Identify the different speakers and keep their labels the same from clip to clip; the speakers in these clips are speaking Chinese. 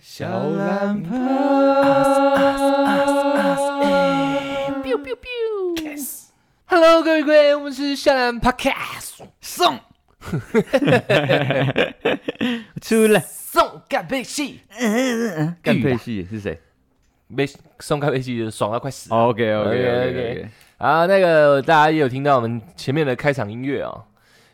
Speaker 1: 小蓝牌。biu biu biu。Hello，各位各位，我们是小蓝 Podcast，送
Speaker 2: 出来，
Speaker 1: 送干杯戏，
Speaker 2: 干配戏是谁
Speaker 1: 没送干杯戏，爽到快死了。
Speaker 2: ？OK OK
Speaker 1: OK，OK，OK
Speaker 2: OK
Speaker 1: 啊，那个大家也有听到我们前面的开场音乐哦。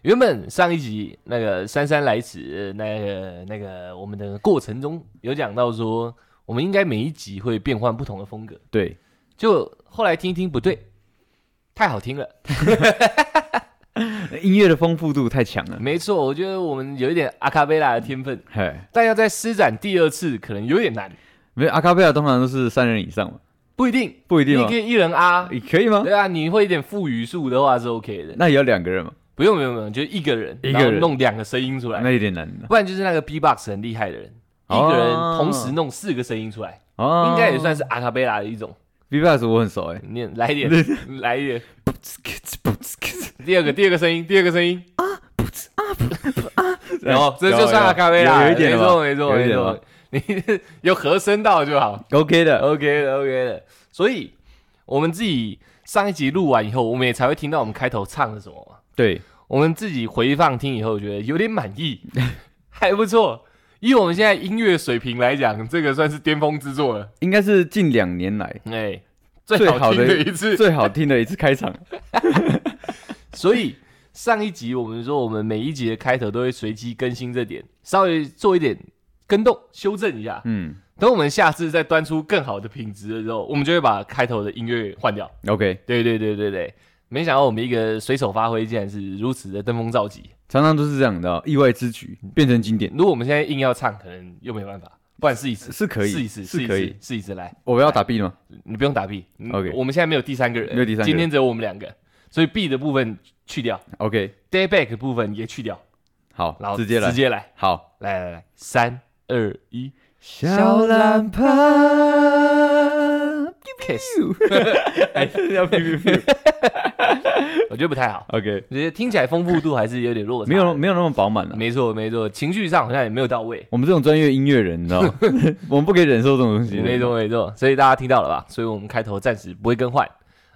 Speaker 1: 原本上一集那个姗姗来迟，那个那个我们的过程中有讲到说，我们应该每一集会变换不同的风格。
Speaker 2: 对，
Speaker 1: 就后来听一听不对，太好听了。
Speaker 2: 音乐的丰富度太强了，
Speaker 1: 没错，我觉得我们有一点阿卡贝拉的天分，
Speaker 2: 嘿，
Speaker 1: 但要再施展第二次可能有点难，
Speaker 2: 没有阿卡贝拉通常都是三人以上嘛，
Speaker 1: 不一定。
Speaker 2: 不一
Speaker 1: 你
Speaker 2: 定
Speaker 1: 也
Speaker 2: 哦吗
Speaker 1: 可？以一人啊，
Speaker 2: 也可以吗？
Speaker 1: 对啊，你会一点副语数的话是 OK 的。
Speaker 2: 那也要两个人嘛，
Speaker 1: 不用不用不用，就一个人，
Speaker 2: 一个
Speaker 1: 然后
Speaker 2: 人
Speaker 1: 弄两个声音出来。
Speaker 2: 那有点难
Speaker 1: 不然就是那个 B box 很厉害的人，
Speaker 2: 哦
Speaker 1: 一个人同时弄四个声音出来，
Speaker 2: 哦
Speaker 1: 应该也算是阿卡贝拉的一种。
Speaker 2: B-box，我很熟哎，
Speaker 1: 念来一点，
Speaker 2: 嗯
Speaker 1: 来一点。第二个，第二个声音，第二个声音，
Speaker 2: 啊
Speaker 1: 然后这就算阿卡贝拉，
Speaker 2: 有有一点
Speaker 1: 没
Speaker 2: 了
Speaker 1: 错
Speaker 2: 吧
Speaker 1: 没错
Speaker 2: 有一
Speaker 1: 没
Speaker 2: 点
Speaker 1: 错，你 有和声到就好。
Speaker 2: OK 的，
Speaker 1: OK 的 OK 的，所以我们自己上一集录完以后，我们也才会听到我们开头唱的什么嘛。
Speaker 2: 对，
Speaker 1: 我们自己回放听以后，觉得有点满 意，还不错。以我们现在音乐水平来讲，这个算是巅峰之作了。
Speaker 2: 应该是近两年来
Speaker 1: 哎、最好听的一次。
Speaker 2: 最好听的一次 开场，
Speaker 1: 所以上一集我们说，我们每一集的开头都会随机更新这点，稍微做一点跟动、修正一下。
Speaker 2: 嗯
Speaker 1: 等我们下次再端出更好的品质的时候，我们就会把开头的音乐换掉。
Speaker 2: ，OK，
Speaker 1: 对对对对对，没想到我们一个随手发挥，竟然是如此的登峰造极。
Speaker 2: 常常都是这样的哦，意外之举变成经典
Speaker 1: 如果我们现在硬要唱，可能又没办法。不然试一次，
Speaker 2: 是可以，
Speaker 1: 试一次，试
Speaker 2: 是
Speaker 1: 一
Speaker 2: 可
Speaker 1: 次
Speaker 2: 以，，
Speaker 1: 试一次来。
Speaker 2: 我要打 B 了吗？
Speaker 1: 你不用打 B。嗯
Speaker 2: OK
Speaker 1: 我们现在没有第三个人，
Speaker 2: 没有第三个人
Speaker 1: 今天只有我们两个，所以 B 的部分去掉
Speaker 2: OK，
Speaker 1: ，day back 的部分也去掉，
Speaker 2: 好
Speaker 1: 然后，
Speaker 2: 直接来
Speaker 1: 直，接来，
Speaker 2: 好。
Speaker 1: 来来来，三二一
Speaker 2: 小
Speaker 1: 蓝
Speaker 2: 牌
Speaker 1: ，kiss，
Speaker 2: 还是 要 P P P。
Speaker 1: 我觉得不太好，
Speaker 2: OK，
Speaker 1: 我觉得听起来丰富度还是有点落差。
Speaker 2: 没有没有那么饱满了。
Speaker 1: 没错没错，情绪上好像也没有到位。
Speaker 2: 我们这种专业音乐人，你知道吗？ 我们不可以忍受这种东西。
Speaker 1: 没错没错，所以大家听到了吧？所以我们开头暂时不会更换。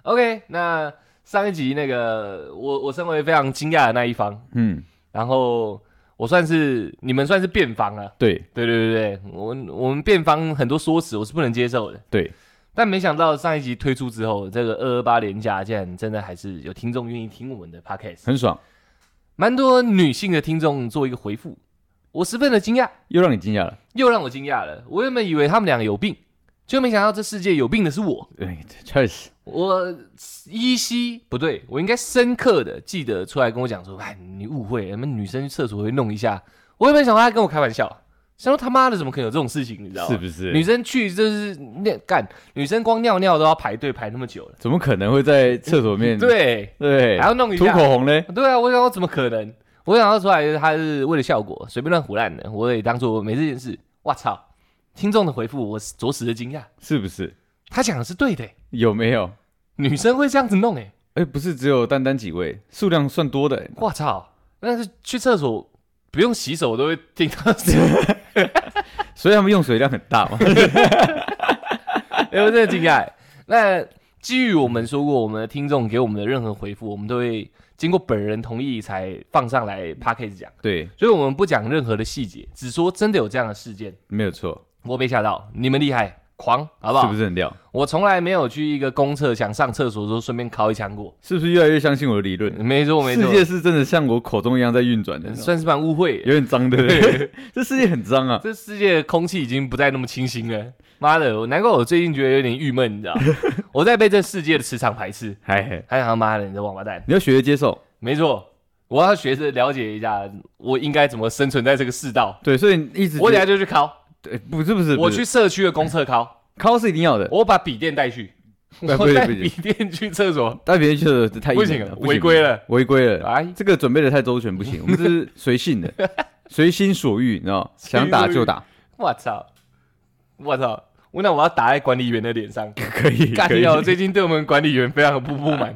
Speaker 1: OK，那上一集那个我我身为非常惊讶的那一方，
Speaker 2: 嗯，
Speaker 1: 然后我算是你们算是辩方啊了，
Speaker 2: 对
Speaker 1: 对对对对，我我们辩方很多说辞我是不能接受的，
Speaker 2: 对，
Speaker 1: 但没想到上一集推出之后，这个二二八连假竟然真的还是有听众愿意听我们的 Podcast，
Speaker 2: 很爽，
Speaker 1: 蛮多女性的听众做一个回复，我十分的惊讶，
Speaker 2: 又让你惊讶了。
Speaker 1: 又让我惊讶了，我原本以为他们两个有病，就没想到这世界有病的是我。
Speaker 2: 对，确实，
Speaker 1: 我依稀不对，我应该深刻的记得出来跟我讲说，哎，你误会，了，那女生去厕所会弄一下。我原本想说他跟我开玩笑，想说他妈的怎么可能有这种事情，你知道吗？
Speaker 2: 是不是
Speaker 1: 女生去就是那干，女生光尿尿都要排队排那么久了，
Speaker 2: 怎么可能会在厕所面
Speaker 1: 对，
Speaker 2: 嗯对，
Speaker 1: 还要弄一
Speaker 2: 涂
Speaker 1: 下。
Speaker 2: 口红嘞？
Speaker 1: 对啊，我想说怎么可能？我想到出来他是为了效果随便乱胡乱的，我也当做没这件事。我操！听众的回复我是着实的惊讶，
Speaker 2: 是不是？
Speaker 1: 他讲的是对的、
Speaker 2: 有没有？
Speaker 1: 女生会这样子弄哎、
Speaker 2: 哎，不是只有单单几位，数量算多的。
Speaker 1: 我操！但是去厕所不用洗手都会听到声音，
Speaker 2: 所以他们用水量很大 嘛。
Speaker 1: 哎，我真的惊讶。那基于我们说过，我们的听众给我们的任何回复，我们都会经过本人同意才放上来 p a c k a g e 讲，
Speaker 2: 对，
Speaker 1: 所以我们不讲任何的细节，只说真的有这样的事件，
Speaker 2: 没有错，
Speaker 1: 我被吓到，你们厉害，狂，好不好？
Speaker 2: 是不是很屌？
Speaker 1: 我从来没有去一个公厕想上厕所的时候顺便敲一枪过，
Speaker 2: 是不是越来越相信我的理论？
Speaker 1: 没错没
Speaker 2: 世
Speaker 1: 错，
Speaker 2: 界是真的像我口中一样在运转的，
Speaker 1: 算是蛮误会的。
Speaker 2: 有点脏，对 不对？这世界很脏啊！
Speaker 1: 这世界的空气已经不再那么清新了。妈的，我难怪我最近觉得有点郁闷，你知道 吗，我在被这世界的磁场排斥。
Speaker 2: 嗨嗨，
Speaker 1: 还想妈的，你这王八蛋！
Speaker 2: 你要学着接受。
Speaker 1: 没错，我要学着了解一下，我应该怎么生存在这个世道。
Speaker 2: 对，所以你一直
Speaker 1: 我等
Speaker 2: 觉
Speaker 1: 下就去考，
Speaker 2: 得哎不是不是，
Speaker 1: 我
Speaker 2: 不是
Speaker 1: 去社区的公厕考，
Speaker 2: 敲是一定要的，
Speaker 1: 我把笔电带去，
Speaker 2: 不
Speaker 1: 我带
Speaker 2: 不行
Speaker 1: 笔电去厕所。
Speaker 2: 但别人觉得这太
Speaker 1: 不
Speaker 2: 硬
Speaker 1: 行
Speaker 2: 了
Speaker 1: 了，违规了，
Speaker 2: 违规了。
Speaker 1: 哎，
Speaker 2: 这个准备的太周全，不行，我们这是随性的， 随心所欲，你知道吗？
Speaker 1: 随心所欲
Speaker 2: 想打就打，
Speaker 1: 我操，我操！我那我要打在管理员的脸上，
Speaker 2: 可以
Speaker 1: 干
Speaker 2: 可以
Speaker 1: 掉！我最近对我们管理员非常的不不 满。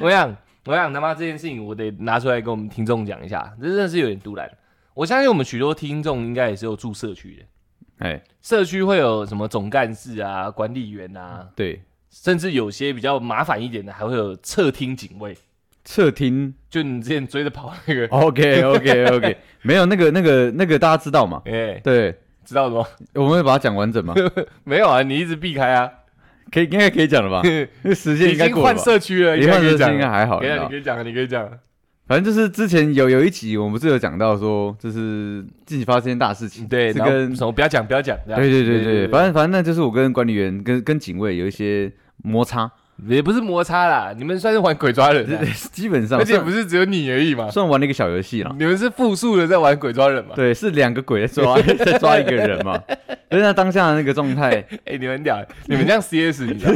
Speaker 1: 我想，我想他妈这件事情，我得拿出来跟我们听众讲一下，这真的是有点突然。我相信我们许多听众应该也是有住社区的，
Speaker 2: 哎，
Speaker 1: 社区会有什么总干事啊、管理员啊，
Speaker 2: 对，
Speaker 1: 甚至有些比较麻烦一点的，还会有侧厅警卫。
Speaker 2: 侧听
Speaker 1: 就你之前追着跑那个，
Speaker 2: ，OK OK OK，没 有那个那个那个大家知道嘛？
Speaker 1: 哎、
Speaker 2: 对，
Speaker 1: 知道了吗？
Speaker 2: 我们会把它讲 完整吗？
Speaker 1: 没有啊，你一直避开 啊，
Speaker 2: 可以，应该可以讲了吧？那个时间
Speaker 1: 已
Speaker 2: 应该
Speaker 1: 经
Speaker 2: 过了
Speaker 1: 换
Speaker 2: 吧？
Speaker 1: 社区了，
Speaker 2: 你
Speaker 1: 应该
Speaker 2: 换
Speaker 1: 可以
Speaker 2: 色
Speaker 1: 讲
Speaker 2: 应该
Speaker 1: 了。
Speaker 2: 还好，
Speaker 1: 等一下
Speaker 2: 你
Speaker 1: 你
Speaker 2: 知
Speaker 1: 可
Speaker 2: 道
Speaker 1: 以讲，你可以讲。啊
Speaker 2: 反正就是之前有有一集我们不是有讲到说，就是近期发生一件大事情，
Speaker 1: 对，
Speaker 2: 是
Speaker 1: 然后
Speaker 2: 跟
Speaker 1: 什么不要讲，不要讲。这样
Speaker 2: 对对对对，反正反正那就是我跟管理员跟跟警卫有一些摩擦，
Speaker 1: 也不是摩擦啦，你们算是玩鬼抓人啊、
Speaker 2: 基本上
Speaker 1: 而且
Speaker 2: 算
Speaker 1: 不是只有你而已嘛，
Speaker 2: 算玩了一个小游戏 啦。
Speaker 1: 你们是复数的在玩鬼抓人嘛？
Speaker 2: 对，是两个鬼 在抓 在抓一个人嘛，但是他当下的那个状 态，
Speaker 1: 哎、你们俩，你们这样 CS，你知道，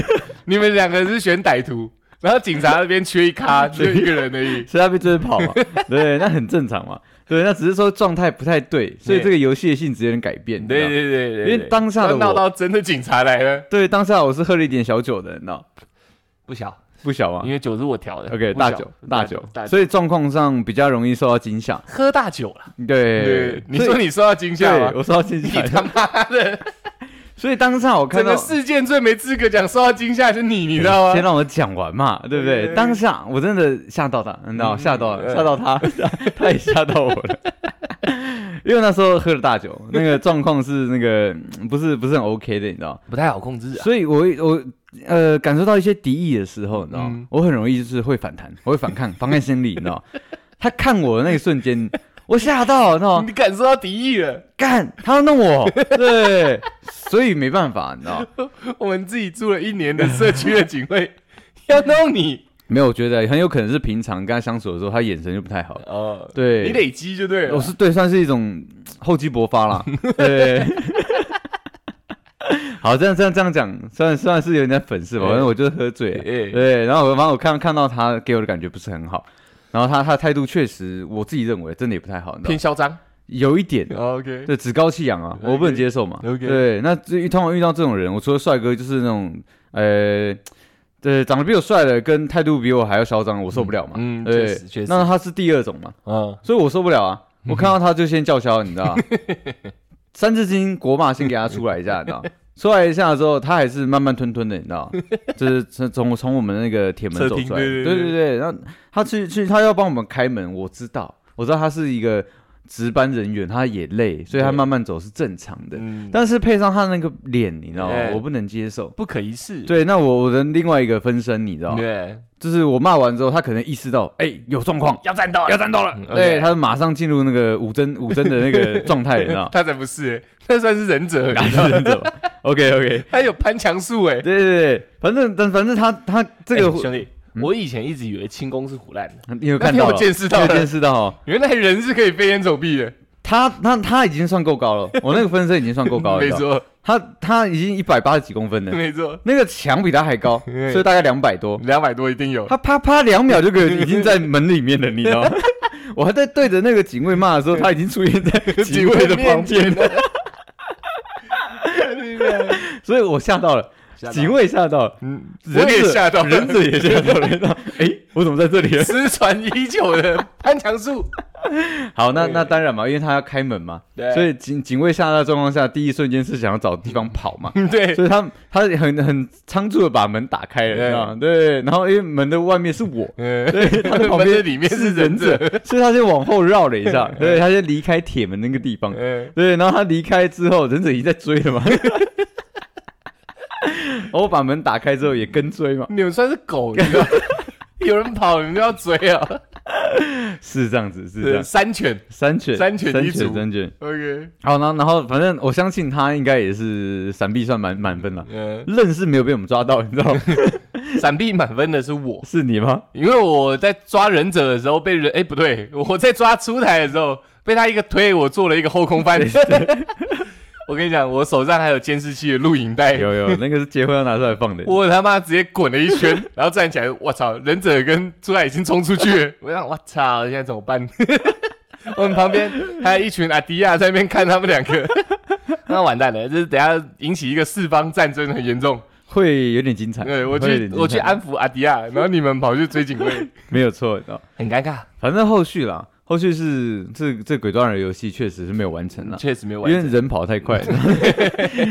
Speaker 1: 你们两个是选歹徒，然后警察那边缺一 咖，只有一个人而已。
Speaker 2: 所以他被追着跑嘛，对，那很正常嘛，对，那只是说状态不太对，所以
Speaker 1: 对
Speaker 2: 这个游戏的性质有点改变，你知道
Speaker 1: 对
Speaker 2: 吗
Speaker 1: 对对对对，
Speaker 2: 因为当下的
Speaker 1: 要闹
Speaker 2: 我
Speaker 1: 到真的警察来了，
Speaker 2: 对，当下我是喝了一点小酒的，你知道
Speaker 1: 不小，
Speaker 2: 不小嘛
Speaker 1: 因为酒是我调的。
Speaker 2: ，OK，
Speaker 1: 不小
Speaker 2: 大酒大酒，
Speaker 1: 大酒，
Speaker 2: 所以状况上比较容易受到惊吓，
Speaker 1: 喝大酒了。
Speaker 2: 对
Speaker 1: 对，，你说你受到惊吓
Speaker 2: 对，
Speaker 1: 吗？
Speaker 2: 我受到惊
Speaker 1: 你
Speaker 2: 吓，
Speaker 1: 他妈的，
Speaker 2: 所以当下我看
Speaker 1: 整
Speaker 2: 到
Speaker 1: 个，事件最没资格讲受到惊吓是你，你知 道
Speaker 2: 先
Speaker 1: 吗？
Speaker 2: 让我讲完嘛，对不
Speaker 1: 对
Speaker 2: 对？
Speaker 1: 对
Speaker 2: 当下我真的吓到他，你知道，
Speaker 1: 嗯
Speaker 2: 吓到
Speaker 1: 嗯
Speaker 2: 了，吓到他， 他也吓到我了。 因为那时候喝了大酒，那个状况是那个嗯不是不是很 OK 的，你知道，
Speaker 1: 不太好控制啊。
Speaker 2: 所以我我呃感受到一些敌意的时候，你知道
Speaker 1: 嗯，
Speaker 2: 我很容易就是会反弹，我会反抗，反抗心理，你知道。他看我的那一瞬间，我吓到，你知道，
Speaker 1: 你感受到敌意了，
Speaker 2: 干，他要弄我，对，所以没办法，你知道。
Speaker 1: 我们自己住了一年的社区的警卫 要弄你
Speaker 2: 没有，我觉得很有可能是平常跟他相处的时候，他眼神就不太好。
Speaker 1: 哦，
Speaker 2: 对，
Speaker 1: 你累积就对了。
Speaker 2: 我是啊对，算是一种厚积薄发啦。对，好，这样这样这样讲，算算是有点粉饰吧，
Speaker 1: 哎
Speaker 2: 反正我就是喝醉了。啊
Speaker 1: 哎
Speaker 2: 对，然后我反正我看看到他给我的感觉不是很好，然后他他的态度确实我自己认为真的也不太好，你知道
Speaker 1: 偏
Speaker 2: 吗
Speaker 1: 嚣张。
Speaker 2: 有一点。
Speaker 1: OK，
Speaker 2: 对，趾高气扬啊，我不能
Speaker 1: OK
Speaker 2: 接受嘛。
Speaker 1: OK
Speaker 2: 对，那至于通常遇到这种人，我除了帅哥就是那种呃，对，长得比我帅的，跟态度比我还要嚣张，我受不了嘛。
Speaker 1: 嗯
Speaker 2: 对，
Speaker 1: 确实确实
Speaker 2: 那他是第二种嘛，
Speaker 1: 嗯，
Speaker 2: 所以我受不了啊！我看到他就先叫嚣，你知道吗？ 三字经国骂先给他出来一下，你知道吗？出来一下之后，他还是慢慢吞吞的，你知道吗，就是从从从我们那个铁门
Speaker 1: 车
Speaker 2: 走
Speaker 1: 厅
Speaker 2: 出来，
Speaker 1: 对对
Speaker 2: 对
Speaker 1: 对
Speaker 2: 对对。然后他去去，他要帮我们开门，我知道，我知道他是一个值班人员，他也累，所以他
Speaker 1: 对
Speaker 2: 慢慢走是正常的。
Speaker 1: 嗯
Speaker 2: 但是配上他那个脸，你知道吗
Speaker 1: 哎？
Speaker 2: 我不能接受。
Speaker 1: 不可一世。
Speaker 2: 对，那我我的另外一个分身，你知道吗，
Speaker 1: 对，
Speaker 2: 就是我骂完之后，他可能意识到，哎，有状况，
Speaker 1: 要战斗了，
Speaker 2: 要战斗了
Speaker 1: 嗯，
Speaker 2: 对，
Speaker 1: OK
Speaker 2: 他马上进入那个
Speaker 1: ？
Speaker 2: 五针五针的那个状态，你知 道
Speaker 1: 他才不是，欸他算是忍者，
Speaker 2: 哪是忍者？OK OK，
Speaker 1: 他有攀墙术哎
Speaker 2: 对。对对，反正但反正他他这
Speaker 1: 哎
Speaker 2: 个嗯
Speaker 1: 兄弟，我以前一直以为轻功是胡乱的，
Speaker 2: 你有
Speaker 1: 哎那
Speaker 2: 看
Speaker 1: 天
Speaker 2: 到
Speaker 1: 我
Speaker 2: 了，
Speaker 1: 见识
Speaker 2: 你
Speaker 1: 到
Speaker 2: 有见
Speaker 1: 了，
Speaker 2: 识到哦，
Speaker 1: 原来人是可以飞檐走壁的。
Speaker 2: 他他他已经算够 高了，我那个分身已经算够高了，嗯
Speaker 1: 没
Speaker 2: 你知道
Speaker 1: 错，
Speaker 2: 他他已经一百八十几公分了，
Speaker 1: 没错，
Speaker 2: 那个墙比他还高，
Speaker 1: 对
Speaker 2: 所以大概两百多，
Speaker 1: 两百多一定有。
Speaker 2: 他啪啪两秒就给已经在门里面了，你 知道吗？我还在对着那个警卫骂的时候，他已经出现在警卫的旁边 了，所以我吓到了，警
Speaker 1: 卫，
Speaker 2: 卫吓到了。
Speaker 1: 嗯，我
Speaker 2: 忍者
Speaker 1: 也吓到了，
Speaker 2: 忍者也吓到了。那 哎、我怎么在这里？
Speaker 1: 失传已久的攀墙术。
Speaker 2: 好，那那当然嘛，因为他要开门嘛，
Speaker 1: 对
Speaker 2: 所以警警卫吓到的状况下，第一瞬间是想要找地方跑嘛，
Speaker 1: 嗯，对，
Speaker 2: 所以他他很很仓促的把门打开了，
Speaker 1: 对。
Speaker 2: 你知道吗对，然后因为门的外面是我
Speaker 1: 嗯，
Speaker 2: 对，他的旁边
Speaker 1: 门的里面是
Speaker 2: 是
Speaker 1: 忍者
Speaker 2: 者，所以他先往后绕了一下，对他先离开铁门那个地方，
Speaker 1: 嗯
Speaker 2: 对，然后他离开之后，忍者已经在追 了嘛，然后我把门打开之后也跟追嘛，
Speaker 1: 你们算是狗，你知 道吗？有人跑，你们就要追啊！
Speaker 2: 是这样子，是这
Speaker 1: 对，
Speaker 2: 样，
Speaker 1: 三犬
Speaker 2: 三犬，
Speaker 1: 三犬
Speaker 2: 三
Speaker 1: 一
Speaker 2: 犬，
Speaker 1: 组
Speaker 2: 三犬，
Speaker 1: ，OK，
Speaker 2: 好，然后然后反正我相信他应该也是闪避算满满分了，
Speaker 1: 嗯，
Speaker 2: 愣是没有被我们抓到，你知道吗
Speaker 1: 闪避满分的是我，
Speaker 2: 是你吗？
Speaker 1: 因为我在抓忍者的时候被人，哎、不对，我在抓出台的时候被他一个推，我做了一个后空翻。我跟你讲，我手上还有监视器的录影带，
Speaker 2: 有有，那个是结婚要拿出来放的。
Speaker 1: 我他妈直接滚了一圈，然后站起来，我操，忍者跟出来已经冲出去了，我想，我操，现在怎么办？我们旁边还有一群阿迪亚在那边看他们两个，那完蛋了，这是等下引起一个四方战争很严重。
Speaker 2: 会有点精彩。
Speaker 1: 对我
Speaker 2: 哎会有点
Speaker 1: 去
Speaker 2: 精彩
Speaker 1: 我 去安抚阿迪亚，然后你们跑去追警卫，
Speaker 2: 没有错，你知道。
Speaker 1: 很尴尬。
Speaker 2: 反正后续啦，后续是这这鬼抓人游戏确实是没有完成了，
Speaker 1: 确实没有
Speaker 2: 因
Speaker 1: 完
Speaker 2: 为
Speaker 1: 成，
Speaker 2: 人跑太快了，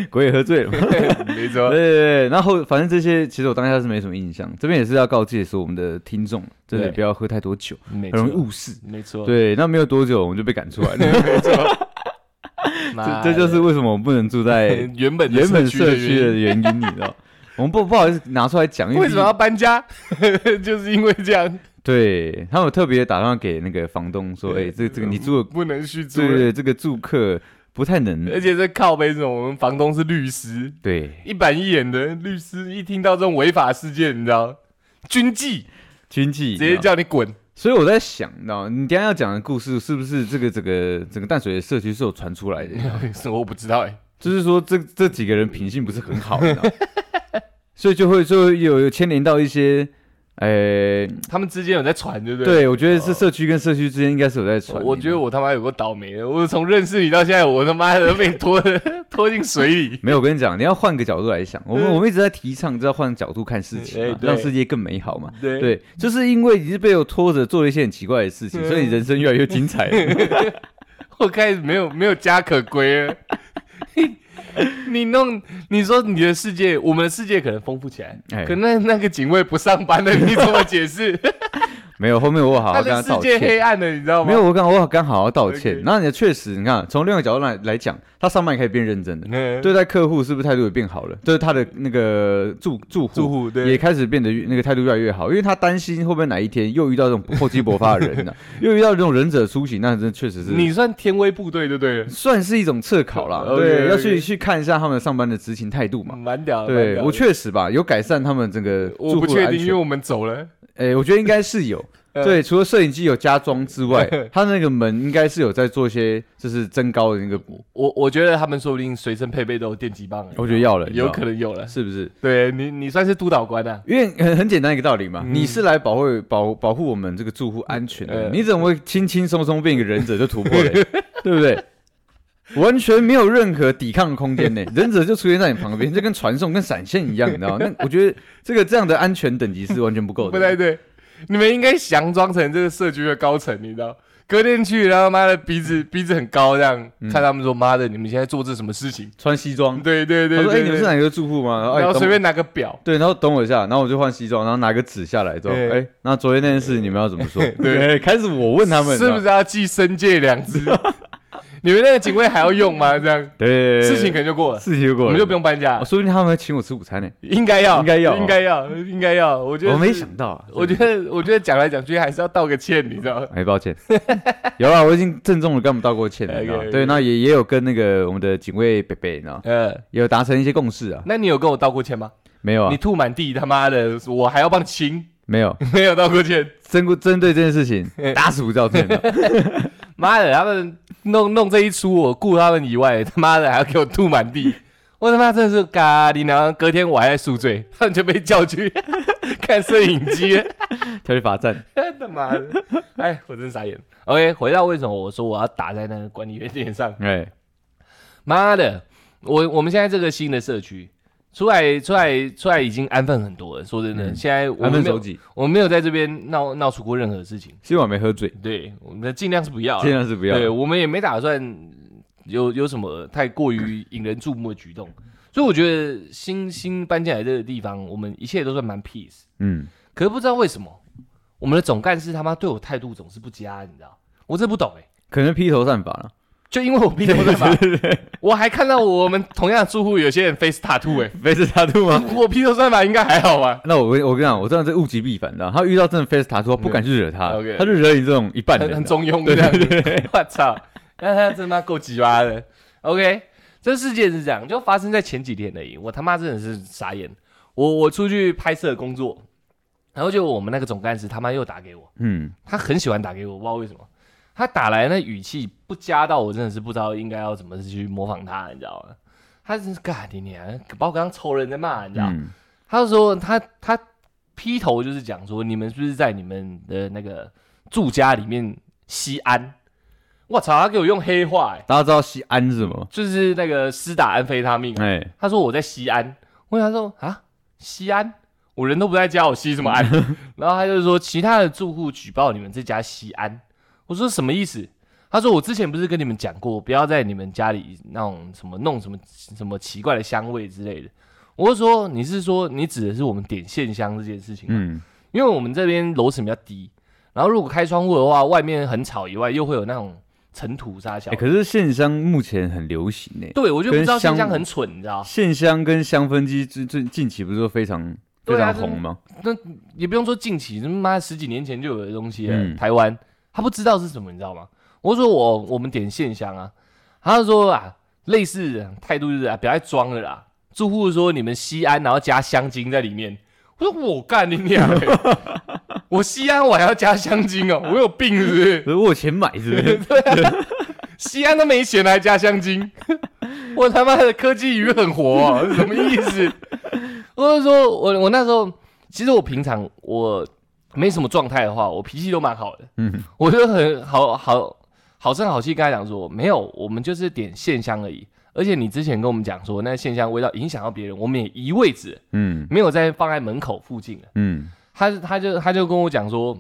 Speaker 2: 鬼也喝醉了嘛。
Speaker 1: 没
Speaker 2: 对
Speaker 1: 错，
Speaker 2: 对对，然后反正这些其实我当下是没什么印象，这边也是要告诫说我们的听众，真的
Speaker 1: 对
Speaker 2: 不要喝太多酒，
Speaker 1: 没
Speaker 2: 很容易
Speaker 1: 错，
Speaker 2: 误事。
Speaker 1: 没错，，
Speaker 2: 对，那没有多久我们就被赶出来 了，
Speaker 1: 没错，妈
Speaker 2: 这这就是
Speaker 1: 的
Speaker 2: 为什么我们不能 住在
Speaker 1: 原本的
Speaker 2: 原本
Speaker 1: 区的
Speaker 2: 社区
Speaker 1: 原
Speaker 2: 的原因，你 知道。我们不不好意思拿出来讲，因
Speaker 1: 因
Speaker 2: 为
Speaker 1: 为什么要搬家？ 就是因为这样，
Speaker 2: 对他们有特别打电话给那个房东说，哎、
Speaker 1: 对
Speaker 2: 这这个你住 的，
Speaker 1: 不能续租
Speaker 2: 对
Speaker 1: 了，
Speaker 2: 对
Speaker 1: 哎
Speaker 2: 对，这个住客不太能，
Speaker 1: 而且这靠背这种，我们房东是律师，
Speaker 2: 对，
Speaker 1: 一板一眼的律师，一听到这种违法事件，你知道，军纪
Speaker 2: 经济
Speaker 1: 直接叫你滚，
Speaker 2: 所以我在想，你知道，你等一下要讲的故事是不是这个整个整个淡水的社区是有传出来的？
Speaker 1: 是我不知道哎、
Speaker 2: 就是说这这几个人品性不是很好，你 知道所以就会就会有有牵连到一些，呃、
Speaker 1: 他们之间有在传，对不对？
Speaker 2: 对我觉得是社区跟社区之间应该是有在传。
Speaker 1: 我觉得我他妈有个倒霉的，我从认识你到现在，我他妈的被拖 拖进水里。
Speaker 2: 没有，我跟你讲，你要换个角度来想，我们
Speaker 1: 嗯
Speaker 2: 我们一直在提倡，就要换角度看事情嘛
Speaker 1: 哎，对
Speaker 2: 让世界更美好嘛。
Speaker 1: 对
Speaker 2: 对，就是因为你是被我拖着做了一些很奇怪的事情，
Speaker 1: 嗯
Speaker 2: 所以人生越来越精彩了。
Speaker 1: 我开始没有没有家可归了。你弄你说你的世界，我们的世界可能丰富起来，
Speaker 2: 哎
Speaker 1: 可那那个警卫不上班的，你怎么解释？
Speaker 2: 没有，后面 我好
Speaker 1: 他
Speaker 2: 好跟他
Speaker 1: 的世
Speaker 2: 道
Speaker 1: 界
Speaker 2: 歉。
Speaker 1: 黑暗了，你知道吗？
Speaker 2: 没有，我刚我刚好好道歉
Speaker 1: OK。
Speaker 2: 那你确实，你看从另外一个角度来来讲，他上班也可以变认真的，
Speaker 1: 嗯，
Speaker 2: 对待客户是不是态度也变好了？就是他的那个住住户
Speaker 1: 住户对
Speaker 2: 也开始变得越那个态度越来越好，因为他担心会不会哪一天又遇到这种厚积薄发的人 呢、又遇到这种忍者苏醒，那真的确实是
Speaker 1: 你哦算天威部队就对了，
Speaker 2: 算是一种测考啦，
Speaker 1: OK，
Speaker 2: 对，
Speaker 1: OK
Speaker 2: 要去去看一下他们上班的执勤态度嘛。
Speaker 1: 蛮屌的。蛮
Speaker 2: 对
Speaker 1: 屌
Speaker 2: 我
Speaker 1: 的
Speaker 2: 确实吧，有改善他们整个
Speaker 1: 我不
Speaker 2: 住户的
Speaker 1: 确
Speaker 2: 安
Speaker 1: 定，因为
Speaker 2: 全。
Speaker 1: 我们走了。
Speaker 2: 哎，我觉得应该是有。
Speaker 1: 嗯
Speaker 2: 对，除了摄影机有加装 之外，他那个门应该是有在做一些就是增高的那个，
Speaker 1: 我我觉得他们说不定随身配备都有电击棒了，
Speaker 2: 我觉得要了，你知道
Speaker 1: 有
Speaker 2: 吗
Speaker 1: 可能有了。
Speaker 2: 是不是？
Speaker 1: 对你，你算是督导官啊？
Speaker 2: 因为很很简单一个道理嘛，
Speaker 1: 嗯
Speaker 2: 你是来保护保保护我们这个住户安全的，
Speaker 1: 呃
Speaker 2: 你怎么会轻轻松松变一个忍者就突破 了，对不对？完全没有任何抵抗 空间呢，忍者就出现在你旁边，就跟传送、跟闪现一样，你知道吗？那我觉得这个这样的安全等级是完全不够
Speaker 1: 不太
Speaker 2: 的。
Speaker 1: 对，你们应该佯装成这个社区的高层，你知道？隔天去，然后妈的鼻子
Speaker 2: 嗯
Speaker 1: 鼻子很高，这样、看他们说，妈的，你们现在做这什么事情？
Speaker 2: 穿西装，
Speaker 1: 对对对对
Speaker 2: 嗯他说：“哎，
Speaker 1: 对
Speaker 2: 你们是哪个住户吗？”哎
Speaker 1: 然后
Speaker 2: 等
Speaker 1: 随便拿个表，
Speaker 2: 对，然后等我一下，然后我就换西装，然后拿个纸下来之后，
Speaker 1: 对
Speaker 2: 哎，那昨天那件事你们要怎么说？
Speaker 1: 对，
Speaker 2: 开始我问他们，哦
Speaker 1: 是不
Speaker 2: 你知道吗？
Speaker 1: 是要寄申诫两 只？你们那个警卫还要用吗？这样
Speaker 2: 对，
Speaker 1: 事情可能就过了，
Speaker 2: 事情就过了，
Speaker 1: 我们就不用搬家
Speaker 2: 哦，
Speaker 1: 了，
Speaker 2: 说不定他们会请我吃午餐呢。
Speaker 1: 应该要，
Speaker 2: 应该要
Speaker 1: 应该要，应该要。我觉得
Speaker 2: 我没
Speaker 1: 是
Speaker 2: 想到啊，
Speaker 1: 我觉得，我觉得讲来讲去还是要道个歉，你知道吗？
Speaker 2: 哎，抱歉， 有啊啦，我已经郑重的跟他们道 过歉了，你知道吗
Speaker 1: OK，OK
Speaker 2: 对，那也也有跟那个我们的警卫北北呢，
Speaker 1: 呃，
Speaker 2: 也有达成一些共识啊，
Speaker 1: 那你有跟我道过歉吗？
Speaker 2: 没有啊
Speaker 1: 你，吐满地，他妈的，我还要帮你清，
Speaker 2: 没有，
Speaker 1: 没有道过歉。
Speaker 2: 针针对这件 事情打死不道歉的，
Speaker 1: 妈的，他们弄弄这一出，我顾他们以外，他妈的还要给我吐满地， 我他妈真的是咖喱。然后隔天我还在宿醉， 他们就被叫去 看摄影机了，
Speaker 2: 调去罚站。
Speaker 1: 他妈的，哎，我真傻眼。OK，回到为什么我说我要打在那个管理员脸上，
Speaker 2: 哎，
Speaker 1: 妈的，我我们现在这个新的社区。出来，出来，出来，已经安分很多了。说真的，
Speaker 2: 嗯
Speaker 1: 现在我
Speaker 2: 安
Speaker 1: 们
Speaker 2: 分
Speaker 1: 没有
Speaker 2: 守己，
Speaker 1: 我没有在这边闹闹出过任何事情。
Speaker 2: 希望没喝醉，
Speaker 1: 对，我们尽量是不要啦，
Speaker 2: 尽量是不要。
Speaker 1: 对，我们也没打算有有什么太过于引人注目的举动，所以我觉得新新搬进来这个地方，我们一切都算蛮 peace。
Speaker 2: 嗯，
Speaker 1: 可是不知道为什么，我们的总干事他妈对我态度总是不佳，你知道？我真不懂哎、
Speaker 2: 可能披头散发 了，
Speaker 1: 就因为我逼头散 发，我还看到我们同样的住户有些人 face tattoo 哎、
Speaker 2: 非是他吐吗？
Speaker 1: 我披头散发应该还好吧？
Speaker 2: 那我跟我跟你讲，我知道这物极必反的。他遇到真的 face 他说不敢去惹他
Speaker 1: OK，
Speaker 2: 他就惹你这种一半
Speaker 1: 很嗯
Speaker 2: 人啊
Speaker 1: 很
Speaker 2: 的。
Speaker 1: 中庸的这样子。 我操，那他真妈够鸡巴的。OK，这事件是这样，就发生在前几天而已。我他妈真的是傻眼。我我出去拍摄工作，然后就我们那个总干事他妈又打给我，
Speaker 2: 嗯，
Speaker 1: 他很喜欢打给我，我不知道为什么。他打来那语气不加到我真的是不知道应该要怎么去模仿他，你知道吗？他真是干你娘，把我刚刚仇人在骂，你知道吗？
Speaker 2: 嗯，
Speaker 1: 他就说他他劈头就是讲说，你们是不是在你们的那个住家里面吸安？我操，他给我用黑话、欸，
Speaker 2: 大家知道西安是什么？
Speaker 1: 就是那个施打安非他命。啊
Speaker 2: 哎，
Speaker 1: 他说我在西安，我想说啊，西安，我 人都不在家，我吸什么安？然后他就说其他的住户举报你们这家西安，我说什么意思？他说我之前不是跟你们讲过，不要在你们家里那种什么弄什么什么奇怪的香味之类的。我就说你是说你指的是我们点线香这件事情吗？
Speaker 2: 嗯，
Speaker 1: 因为我们这边楼层比较低，然后如果开窗户的话，外面很吵以外，又会有那种尘土沙小。
Speaker 2: 哎、可是线香目前很流行呢、
Speaker 1: 对，我啊就不知道
Speaker 2: 跟
Speaker 1: 线
Speaker 2: 香
Speaker 1: 香很蠢，你知道？
Speaker 2: 线香跟香氛机最最近期不是说非常、
Speaker 1: 对
Speaker 2: 非
Speaker 1: 啊
Speaker 2: 常红吗？
Speaker 1: 也不用说近期，他妈十几年前就有的东西了。
Speaker 2: 嗯
Speaker 1: 台湾他不知道是什么，你知道吗？我说我我们点线香啊，他就说啊，类似态度就是啊，不要再装了啦。住户说你们西安然后加香精在里面，我说我干你娘、欸！ 我西安我还要加香精哦、我有病是不是？
Speaker 2: 可是我有钱买是不是？
Speaker 1: 啊西安都没钱还加香 精，我他妈的科技鱼很活、啊，是什么意思？ 我就说，我我那时候其实我平常我没什么状态的话，我脾气都蛮好的，
Speaker 2: 嗯，
Speaker 1: 我就很好好好声好气跟他讲说，没有，我们就是点线香而已。而且你之前跟我们讲说，那线香味道影响到别人，我们也移位置，
Speaker 2: 嗯
Speaker 1: 没有再放在门口附近了。
Speaker 2: 嗯，
Speaker 1: 他他就他就跟我讲说，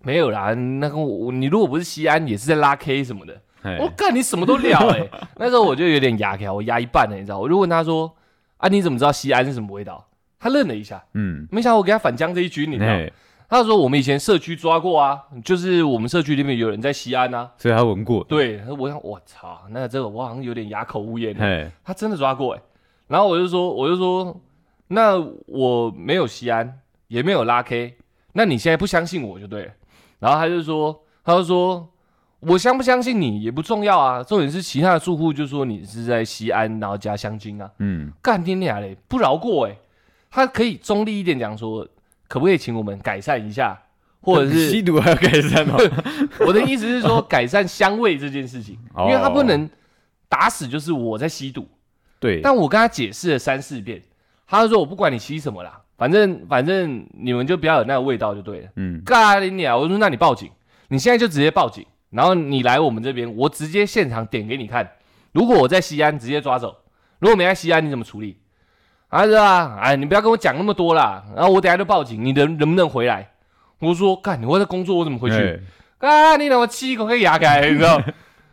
Speaker 1: 没有啦，那个我你如果不是西安，也是在拉 K 什么的。
Speaker 2: 哎
Speaker 1: 我干，你什么都聊哎、 那时候我就有点牙条，我压一半了，你知道？我就问他说：“啊，你怎么知道西安是什么味道？”他愣了一下，
Speaker 2: 嗯，
Speaker 1: 没想到我给他反将这一军，你知道？
Speaker 2: 哎，
Speaker 1: 他说：“我们以前社区抓过啊，就是我们社区里面有人在西安啊。
Speaker 2: 所以他闻过”，
Speaker 1: 对，我想我操，那这个我好像有点哑口 无言。
Speaker 2: 哎，
Speaker 1: 他真的抓过哎、然后我就说，我就说，那我没有西安，也没有拉 K，那你现在不相信我就对了。然后他就说，他就说，我相不相信你也不重要啊，重点是其他的住户就说你是在西安，然后加香精啊，
Speaker 2: 嗯
Speaker 1: 干你俩嘞，不饶过哎、他可以中立一点讲说，可不可以请我们改善一下，或 者是
Speaker 2: 吸毒还要改善吗？
Speaker 1: 我的意思是说改善香味这件事情，因为他不
Speaker 2: 哦
Speaker 1: 能打死就是我在吸毒。
Speaker 2: 对，
Speaker 1: 但我跟他解释了三四遍，他就说我不管你吸什么啦，反正反正你们就不要有那个味道就对了。
Speaker 2: 嗯
Speaker 1: 咖喱鸟，我说那你报警，你现在就直接报警，然后你来我们这边，我直接现场点给你看。如果我在西安，直接抓走；如果没在西安，你怎么处理？他说啊，哎，你不要跟我讲那么多啦，然后我等下就报警，你能能不能回来？我说干，你我在工作，我怎么回去？
Speaker 2: 哎
Speaker 1: 啊，你让我气一口可以牙开，你知道？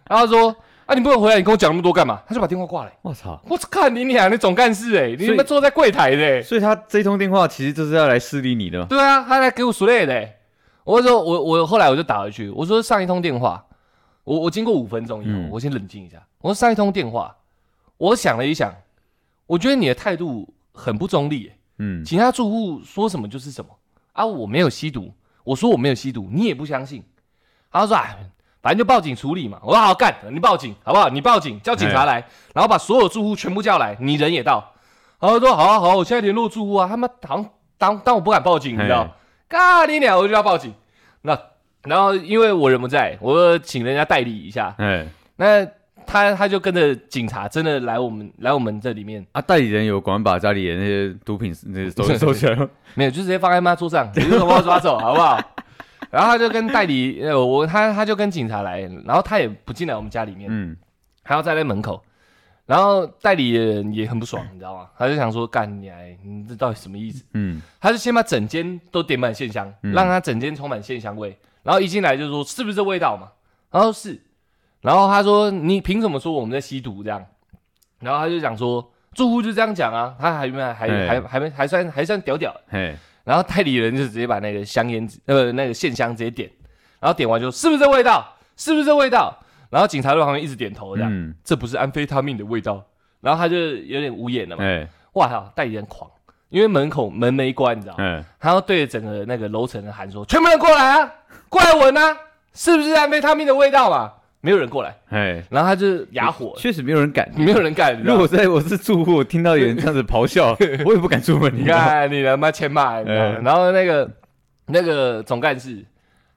Speaker 1: 然后他说啊，你不能回来，你跟我讲那么多干嘛？他就把电话挂了。
Speaker 2: 我操！
Speaker 1: 我靠，你俩那总干事哎、你
Speaker 2: 所以
Speaker 1: 们坐在柜台的、欸，
Speaker 2: 所以他这通电话其实就是要来示例你的嘛。
Speaker 1: 对啊，他来给我数类的、欸。我就说我我后来我就打回去，我说上一通电话，我我经过五分钟以后，
Speaker 2: 嗯
Speaker 1: 我先冷静一下。我说上一通电话，我想了一想，我觉得你的态度很不中立、欸，
Speaker 2: 嗯
Speaker 1: 其他住户说什么就是什么啊，我没有吸毒，我说我没有吸毒，你也不相信。他说哎，反正就报警处理嘛。我说好干，你报警好不好？你报警叫警察来，然后把所有住户全部叫来，你人也到。然后说好啊好啊，我现在联络住户啊，他们好像当当我不敢报警，你知道
Speaker 2: 嘿？
Speaker 1: 咖喱鸟我就要报警。那然后因为我人不在，我请人家代理一下。
Speaker 2: 哎
Speaker 1: 那他他就跟着警察真的来我们来我们这里面。
Speaker 2: 啊，代理人有管把家里的那些毒品那些收收起 来吗？
Speaker 1: 没有，就直接放在妈桌 上，你就把我抓走，好不好？然后他就跟代理，呃，我他他就跟警察来，然后他也不进来我们家里面，
Speaker 2: 嗯，
Speaker 1: 还要站在门口。然后代理人也很不爽，你知道吗？他就想说，干你来，你这到底什么意思？
Speaker 2: 嗯，
Speaker 1: 他就先把整间都点满线香，
Speaker 2: 嗯
Speaker 1: 让他整间充满线香味。然后一进来就说是不是这味道嘛？然后是，然后他说你凭什么说我们在吸毒这样？然后他就讲说住户就这样讲啊，他还没还
Speaker 2: 哎
Speaker 1: 还还没还算还算屌屌的。
Speaker 2: 嘿，
Speaker 1: 然后代理人就直接把那个香烟纸呃那个线香直接点，然后点完就是不是这味道？是不是这味道？然后警察在旁边一直点头，这样、
Speaker 2: 嗯，
Speaker 1: 这不是安非他命的味道。然后他就有点无言了嘛，
Speaker 2: 哎
Speaker 1: 哇靠，代理人狂，因为门口门没关，你知道吗？
Speaker 2: 哎，
Speaker 1: 他要对着整个那个楼层人喊说：“全部人过来啊，过来闻啊，是不是安非他命的味道嘛？”没有人过来，
Speaker 2: 哎，
Speaker 1: 然后他就哑火，
Speaker 2: 确实没有人敢。
Speaker 1: 没有人啊干。你知道
Speaker 2: 如
Speaker 1: 吗
Speaker 2: 果在我是住户，我听到有人这样子 咆哮，我也不敢出门。
Speaker 1: 你，看你他妈欠骂，你知道吗
Speaker 2: 哎
Speaker 1: 然后那个那个总干事，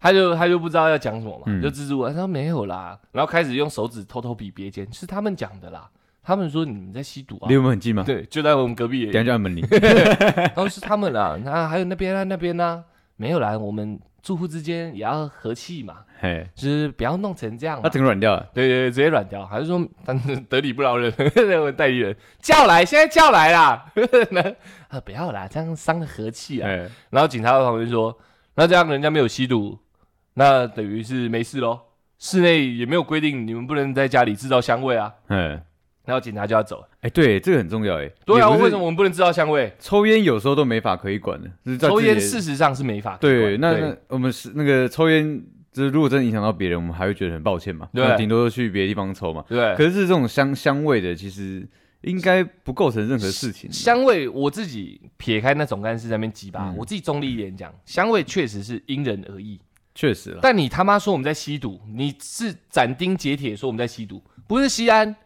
Speaker 1: 他就他就不知道要讲什么嘛，
Speaker 2: 嗯
Speaker 1: 就支支吾吾，他说没有啦，然后开始用手指偷偷比别间，是他们讲的啦，他们说你们在吸毒啊
Speaker 2: 离，我们很近吗？
Speaker 1: 对，就在我们隔壁而已，
Speaker 2: 等一下就按门铃。
Speaker 1: 然后是他们啦，那还有那边啊那边啊，没有啦，我们住户之间也要和气嘛，
Speaker 2: 嘿，
Speaker 1: 就是不要弄成这样
Speaker 2: 他
Speaker 1: 嘛。
Speaker 2: 整啊个软掉了。
Speaker 1: 对对对，直接软掉，还是说但是得理不饶人？ 那个代理人叫来，现在叫来啦！ 啊，不要啦，这样伤了和气啊。
Speaker 2: 哎，
Speaker 1: 然后警察在旁边说：“那这样人家没有吸毒，那等于是没事喽。”室内也没有规定你们不能在家里制造香味啊，
Speaker 2: 嗯，
Speaker 1: 然后警察就要走。
Speaker 2: 哎，对，这个很重要哎。
Speaker 1: 对啊，
Speaker 2: 也不是
Speaker 1: 为什么我们不能制造香味？
Speaker 2: 抽烟有时候都没法可以管的？就是在
Speaker 1: 抽
Speaker 2: 自
Speaker 1: 烟
Speaker 2: 己的
Speaker 1: 事实上是没法可
Speaker 2: 对，
Speaker 1: 以管
Speaker 2: 那那我们是那个抽烟，就是如果真的影响到别人，我们还会觉得很抱歉嘛？
Speaker 1: 对
Speaker 2: 那顶多去别的地方抽嘛。
Speaker 1: 对
Speaker 2: 可
Speaker 1: 对
Speaker 2: 是这种香香味的，其实应该不构成任何事情。
Speaker 1: 香味，我自己撇开那总干事在那边鸡巴，
Speaker 2: 嗯
Speaker 1: 我自己中立一点讲，香味确实是因人而异。
Speaker 2: 确实了，
Speaker 1: 但你他妈说我们在吸毒，你是斩钉截铁说我们在吸毒，不是吸安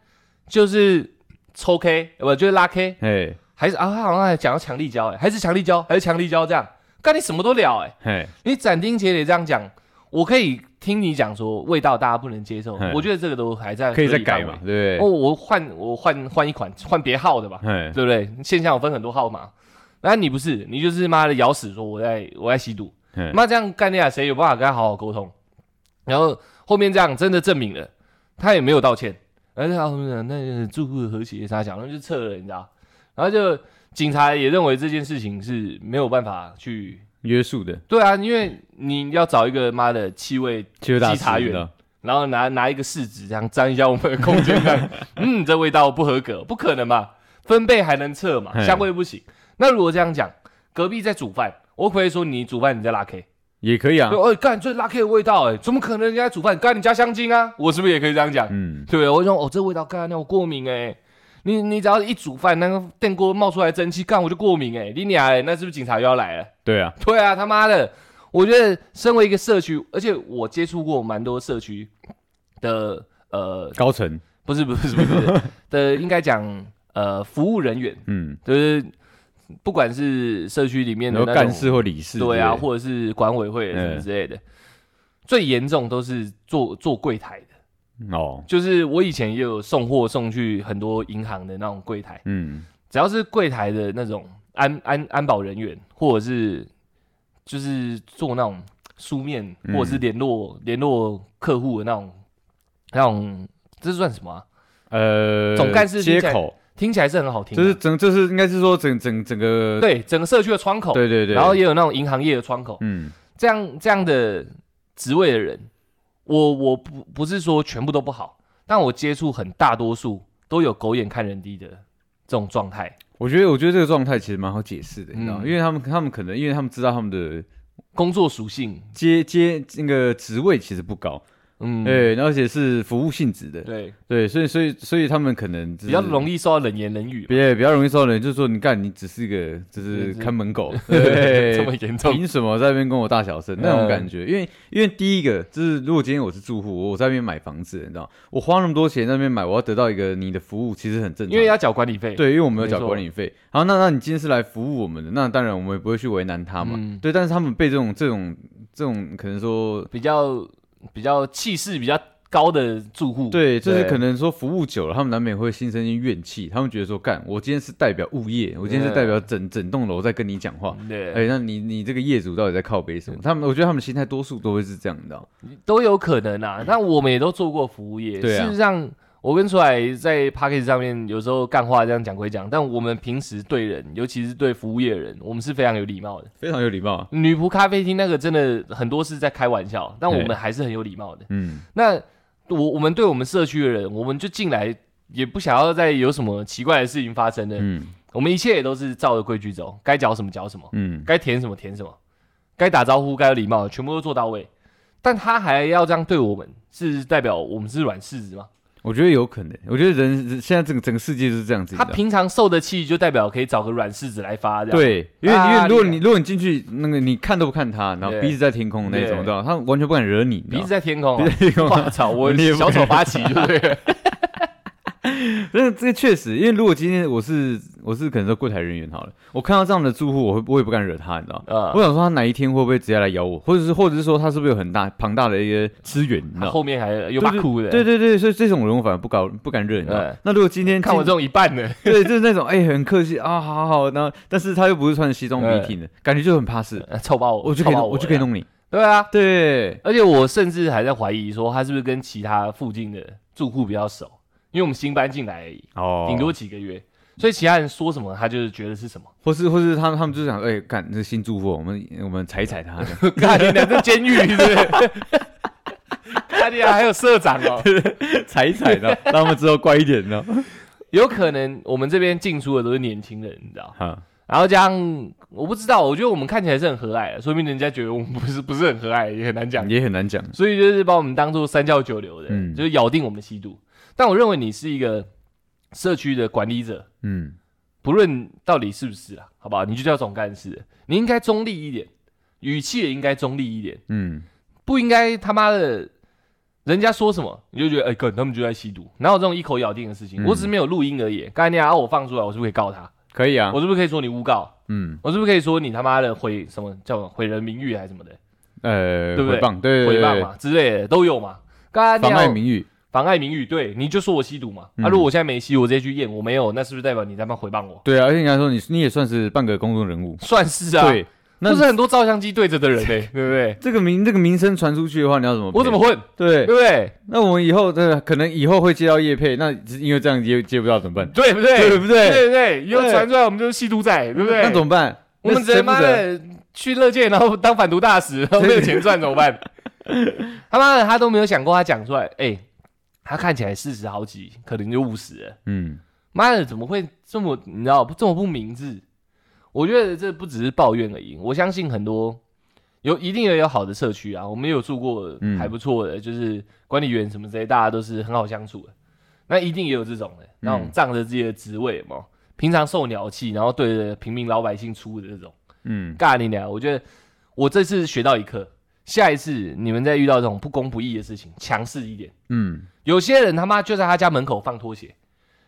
Speaker 1: 就是抽 K，呃不就是拉 K，
Speaker 2: 嘿，
Speaker 1: 还是啊他好像还讲到强力胶哎、还是强力胶，还是强力胶这样，干你什么都了哎、
Speaker 2: 嘿，
Speaker 1: 你斩钉截铁这样讲，我可以听你讲说味道大家不能接受
Speaker 2: 嗯，
Speaker 1: 我觉得这个都还在
Speaker 2: 可以再
Speaker 1: 理
Speaker 2: 改
Speaker 1: 范
Speaker 2: 嘛，
Speaker 1: 围。
Speaker 2: 对
Speaker 1: 哦，
Speaker 2: 不
Speaker 1: 我换我换换一款换别号的吧，
Speaker 2: 对？嘿，
Speaker 1: 对不对？线下有分很多号码，那你不是你就是妈的咬死说我在我在吸毒，
Speaker 2: 嘿
Speaker 1: 妈这样干掉谁有办法跟他好好沟通？然后后面这样真的证明了，他也没有道歉，而且他们那住户和谐他讲，那就撤了，你知道？然后就警察也认为这件事情是没有办法去，
Speaker 2: 约束的，
Speaker 1: 对啊，因为你要找一个妈的气味，
Speaker 2: 其实大
Speaker 1: 稽查
Speaker 2: 师
Speaker 1: 员
Speaker 2: 的，
Speaker 1: 然后拿拿一个试纸这样沾一下我们的空间，这样嗯，这味道不合格，不可能嘛？分贝还能测嘛？
Speaker 2: 嘿
Speaker 1: 香味不行。那如果这样讲，隔壁在煮饭，我可不可以说你煮饭你在拉 K。
Speaker 2: 也可以啊
Speaker 1: 对，，哦，干这拉 K 的味道，哎，怎么可能人家煮饭干你加香精啊？我是不是也可以这样讲？
Speaker 2: 嗯，
Speaker 1: 对，我就说哦，这味道干，那我过敏哎。你你只要一煮饭，那个电锅冒出来蒸汽，干我就过敏哎，你俩哎，那是不是警察又要来了？
Speaker 2: 对啊，
Speaker 1: 对啊，他妈的，我觉得身为一个社区，而且我接触过蛮多社区的，呃，
Speaker 2: 高层，
Speaker 1: 不是不是不是不是的，应该讲呃，服务人员，
Speaker 2: 嗯，
Speaker 1: 就是不管是社区里面的
Speaker 2: 然后
Speaker 1: 那
Speaker 2: 干
Speaker 1: 种
Speaker 2: 事或理事之类的，
Speaker 1: 对啊，或者是管委会什么
Speaker 2: 嗯
Speaker 1: 之类的。最严重都是做做柜台的，
Speaker 2: 哦，
Speaker 1: 就是我以前也有送货送去很多银行的那种柜台，
Speaker 2: 嗯，
Speaker 1: 只要是柜台的那种安安安保人员，或者是就是做那种书面
Speaker 2: 嗯
Speaker 1: 或者是联络、联络客户的那种那种，这算什么、啊？
Speaker 2: 呃，
Speaker 1: 总干事
Speaker 2: 接
Speaker 1: 听起来
Speaker 2: 口，
Speaker 1: 听起来是很好听的，
Speaker 2: 就是整，就是应该是说整整整个，
Speaker 1: 对整个社区的窗口，
Speaker 2: 对对对，
Speaker 1: 然后也有那种银行业的窗口，
Speaker 2: 嗯，
Speaker 1: 这样这样的职位的人，我我不不是说全部都不好，但我接触很大多数都有狗眼看人低的这种状态，
Speaker 2: 我觉得，我觉得这个状态其实蛮好解释的，你知道吗，
Speaker 1: 嗯
Speaker 2: 因为他们他们可能，因为他们知道他们的
Speaker 1: 工作属性，
Speaker 2: 阶阶那个职位其实不高，
Speaker 1: 嗯，
Speaker 2: 对，而且是服务性质的，
Speaker 1: 对，
Speaker 2: 对，所以所以所以他们可能
Speaker 1: 比较容
Speaker 2: 易，
Speaker 1: 易受到冷言冷语嘛，
Speaker 2: 比较比较容易受到人，就是说你干，你只是一个就
Speaker 1: 就是是
Speaker 2: 看 门狗，
Speaker 1: 这么
Speaker 2: 对。
Speaker 1: 严重，
Speaker 2: 凭什么在那边跟我大小声那种
Speaker 1: 嗯
Speaker 2: 感觉？因为因为第一个就是，如果今天我是住户，我在那边买房子，你知道，我花那么多钱在那边买，我要得到一个你的服务，其实很正常。
Speaker 1: 因为要缴管理费，，
Speaker 2: 啊对，因为我们有
Speaker 1: 没
Speaker 2: 缴
Speaker 1: 错
Speaker 2: 管理费。好，那那你今天是来服务我们的，那当然我们也不会去为难他嘛。
Speaker 1: 嗯
Speaker 2: 对，但是他们被这种这种这种可能说，
Speaker 1: 比较比较气势比较高的住户，
Speaker 2: 对，就是可能说服务久了，他们难免会心生一怨气，他们觉得说，干，我今天是代表物业，我今天是代表
Speaker 1: 嗯
Speaker 2: 整整栋楼在跟你讲话。
Speaker 1: 对，
Speaker 2: 哎、那你你这个业主到底在靠背
Speaker 1: 嗯
Speaker 2: 什么？他们，我觉得他们心态多数都会是这样的、
Speaker 1: 都有可能啊。那我们也都做过服务业，
Speaker 2: 对啊
Speaker 1: 事实上，我跟出来在 p a c k a g e 上面有时候干话这样讲归讲，但我们平时对人，尤其是对服务业的人，我们是非常有礼貌的。
Speaker 2: 非常有礼貌、啊。
Speaker 1: 女仆咖啡厅那个真的很多是在开玩笑，但我
Speaker 2: 对
Speaker 1: 们还是很有礼貌的。
Speaker 2: 嗯，
Speaker 1: 那我我们对我们社区的人，我们就进来也不想要再有什么奇怪的事情发生的，
Speaker 2: 嗯
Speaker 1: 我们一切也都是照着规矩走，该缴什么缴什么。
Speaker 2: 嗯，
Speaker 1: 该填什么填什么，该打招呼该有礼貌，全部都做到位。但他还要这样对我们，是代表我们是软柿子吗？
Speaker 2: 我觉得有可能。我觉得人人现在整个整个世界就是这样子。你
Speaker 1: 他
Speaker 2: 知道吗
Speaker 1: 平常受的气，就代表可以找个软柿子来发这样。
Speaker 2: 对，因为、
Speaker 1: 啊
Speaker 2: 因为如果你
Speaker 1: 厉
Speaker 2: 如果你进去那个你看都不看他，然后
Speaker 1: 对
Speaker 2: 鼻子在天空那种，
Speaker 1: 对
Speaker 2: 你知道吗他完全不敢惹 你，
Speaker 1: 鼻子在
Speaker 2: 在
Speaker 1: 天空、
Speaker 2: 鼻
Speaker 1: 啊
Speaker 2: 子，在天空。
Speaker 1: 我操！我
Speaker 2: 你也不
Speaker 1: 小丑八旗，对不 对？
Speaker 2: 但是这个确实，因为如果今天我是我是可能说柜台人员好了，我看到这样的住户，我会我也不敢惹他，你知道吗？
Speaker 1: 啊
Speaker 2: 我，想说他哪一天会不会直接来咬我，或者是或者是说他是不是有很大庞大的一个资源，你知
Speaker 1: 他
Speaker 2: 道吗？
Speaker 1: 后面还有把哭的，
Speaker 2: 对对对，所以这种人我反而不敢不敢惹，你知道吗
Speaker 1: 对？
Speaker 2: 那如果今天
Speaker 1: 看我这种一半的，
Speaker 2: 对，就是那种哎、很客气啊，好好好，然后但是他又不是穿西装笔
Speaker 1: 对
Speaker 2: 挺的，感觉就很怕事，
Speaker 1: 呃臭爆我，
Speaker 2: 我就可以
Speaker 1: 臭爆
Speaker 2: 弄
Speaker 1: 我
Speaker 2: 我就可以
Speaker 1: 这样。
Speaker 2: 弄你，
Speaker 1: 对啊，
Speaker 2: 对，
Speaker 1: 而且我甚至还在怀疑说，他是不是跟其他附近的住户比较熟，因为我们新搬进来而已，
Speaker 2: 哦，
Speaker 1: 顶多几个月，所以其他人说什么，他就是觉得是什么。
Speaker 2: 或是或是他们他们就想，哎、干这新 住户，我们我们踩一踩他，
Speaker 1: 干你俩这监狱是不是？他竟然还有社长哦，
Speaker 2: 踩一踩呢，让他们之后乖一点呢。
Speaker 1: 有可能我们这边进出的都是年轻人，你知道？
Speaker 2: 哈，
Speaker 1: 然后加上我不知道，我觉得我们看起来是很和蔼的，说明人家觉得我们不是 不是很和蔼，也很难讲。
Speaker 2: 也很难讲。
Speaker 1: 所以就是把我们当做三教九流的，
Speaker 2: 嗯
Speaker 1: 就是咬定我们吸毒。但我认为你是一个社区的管理者，
Speaker 2: 嗯，
Speaker 1: 不论到底是不是啦，好不好？你就叫总干事，你应该中立一点，语气也应该中立一点，
Speaker 2: 嗯，
Speaker 1: 不应该他妈的人家说什么你就觉得哎，哥、他们就在吸毒，哪有这种一口咬定的事情？
Speaker 2: 嗯
Speaker 1: 我只是没有录音而已。刚才那样啊，我放出来，我是不是可以告他？
Speaker 2: 可以啊
Speaker 1: 我。是不是可以说你诬告？
Speaker 2: 嗯，
Speaker 1: 我是不是可以说你他妈的毁什么叫什么毁人名誉还是什么的
Speaker 2: 呃，
Speaker 1: 对不对
Speaker 2: 回棒，对，对
Speaker 1: 毁
Speaker 2: 对
Speaker 1: 谤嘛之类的都有嘛？刚才
Speaker 2: 妨
Speaker 1: 那
Speaker 2: 碍
Speaker 1: 样
Speaker 2: 名誉。
Speaker 1: 妨碍名誉，对，你就说我吸毒嘛。
Speaker 2: 嗯
Speaker 1: 啊，如果我现在没吸，我直接去验，我没有，那是不是代表你在那诽谤我？
Speaker 2: 对啊，而且你刚才说你你也算是半个公众人物，
Speaker 1: 算是啊，
Speaker 2: 对，那
Speaker 1: 那是很多照相机对着的 人呢、对不对？
Speaker 2: 这个名这个名声传出去的话，你要怎么赔？
Speaker 1: 我怎么混，对
Speaker 2: 对？
Speaker 1: 不对？
Speaker 2: 那我们以后的可能以后会接到叶配，那只是因为这样接接不到怎么办？
Speaker 1: 对不对？
Speaker 2: 对不对
Speaker 1: 对不对？以后
Speaker 2: 对
Speaker 1: 传出来，我们就是吸毒仔，对不对？
Speaker 2: 那怎么办？
Speaker 1: 我们直接
Speaker 2: 那
Speaker 1: 妈
Speaker 2: 谁负责，
Speaker 1: 的去乐界，然后当反毒大使，然后没有钱赚怎么办？ 他妈的，他都没有想过，他讲出来，哎、他看起来四十好几，可能就五十了。
Speaker 2: 嗯，
Speaker 1: 妈的，怎么会这么你知道这么不明智？我觉得这不只是抱怨而已，我相信很多有一定也有好的社区啊，我们也有住过
Speaker 2: 嗯
Speaker 1: 还不错的，就是管理员什么之类，大家都是很好相处的。那一定也有这种的，那
Speaker 2: 嗯
Speaker 1: 种仗着自己的职位有没有平常受鸟气，然后对着平民老百姓出的这种，
Speaker 2: 嗯，
Speaker 1: 尬你俩！我觉得我这次学到一课，下一次你们再遇到这种不公不义的事情，强势一点。
Speaker 2: 嗯，
Speaker 1: 有些人他妈就在他家门口放拖鞋，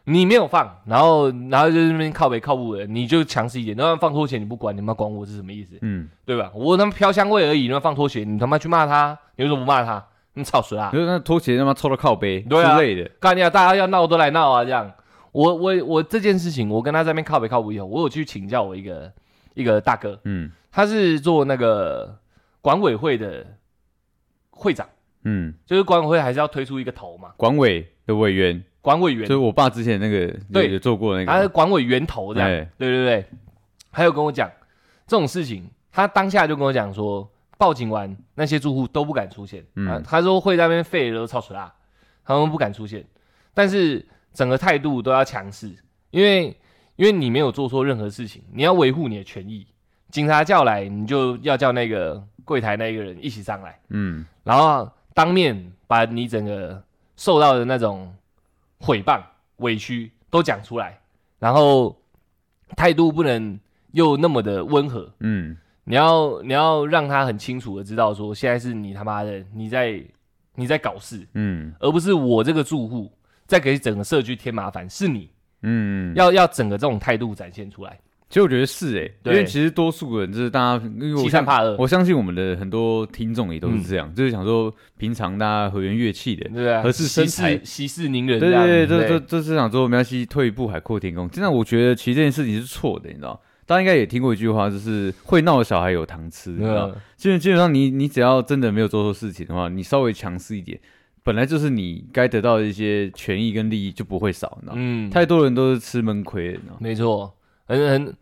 Speaker 1: 你没有放，然后然后就在那边靠北靠步的，你就强势一点，他妈放拖鞋你不管，你妈管我是什么意思，
Speaker 2: 嗯，
Speaker 1: 对吧？我他妈飘香味而已，你他妈放拖鞋，你他妈去骂他，你为什么不骂他？你吵死啦
Speaker 2: 你！说那拖鞋他妈臭到靠背
Speaker 1: 啊对啊
Speaker 2: 之类的，
Speaker 1: 干你啊！大家要闹都来闹啊！这样，我我我这件事情，我跟他在那边靠北靠步以后，我有去请教我一个一个大哥，
Speaker 2: 嗯
Speaker 1: 他是做那个管委会的会长，
Speaker 2: 嗯，
Speaker 1: 就是管委会还是要推出一个头嘛，
Speaker 2: 管委的委员，
Speaker 1: 管委员
Speaker 2: 就是我爸之前那个
Speaker 1: 对
Speaker 2: 有有做过那
Speaker 1: 他是
Speaker 2: 个，
Speaker 1: 管委源头这样，
Speaker 2: 哎
Speaker 1: 对对对。还有跟我讲这种事情，他当下就跟我讲说，报警完那些住户都不敢出现，
Speaker 2: 嗯
Speaker 1: 啊，他说会在那边废了都超水啦，他们不敢出现，但是整个态度都要强势，因为因为你没有做错任何事情，你要维护你的权益。警察叫来，你就要叫那个柜台那一个人一起上来，
Speaker 2: 嗯
Speaker 1: 然后当面把你整个受到的那种毁谤、委屈都讲出来，然后态度不能又那么的温和，
Speaker 2: 嗯
Speaker 1: 你要你要让他很清楚的知道说，现在是你他妈的你在你在搞事，
Speaker 2: 嗯
Speaker 1: 而不是我这个住户在给整个社区添麻烦，是你
Speaker 2: 嗯，
Speaker 1: 要要整个这种态度展现出来，
Speaker 2: 其实我觉得是哎，因
Speaker 1: 对
Speaker 2: 为其实多数人就是大家，因
Speaker 1: 欺
Speaker 2: 为我
Speaker 1: 善
Speaker 2: 相
Speaker 1: 怕恶，
Speaker 2: 我相信我们的很多听众也都是这样，就是想说平常大家和颜悦气的
Speaker 1: 对，不对？
Speaker 2: 和事
Speaker 1: 息
Speaker 2: 生财
Speaker 1: 事息事宁人这
Speaker 2: 对
Speaker 1: 样，
Speaker 2: 对对，
Speaker 1: 对
Speaker 2: 这这这是想说我们要去退一步海阔天空。真的，我觉得其实这件事情是错的，你知道。大家应该也听过一句话，就是会闹的小孩有糖吃。你知道
Speaker 1: 嗯
Speaker 2: 基本基本上你，你只要真的没有做错事情的话，你稍微强势一点，本来就是你该得到的一些权益跟利益就不会少，你知道。
Speaker 1: 嗯
Speaker 2: 太多人都是吃闷亏的，你知道。
Speaker 1: 没错，很很，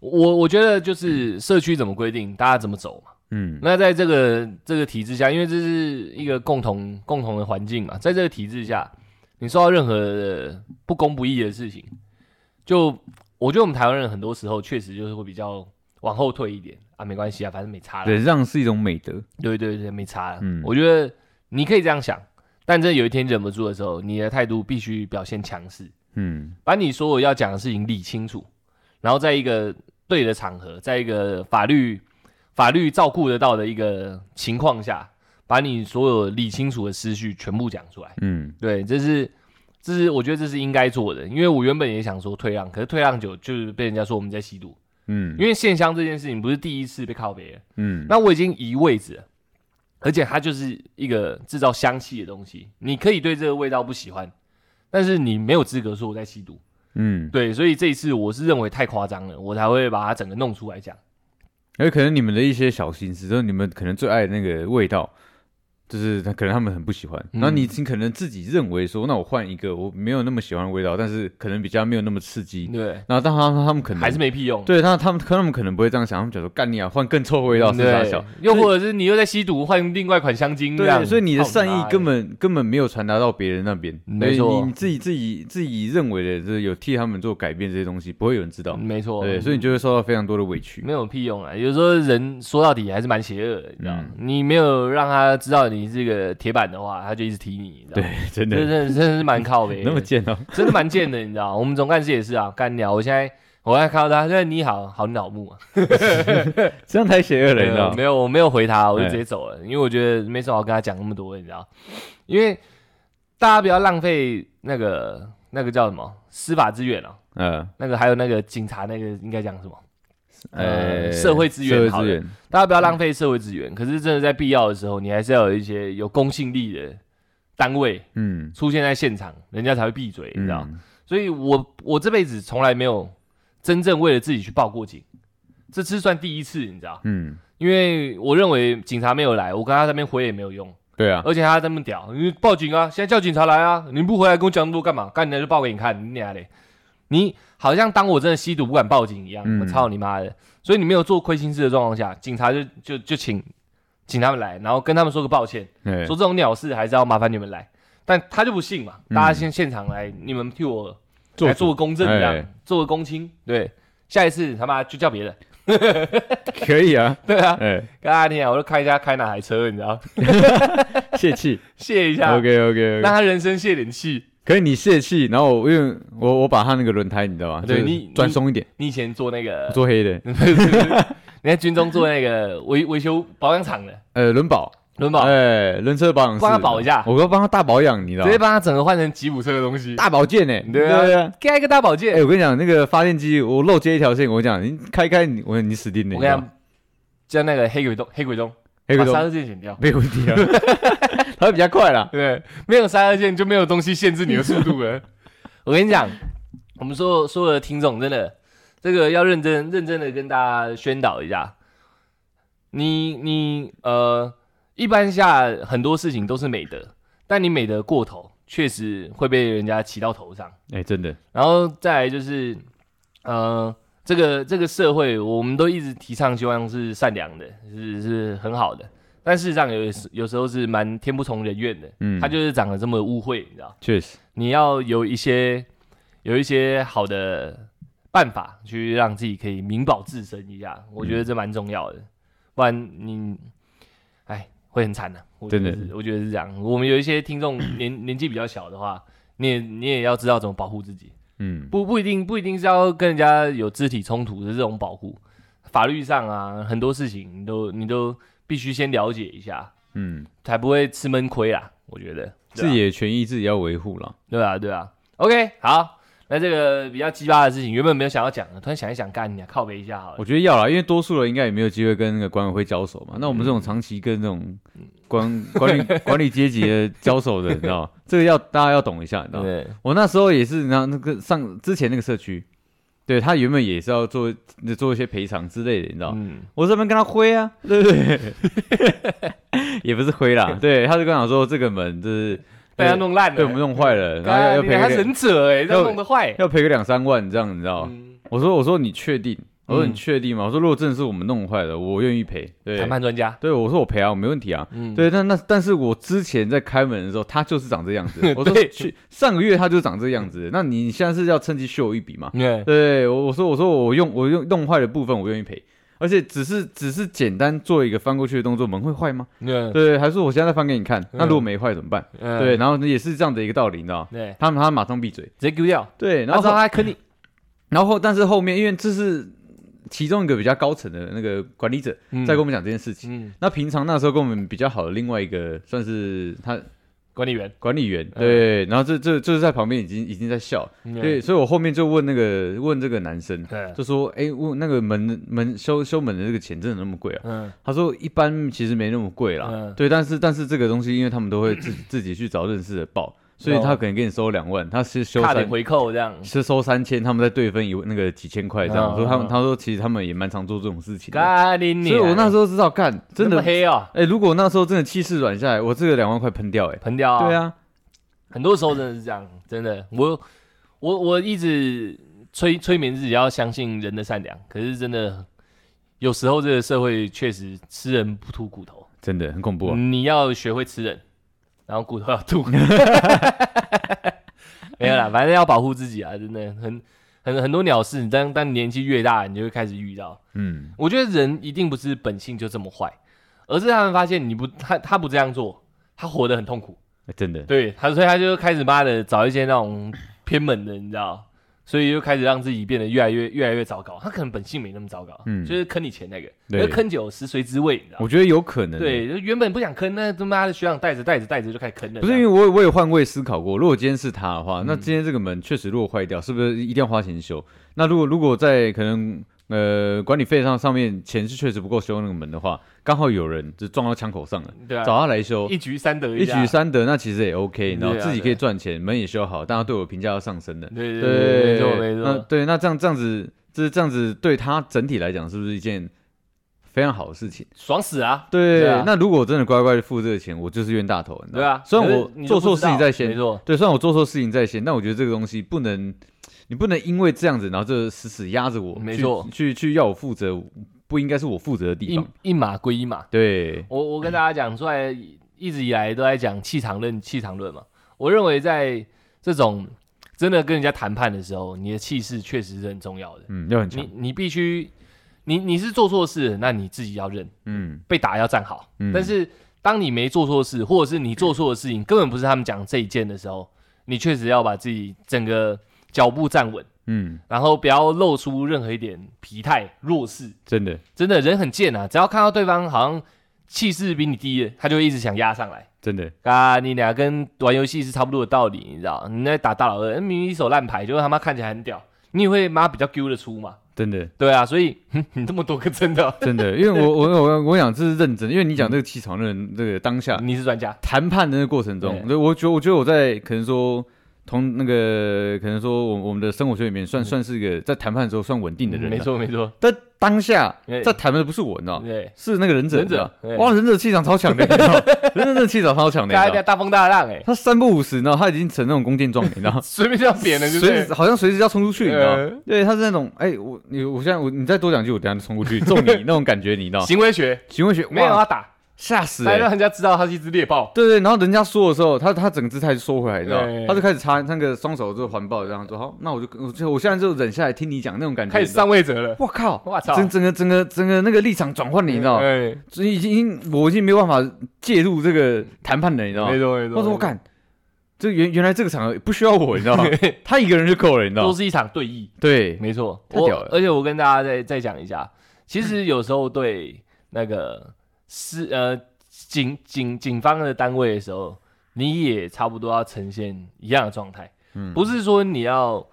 Speaker 1: 我我觉得就是社区怎么规定，大家怎么走嘛。
Speaker 2: 嗯
Speaker 1: 那在这个这个体制下，因为这是一个共同共同的环境嘛，在这个体制下，你受到任何的不公不义的事情，就我觉得我们台湾人很多时候确实就是会比较往后退一点啊，没关系啊，反正没差了。
Speaker 2: 忍让是一种美德。
Speaker 1: 对对对，没差了。
Speaker 2: 嗯
Speaker 1: 我觉得你可以这样想，但真的有一天忍不住的时候，你的态度必须表现强势。
Speaker 2: 嗯
Speaker 1: 把你所有要讲的事情理清楚，然后在一个对的场合，在一个法律法律照顾得到的一个情况下，把你所有理清楚的思绪全部讲出来。
Speaker 2: 嗯
Speaker 1: 对，这是这是我觉得这是应该做的，因为我原本也想说退让，可是退让久就是被人家说我们在吸毒，
Speaker 2: 嗯，
Speaker 1: 因为线香这件事情不是第一次被靠别人，
Speaker 2: 嗯
Speaker 1: 那我已经移位置了。而且它就是一个制造香气的东西，你可以对这个味道不喜欢，但是你没有资格说我在吸毒。
Speaker 2: 嗯，
Speaker 1: 对，所以这一次我是认为太夸张了，我才会把它整个弄出来讲。
Speaker 2: 而可能你们的一些小心思，就是你们可能最爱的那个味道，就是他可能他们很不喜欢，
Speaker 1: 嗯
Speaker 2: 然后你你可能自己认为说，那我换一个我没有那么喜欢的味道，但是可能比较没有那么刺激。
Speaker 1: 对，
Speaker 2: 然后但他他们可能
Speaker 1: 嗯还是没屁用。
Speaker 2: 对他他们他们可能不会这样想，他们觉得干你啊，换更臭的味道是
Speaker 1: 对
Speaker 2: 傻小。
Speaker 1: 又或者是你又在吸毒，换另外一款香精这样，
Speaker 2: 对，所以你的
Speaker 1: 靠
Speaker 2: 善意
Speaker 1: 妈
Speaker 2: 根
Speaker 1: 欸
Speaker 2: 本根本没有传达到别人那边，
Speaker 1: 没错
Speaker 2: 所以你你自己自己自己认为的，就是有替他们做改变这些东西，不会有人知道
Speaker 1: 嗯。没错，
Speaker 2: 对，所以你就会受到非常多的 委屈。
Speaker 1: 没有屁用啊。有时候人说到底还是蛮邪恶的，你知道吗？
Speaker 2: 嗯
Speaker 1: 你没有让他知道你是个铁板的话，他就一直踢你，你知道
Speaker 2: 对
Speaker 1: 吗？，
Speaker 2: 真
Speaker 1: 这
Speaker 2: 的
Speaker 1: 真的真的是蛮靠背的，
Speaker 2: 那么贱哦。
Speaker 1: 真的蛮贱的，你知道吗？我们总干事也是啊，干掉！我现在我刚才看到他，说你好好恼怒啊，
Speaker 2: 这样太邪恶了，你知
Speaker 1: 没有
Speaker 2: 道
Speaker 1: 没
Speaker 2: 吗？
Speaker 1: 有，我没有回他，我就
Speaker 2: 哦哎
Speaker 1: 直接走了，因为我觉得没什么好跟他讲那么多，你知道，因为大家不要浪费那个那个叫什么司法资源啊，
Speaker 2: 嗯，
Speaker 1: 那个还有那个警察那个应该讲什么？呃
Speaker 2: 呃，
Speaker 1: 社会资源
Speaker 2: 社
Speaker 1: 好
Speaker 2: 会
Speaker 1: 了
Speaker 2: 资源，
Speaker 1: 大家不要浪费社会资
Speaker 2: 嗯
Speaker 1: 源，可是真的在必要的时候，你还是要有一些有公信力的单位
Speaker 2: 嗯，
Speaker 1: 出现在现场，人家才会闭嘴，你知道。
Speaker 2: 嗯
Speaker 1: 所以我我这辈子从来没有真正为了自己去报过警，这次算第一次，你知道？
Speaker 2: 嗯，
Speaker 1: 因为我认为警察没有来，我跟他在那边回也没有用，
Speaker 2: 对 啊，
Speaker 1: 而且他在那么屌，你报警啊，现在叫警察来啊，你不回来跟我讲那么多干嘛？干你就报给你看，你俩嘞，你好像当我真的吸毒不敢报警一样，
Speaker 2: 嗯
Speaker 1: 我操你妈的！所以你没有做亏心事的状况下，警察就就就请请他们来，然后跟他们说个抱歉，
Speaker 2: 对
Speaker 1: 呃说这种鸟事还是要麻烦你们来，但他就不信嘛，
Speaker 2: 嗯
Speaker 1: 大家先现场来，你们替我
Speaker 2: 做
Speaker 1: 来
Speaker 2: 主
Speaker 1: 做个公证这样，
Speaker 2: 哎
Speaker 1: 做个公亲。对，下一次他妈就叫别人。
Speaker 2: 可以啊，
Speaker 1: 对啊，
Speaker 2: 哎，
Speaker 1: 跟他讲，我就看一下开哪台车，你知道，
Speaker 2: 泄气
Speaker 1: 泄一下
Speaker 2: ，OK OK
Speaker 1: 让
Speaker 2: OK，
Speaker 1: 他人生泄点气。
Speaker 2: 可以你泄气，然后我因为我我把他那个轮胎，你知道吗？
Speaker 1: 对
Speaker 2: 就是
Speaker 1: 你
Speaker 2: 转松一点，
Speaker 1: 你以前做那个
Speaker 2: 我，做 黑的，
Speaker 1: 你在军中做那个维维修保养厂的
Speaker 2: 呃，轮保，
Speaker 1: 轮保，
Speaker 2: 哎，轮车保养室，
Speaker 1: 帮他保一下
Speaker 2: 我要帮他大保养，你知道
Speaker 1: 直
Speaker 2: 吗
Speaker 1: 接？帮他整个换成吉普车的东西，
Speaker 2: 大保健呢？
Speaker 1: 对啊
Speaker 2: 对啊。
Speaker 1: 盖一个大保
Speaker 2: 哎、
Speaker 1: 健。
Speaker 2: 我跟你讲，那个发电机，我漏接一条线，我跟你讲，你开开你，我你死定了。
Speaker 1: 我跟你
Speaker 2: 知道吗，
Speaker 1: 讲，叫那个黑鬼洞，黑鬼洞，
Speaker 2: 黑
Speaker 1: 把
Speaker 2: 鬼
Speaker 1: 刹
Speaker 2: 洞
Speaker 1: 车键剪掉。
Speaker 2: 没有问 题啊，它会比较快啦。
Speaker 1: 对，没有刹车键就没有东西限制你的速度了。 我跟你讲，我们所有所有的听众真的，这个要认真认真的跟大家宣导一下。你你呃，一般下很多事情都是美德，但你美德过头，确实会被人家骑到头上。
Speaker 2: 哎、真的，
Speaker 1: 然后再来就是，呃，这个这个社会，我们都一直提倡希望是善良的，是是很好的，但事实上有时有时候是蛮天不从人愿的。
Speaker 2: 嗯，
Speaker 1: 他就是长得这么污秽，你知道？
Speaker 2: 确实，
Speaker 1: 你要有一些有一些好的办法去让自己可以明保自身一下，我觉得这蛮重要的，不然你，哎，会很惨的、我觉得
Speaker 2: 真
Speaker 1: 是，我觉得是这样。我们有一些听众 年年纪比较小的话，你也你也要知道怎么保护自己，
Speaker 2: 嗯，
Speaker 1: 不不一定不一定是要跟人家有肢体冲突的这种保护，法律上啊很多事情你都你都必须先了解一下，
Speaker 2: 嗯，啊
Speaker 1: 才不会吃闷亏啦。我觉得
Speaker 2: 自
Speaker 1: 己。
Speaker 2: 己的权益自己要维护啦。
Speaker 1: 对啊，对啊。OK，好，那这个比较鸡巴的事情，原本没有想要讲的，突然想一想，干你、啊、靠背一下好了
Speaker 2: 我。觉得要啦，因为多数人应该也没有机会跟那个管委会交手嘛。那我们这种长期跟这种管管 理管理阶级的交手的，你知道吗？这个要大家要懂一下，你知道吗？
Speaker 1: 对，
Speaker 2: 我那时候也是，然后那个上之前那个社区，对他原本也是要做做一些赔偿之类的，你知道吗？
Speaker 1: 嗯，
Speaker 2: 我这边跟他挥啊，对不对？也不是挥啦， 对，他就跟我说这个门就是
Speaker 1: 被他弄烂了，
Speaker 2: 被我们弄坏了，然后
Speaker 1: 干
Speaker 2: 要要
Speaker 1: 你还
Speaker 2: 赔个哦
Speaker 1: 忍者哎、欸，这样
Speaker 2: 要
Speaker 1: 弄得坏。
Speaker 2: 要赔个两三万这样，你知道吗？
Speaker 1: 嗯
Speaker 2: 我说我说你确定？我说
Speaker 1: 嗯
Speaker 2: 你确定吗？我说如果真的是我们弄坏了，我愿意赔。对
Speaker 1: 谈，判专家，
Speaker 2: 对，我说我赔啊，我没问题啊。
Speaker 1: 嗯，。
Speaker 2: 对，但那但是我之前在开门的时候，他就是长这样子 我说
Speaker 1: 对
Speaker 2: 去上个月他就长这样子，那你现在是要趁机秀一笔嘛？
Speaker 1: 对，
Speaker 2: 对，我我说我说我用我用弄坏的部分我愿意赔，而且只是只是简单做一个翻过去的动作，门会坏吗？
Speaker 1: 对，
Speaker 2: 嗯 对，还是我现在再翻给你看，那如果没坏怎么办？
Speaker 1: 嗯
Speaker 2: 对，然后也是这样的一个道理，你知道吗？
Speaker 1: 对，
Speaker 2: 他们他马上闭嘴，
Speaker 1: 直接丢掉。
Speaker 2: 对，然
Speaker 1: 然
Speaker 2: 后
Speaker 1: 后他
Speaker 2: 后
Speaker 1: 还坑你，
Speaker 2: 然后但是后面因为这是其中一个比较高层的那个管理者在跟我
Speaker 1: 嗯
Speaker 2: 们讲这件事情，
Speaker 1: 嗯，
Speaker 2: 那平常那时候跟我们比较好的另外一个算是他
Speaker 1: 管理员，
Speaker 2: 管理员，
Speaker 1: 嗯
Speaker 2: 对，然后这这就是在旁边已经已经在笑，对，
Speaker 1: 对
Speaker 2: 所以我后面就问那个问这个男生，
Speaker 1: 嗯对，
Speaker 2: 就说：“哎、问那个门门修修门的这个钱真的那么贵啊
Speaker 1: 嗯，？”
Speaker 2: 他说：“一般其实没那么贵啦，
Speaker 1: 嗯
Speaker 2: 对，但是但是这个东西，因为他们都会自自己去找认识的报，所以他可能给你收两万，他是
Speaker 1: 哦
Speaker 2: 修
Speaker 1: 差
Speaker 2: 三
Speaker 1: 点回扣这样。
Speaker 2: 是收三千，他们再对分一那个几千块这样。
Speaker 1: 嗯
Speaker 2: 说他们
Speaker 1: 嗯
Speaker 2: 他说其实他们也蛮常做这种事情的，
Speaker 1: 咖喱你，啊
Speaker 2: 所以我那时候知道干
Speaker 1: 那
Speaker 2: 真的
Speaker 1: 么黑哦，
Speaker 2: 哎、如果那时候真的气势软下来，我这个两万块喷掉哎、
Speaker 1: 喷掉啊。
Speaker 2: 对啊，
Speaker 1: 很多时候真的是这样，真的，我我我一直催催眠自己要相信人的善良，可是真的有时候这个社会确实吃人不吐骨头，
Speaker 2: 真的很恐怖、啊。
Speaker 1: 你要学会吃人，然后骨 头要吐。没有啦，反正要保护自己啊，真的很很很多鸟事，当当你年纪越大，你就会开始遇到。
Speaker 2: 嗯，
Speaker 1: 我觉得人一定不是本性就这么坏，而是他们发现你不他他不这样做，他活得很痛苦。
Speaker 2: 哎真的，
Speaker 1: 对他，所以他就开始妈的找一些那种偏门的，你知道，所以就开始让自己变得越来越越来越糟糕。他可能本性没那么糟糕，
Speaker 2: 嗯
Speaker 1: 就是坑你钱那个，
Speaker 2: 对
Speaker 1: 那坑酒食髓知味，你知道
Speaker 2: 我。觉得有可能。，
Speaker 1: 啊对，就原本不想坑，那他妈的学长带着带着带着就开始坑了。
Speaker 2: 不是因为我我有换位思考过，如果今天是他的
Speaker 1: 嗯
Speaker 2: 话，那今天这个门确实如果坏掉，是不是一定要花钱修？那如果如果在可能呃管理费上上面钱是确实不够修那个门的话，刚好有人就撞到枪口上了，
Speaker 1: 对啊，
Speaker 2: 找他来修。
Speaker 1: 一啊举三得
Speaker 2: 一
Speaker 1: 下
Speaker 2: 举，三得，那其实也 OK，你知道
Speaker 1: 对啊
Speaker 2: 自己可
Speaker 1: 对
Speaker 2: 以
Speaker 1: 啊
Speaker 2: 赚钱，门也修好，大家对我评价要上升的。
Speaker 1: 对对，
Speaker 2: 对，
Speaker 1: 没错没
Speaker 2: 那
Speaker 1: 错，
Speaker 2: 对，那这样这样子，这这样子对他整体来讲，是不是一件非常好的事情？
Speaker 1: 爽死啊！
Speaker 2: 对，
Speaker 1: 对啊
Speaker 2: 那如果我真的乖乖的付这个钱，我就是冤大头，你知道
Speaker 1: 对啊，
Speaker 2: 虽然
Speaker 1: 可是
Speaker 2: 我
Speaker 1: 你
Speaker 2: 做
Speaker 1: 都不
Speaker 2: 错
Speaker 1: 知
Speaker 2: 事情
Speaker 1: 道
Speaker 2: 在
Speaker 1: 没
Speaker 2: 先，
Speaker 1: 错，
Speaker 2: 对，虽然我做错事情在先，但我觉得这个东西不能，你不能因为这样子，然后就死死压着我，
Speaker 1: 没
Speaker 2: 去
Speaker 1: 错
Speaker 2: 去去要我负责，不应该是我负责的地
Speaker 1: 一
Speaker 2: 方。
Speaker 1: 一码归一码，
Speaker 2: 对，
Speaker 1: 我我跟大家讲出来，一直以来都在讲气场论，气场论嘛。我认为在这种真的跟人家谈判的时候，你的气势确实是很重要的。
Speaker 2: 嗯，要很强
Speaker 1: 你，你必须，你你是做错事，那你自己要认，
Speaker 2: 嗯
Speaker 1: 被打要站好。
Speaker 2: 嗯
Speaker 1: 但是当你没做错事，或者是你做错的事情根本不是他们讲这一件的时候，你确实要把自己整个脚步站稳，
Speaker 2: 嗯，
Speaker 1: 然后不要露出任何一点疲态、弱势。
Speaker 2: 真的
Speaker 1: 真的人很贱啊，只要看到对方好像气势比你低了，他就会一直想压上来。
Speaker 2: 真的，
Speaker 1: 啊，你俩跟玩游戏是差不多的道理，你知道？你在打大老二，明明一手烂牌，就是他妈看起来很屌，你也会妈比较丢得出嘛？
Speaker 2: 真的。
Speaker 1: 对啊，所以 哼你这么多个真的，
Speaker 2: 真的，因为我我我我想这是认真的，因为你讲这个气场论，这个当 下
Speaker 1: 哦你是专家，
Speaker 2: 谈判的那个过程中，
Speaker 1: 对
Speaker 2: 对，我觉得我觉得我在可能说同那个可能说我我们的生活圈里面算算是一个在谈判的时候算稳定的人，
Speaker 1: 嗯
Speaker 2: 啊哦
Speaker 1: 没。错没错，
Speaker 2: 但当下
Speaker 1: 对
Speaker 2: 在谈判的不是我，你知道吗，
Speaker 1: 对，
Speaker 2: 是那个忍者，
Speaker 1: 忍者
Speaker 2: 你知道
Speaker 1: 对
Speaker 2: 吗哇，忍者气场超强的，你知道 吗忍者气场超强的，
Speaker 1: 大
Speaker 2: 你知
Speaker 1: 家
Speaker 2: 道吗
Speaker 1: 大风大浪哎、
Speaker 2: 他三不五十，然后他已经成那种弓箭状，你 知道吗。
Speaker 1: 随便这样扁人就
Speaker 2: 随
Speaker 1: 是
Speaker 2: 时好像随时要冲出去，你知道吗
Speaker 1: 嗯？
Speaker 2: 对，他是那种，哎，我你我现在我你再多讲一句，我等下就冲过去揍 你那种感觉，你知道吗？
Speaker 1: 行为学，
Speaker 2: 行为学
Speaker 1: 没有
Speaker 2: 啊哇
Speaker 1: 要打，
Speaker 2: 吓死
Speaker 1: 来
Speaker 2: 欸
Speaker 1: 让人家知道他是一只猎豹，
Speaker 2: 对对，然后人家说的时候，他他整个姿态就缩回来，你知道吗
Speaker 1: 对，
Speaker 2: 他就开始插那个双手就环抱，这样说好，那我就我就我现在就忍下来听你讲那种感觉。
Speaker 1: 开始上位者了，
Speaker 2: 我靠，
Speaker 1: 我操
Speaker 2: 整整个整个整个那个立场转换，你知道吗，
Speaker 1: 哎，
Speaker 2: 所以已经我已经没有办法介入这个谈判了，你知道吗
Speaker 1: 没？错没错，
Speaker 2: 我说我干，这原原来这个场合不需要我，你知道吗？他一个人就够了，你知道
Speaker 1: 都
Speaker 2: 吗？
Speaker 1: 是一场对弈。
Speaker 2: 对，
Speaker 1: 没错，
Speaker 2: 太
Speaker 1: 我
Speaker 2: 屌了
Speaker 1: 而且我跟大家再再讲一下，其实有时候对那个是呃警警警方的单位的时候，你也差不多要呈现一样的状态，
Speaker 2: 嗯
Speaker 1: 不是说你要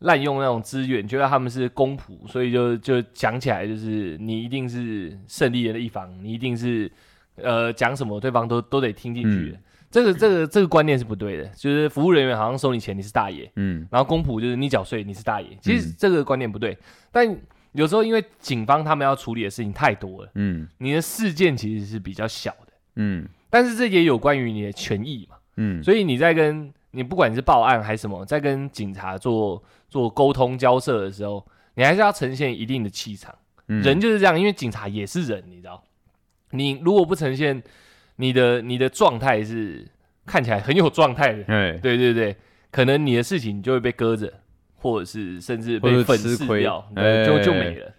Speaker 1: 滥用那种资源，觉得他们是公仆，所以就就讲起来就是你一定是胜利的一方，你一定是呃讲什么对方都都得听进去
Speaker 2: 嗯
Speaker 1: 的。这个这个这个观念是不对的，就是服务人员好像收你钱，你是大爷，
Speaker 2: 嗯
Speaker 1: 然后公仆就是你缴税，你是大爷。其实这个观念不对，但有时候因为警方他们要处理的事情太多了，
Speaker 2: 嗯
Speaker 1: 你的事件其实是比较小的，
Speaker 2: 嗯
Speaker 1: 但是这也有关于你的权益嘛。
Speaker 2: 嗯，
Speaker 1: 所以你在跟你不管你是报案还是什么，在跟警察做做沟通交涉的时候，你还是要呈现一定的气场。
Speaker 2: 嗯
Speaker 1: 人就是这样，因为警察也是人，你知道，你如果不呈现你的你的状态是看起来很有状态的，
Speaker 2: 哎，
Speaker 1: 对对对，可能你的事情就会被搁着，或者是甚至
Speaker 2: 或
Speaker 1: 被
Speaker 2: 者
Speaker 1: 粉
Speaker 2: 吃
Speaker 1: 饰
Speaker 2: 亏
Speaker 1: 掉，对，
Speaker 2: 哎
Speaker 1: 就就没了。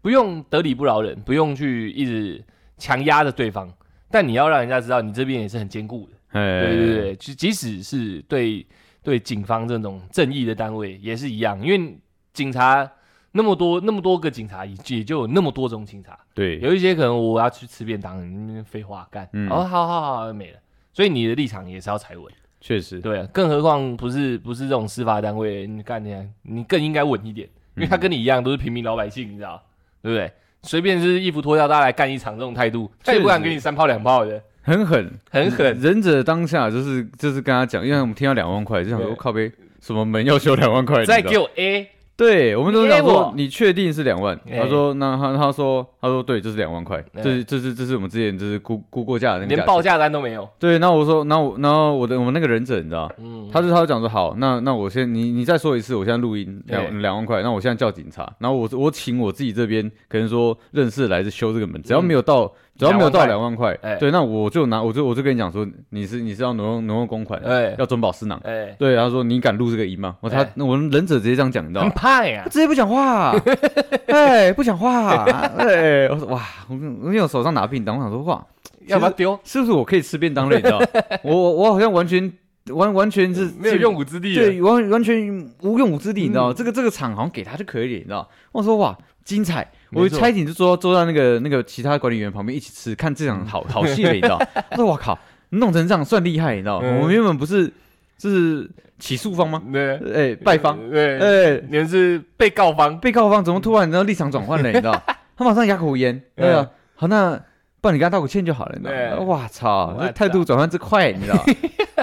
Speaker 1: 不用得理不饶人，不用去一直强压着对方，但你要让人家知道你这边也是很坚固的。
Speaker 2: 哎，
Speaker 1: 对对对，即即使是对对警方这种正义的单位也是一样，因为警察那么多那么多个警察，也也就有那么多种警察。
Speaker 2: 对对，
Speaker 1: 有一些可能我要去吃便当，你那边废话干，
Speaker 2: 嗯
Speaker 1: 哦，好好好，没了。所以你的立场也是要踩稳。
Speaker 2: 确实，
Speaker 1: 对啊，更何况不是不是这种司法单位，你干你你更应该稳一点，因为他跟你一样都是平民老百姓，你知道，对不对？随便就是衣服脱掉，大家来干一场这种态度，他也不敢
Speaker 2: 确实
Speaker 1: 给你三炮两炮的，
Speaker 2: 很狠，
Speaker 1: 很狠，
Speaker 2: 忍者当下就是就是跟他讲，因为我们听到两万块，就想说哦
Speaker 1: 对
Speaker 2: 靠背什么门要修两万块，
Speaker 1: 再
Speaker 2: 你知道
Speaker 1: 给我 A，
Speaker 2: 对，我们都
Speaker 1: 你
Speaker 2: 想
Speaker 1: 给我
Speaker 2: 说你确定是两万？
Speaker 1: 哎
Speaker 2: 他说那他他说他说对，这是两万块，
Speaker 1: 哎
Speaker 2: 这是这是这是我们之前就是估估过价的那个
Speaker 1: 连
Speaker 2: 价
Speaker 1: 报
Speaker 2: 钱。
Speaker 1: 价单都没有。
Speaker 2: 对，那我说，那我然后我的我们那个忍者你知道，
Speaker 1: 嗯，
Speaker 2: 他就他就讲说好，那那我先你你再说一次，我现在录音
Speaker 1: 哎
Speaker 2: 两两万块，那我现在叫警察，然后我我请我自己这边可能说认识来自修这个门，只要没有到、只要没有到
Speaker 1: 两
Speaker 2: 嗯两万块
Speaker 1: 哎，
Speaker 2: 对，那我就拿我就我就跟你讲说你是你是要挪用挪用公款，
Speaker 1: 哎
Speaker 2: 要尊保私囊。
Speaker 1: 哎，
Speaker 2: 对，他说你敢录这个音吗？我他
Speaker 1: 哎
Speaker 2: 我们忍者直接这样讲，你知道
Speaker 1: 很
Speaker 2: 吗？
Speaker 1: 怕呀
Speaker 2: 他。直接不讲话， 哎，不讲话，哎，我说哇，我我有手上拿便当，我想说哇，
Speaker 1: 要不要丢？
Speaker 2: 是不是我可以吃便当了？你知道，我我我好像完全完完全是
Speaker 1: 没有用，武之地了。
Speaker 2: 对，完完全无用武之地，你
Speaker 1: 嗯
Speaker 2: 知道，这个这个场好像给他就可以了，你知道。我说哇，精彩！
Speaker 1: 没
Speaker 2: 我
Speaker 1: 错
Speaker 2: 差一点就坐到坐到那个那个其他管理员旁边一起吃，看这
Speaker 1: 嗯
Speaker 2: 场好好戏了，你 知道。我说我靠，弄成这样算厉害，你知道？
Speaker 1: 嗯
Speaker 2: 我们原本不是是起诉方吗？
Speaker 1: 对，
Speaker 2: 哎，败方，
Speaker 1: 对，
Speaker 2: 哎，
Speaker 1: 你们是被告方。
Speaker 2: 被告方怎么突然然后立场转换了？你知 道，他马上哑口无言。对
Speaker 1: 嗯
Speaker 2: 啊，好，那不然你跟他道个歉就好了。你知道
Speaker 1: 对
Speaker 2: 吗，哇操，
Speaker 1: 哇
Speaker 2: 这态度转换之快，你 知道，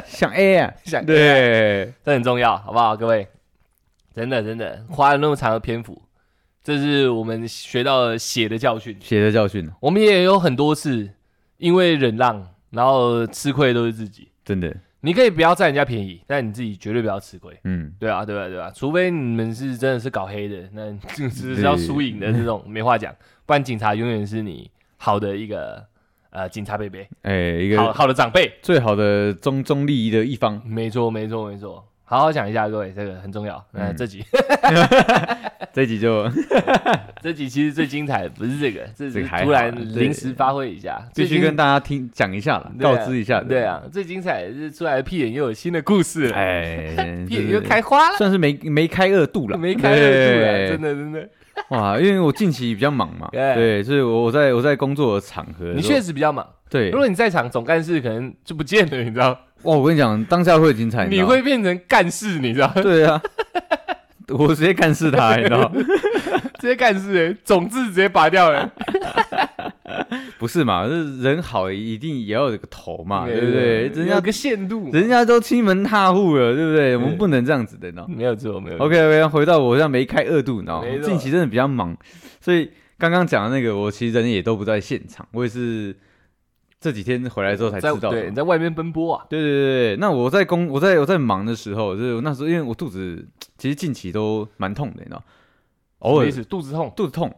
Speaker 2: 想 A 啊，
Speaker 1: 想
Speaker 2: 对，
Speaker 1: 这很重要，好不好，各位？真的真的，花了那么长的篇幅，这是我们学到了血的教训。
Speaker 2: 血的教训，
Speaker 1: 我们也有很多次因为忍让，然后吃亏的都是自己。
Speaker 2: 真的，
Speaker 1: 你可以不要占人家便宜，但你自己绝对不要吃亏。
Speaker 2: 嗯，
Speaker 1: 对啊，对啊，对啊，除非你们是真的是搞黑的，那就是 要输赢的这种没话讲，不然警察永远是你好的一个呃警察贝贝，
Speaker 2: 哎，一
Speaker 1: 好
Speaker 2: 个
Speaker 1: 好的长辈。
Speaker 2: 最好的中中立的 一方，
Speaker 1: 没错，没错，没错。好好想一下，各位，这个很重要。那、
Speaker 2: 嗯
Speaker 1: 这集
Speaker 2: 这一集就
Speaker 1: 这集其实最精彩的不是这 个，这
Speaker 2: 这
Speaker 1: 是
Speaker 2: 个还好
Speaker 1: 突然
Speaker 2: 对，
Speaker 1: 临时发挥一下
Speaker 2: 必须
Speaker 1: 最精
Speaker 2: 跟大家听讲一下了，
Speaker 1: 对
Speaker 2: 告
Speaker 1: 啊
Speaker 2: 知一下的，
Speaker 1: 对啊，最精彩的是出来的屁眼又有新的故事了，
Speaker 2: 哎，
Speaker 1: 屁
Speaker 2: 这
Speaker 1: 眼
Speaker 2: 是
Speaker 1: 又开花了，
Speaker 2: 算是没没开二度了，
Speaker 1: 没开二度了，
Speaker 2: 对
Speaker 1: 真的真的。
Speaker 2: 哇，因为我近期比较忙 嘛，
Speaker 1: 对
Speaker 2: 对，所以我我在我在工作的场合，
Speaker 1: 你确实比较忙，
Speaker 2: 对，
Speaker 1: 如果你在场，总干事可能就不见了，你知道？
Speaker 2: 哇，我跟你讲，当下会精彩，
Speaker 1: 你
Speaker 2: 知道
Speaker 1: 会变成干事，你知道？
Speaker 2: 对啊，我直接干视他，你知道？
Speaker 1: 直接干事、欸，总字直接拔掉了。
Speaker 2: 不是嘛？是人好一定也要有个头嘛，对不对？人
Speaker 1: 有
Speaker 2: 家
Speaker 1: 个限度，
Speaker 2: 人家都欺门踏户了，对不对？我们不能这样子的，你知道
Speaker 1: 没有错，没有错。
Speaker 2: ？OK OK，回到我这样没开二度，你知道吗
Speaker 1: 没？错
Speaker 2: 近期真的比较忙，所以刚刚讲的那个，我其实人也都不在现场，我也是这几天回来之后才知
Speaker 1: 在
Speaker 2: 道的嘛。
Speaker 1: 对，你在外面奔波啊，
Speaker 2: 对对对对，那我在工我在我在忙的时候，就是我那时候因为我肚子其实近期都蛮痛的，你知道，偶
Speaker 1: 什么
Speaker 2: 尔
Speaker 1: 意思肚子痛，
Speaker 2: 肚子痛，
Speaker 1: 为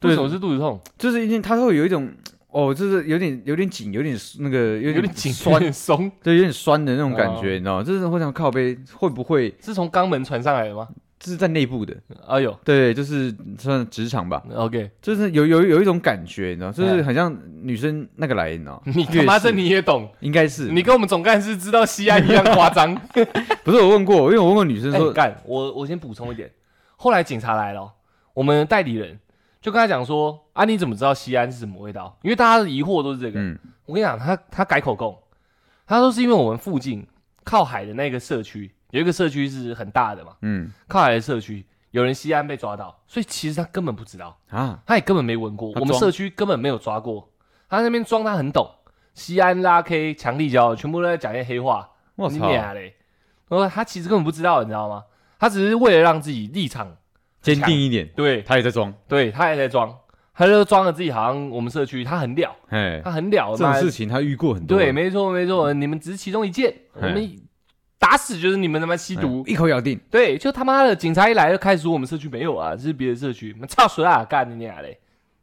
Speaker 2: 对
Speaker 1: 什么是肚子痛？
Speaker 2: 就是一定它会有一种哦，就是有点有点紧，有点那个有
Speaker 1: 有点紧，有
Speaker 2: 酸，
Speaker 1: 点松，
Speaker 2: 对，有点酸的那种感觉，
Speaker 1: 哦
Speaker 2: 你知道吗？就是我想靠背会不会
Speaker 1: 是从肛门传上来的吗？
Speaker 2: 这是在内部的？
Speaker 1: 哎呦
Speaker 2: 对，就是算职场吧，
Speaker 1: ，OK，
Speaker 2: 就是有有有一种感觉，你知道，就是
Speaker 1: 嗯
Speaker 2: 很像女生那个来，你知道，
Speaker 1: 你他妈这
Speaker 2: 是
Speaker 1: 你也懂，
Speaker 2: 应该是
Speaker 1: 你跟我们总干事知道西安一样夸 张。
Speaker 2: 不是我问过，因为我问过女生
Speaker 1: 哎
Speaker 2: 说，
Speaker 1: 干，我我先补充一点，后来警察来了，我们代理人就跟他讲说啊，你怎么知道西安是什么味道？因为大家的疑惑都是这个。
Speaker 2: 嗯
Speaker 1: 我跟你讲，他他改口供，他说是因为我们附近靠海的那个社区有一个社区是很大的嘛，
Speaker 2: 嗯
Speaker 1: 靠海的社区有人西安被抓到，所以其实他根本不知道，
Speaker 2: 啊，
Speaker 1: 他也根本没闻过，
Speaker 2: 他
Speaker 1: 我们
Speaker 2: 装
Speaker 1: 社区根本没有抓过，他那边装他很懂，西安拉 K 强力胶全部都在讲一些黑话，
Speaker 2: 我
Speaker 1: 你
Speaker 2: 操，
Speaker 1: 俩嘞！我说他其实根本不知道，你知道吗？他只是为了让自己立场
Speaker 2: 坚定一点，
Speaker 1: 对，
Speaker 2: 她也在装，
Speaker 1: 对他也在装，他就装了自己好像我们社区他很了，
Speaker 2: 哎，
Speaker 1: 他很了，
Speaker 2: 这种
Speaker 1: 妈
Speaker 2: 事情她遇过很多，啊
Speaker 1: 对，没错没错，你们只是其中一件，我
Speaker 2: 嘿
Speaker 1: 们打死就是你们他妈吸
Speaker 2: 哎
Speaker 1: 毒，
Speaker 2: 一口咬定，
Speaker 1: 对，就他妈的警察一来就开始说我们社区没有啊，这是别的社区，妈操谁啊，干你俩嘞！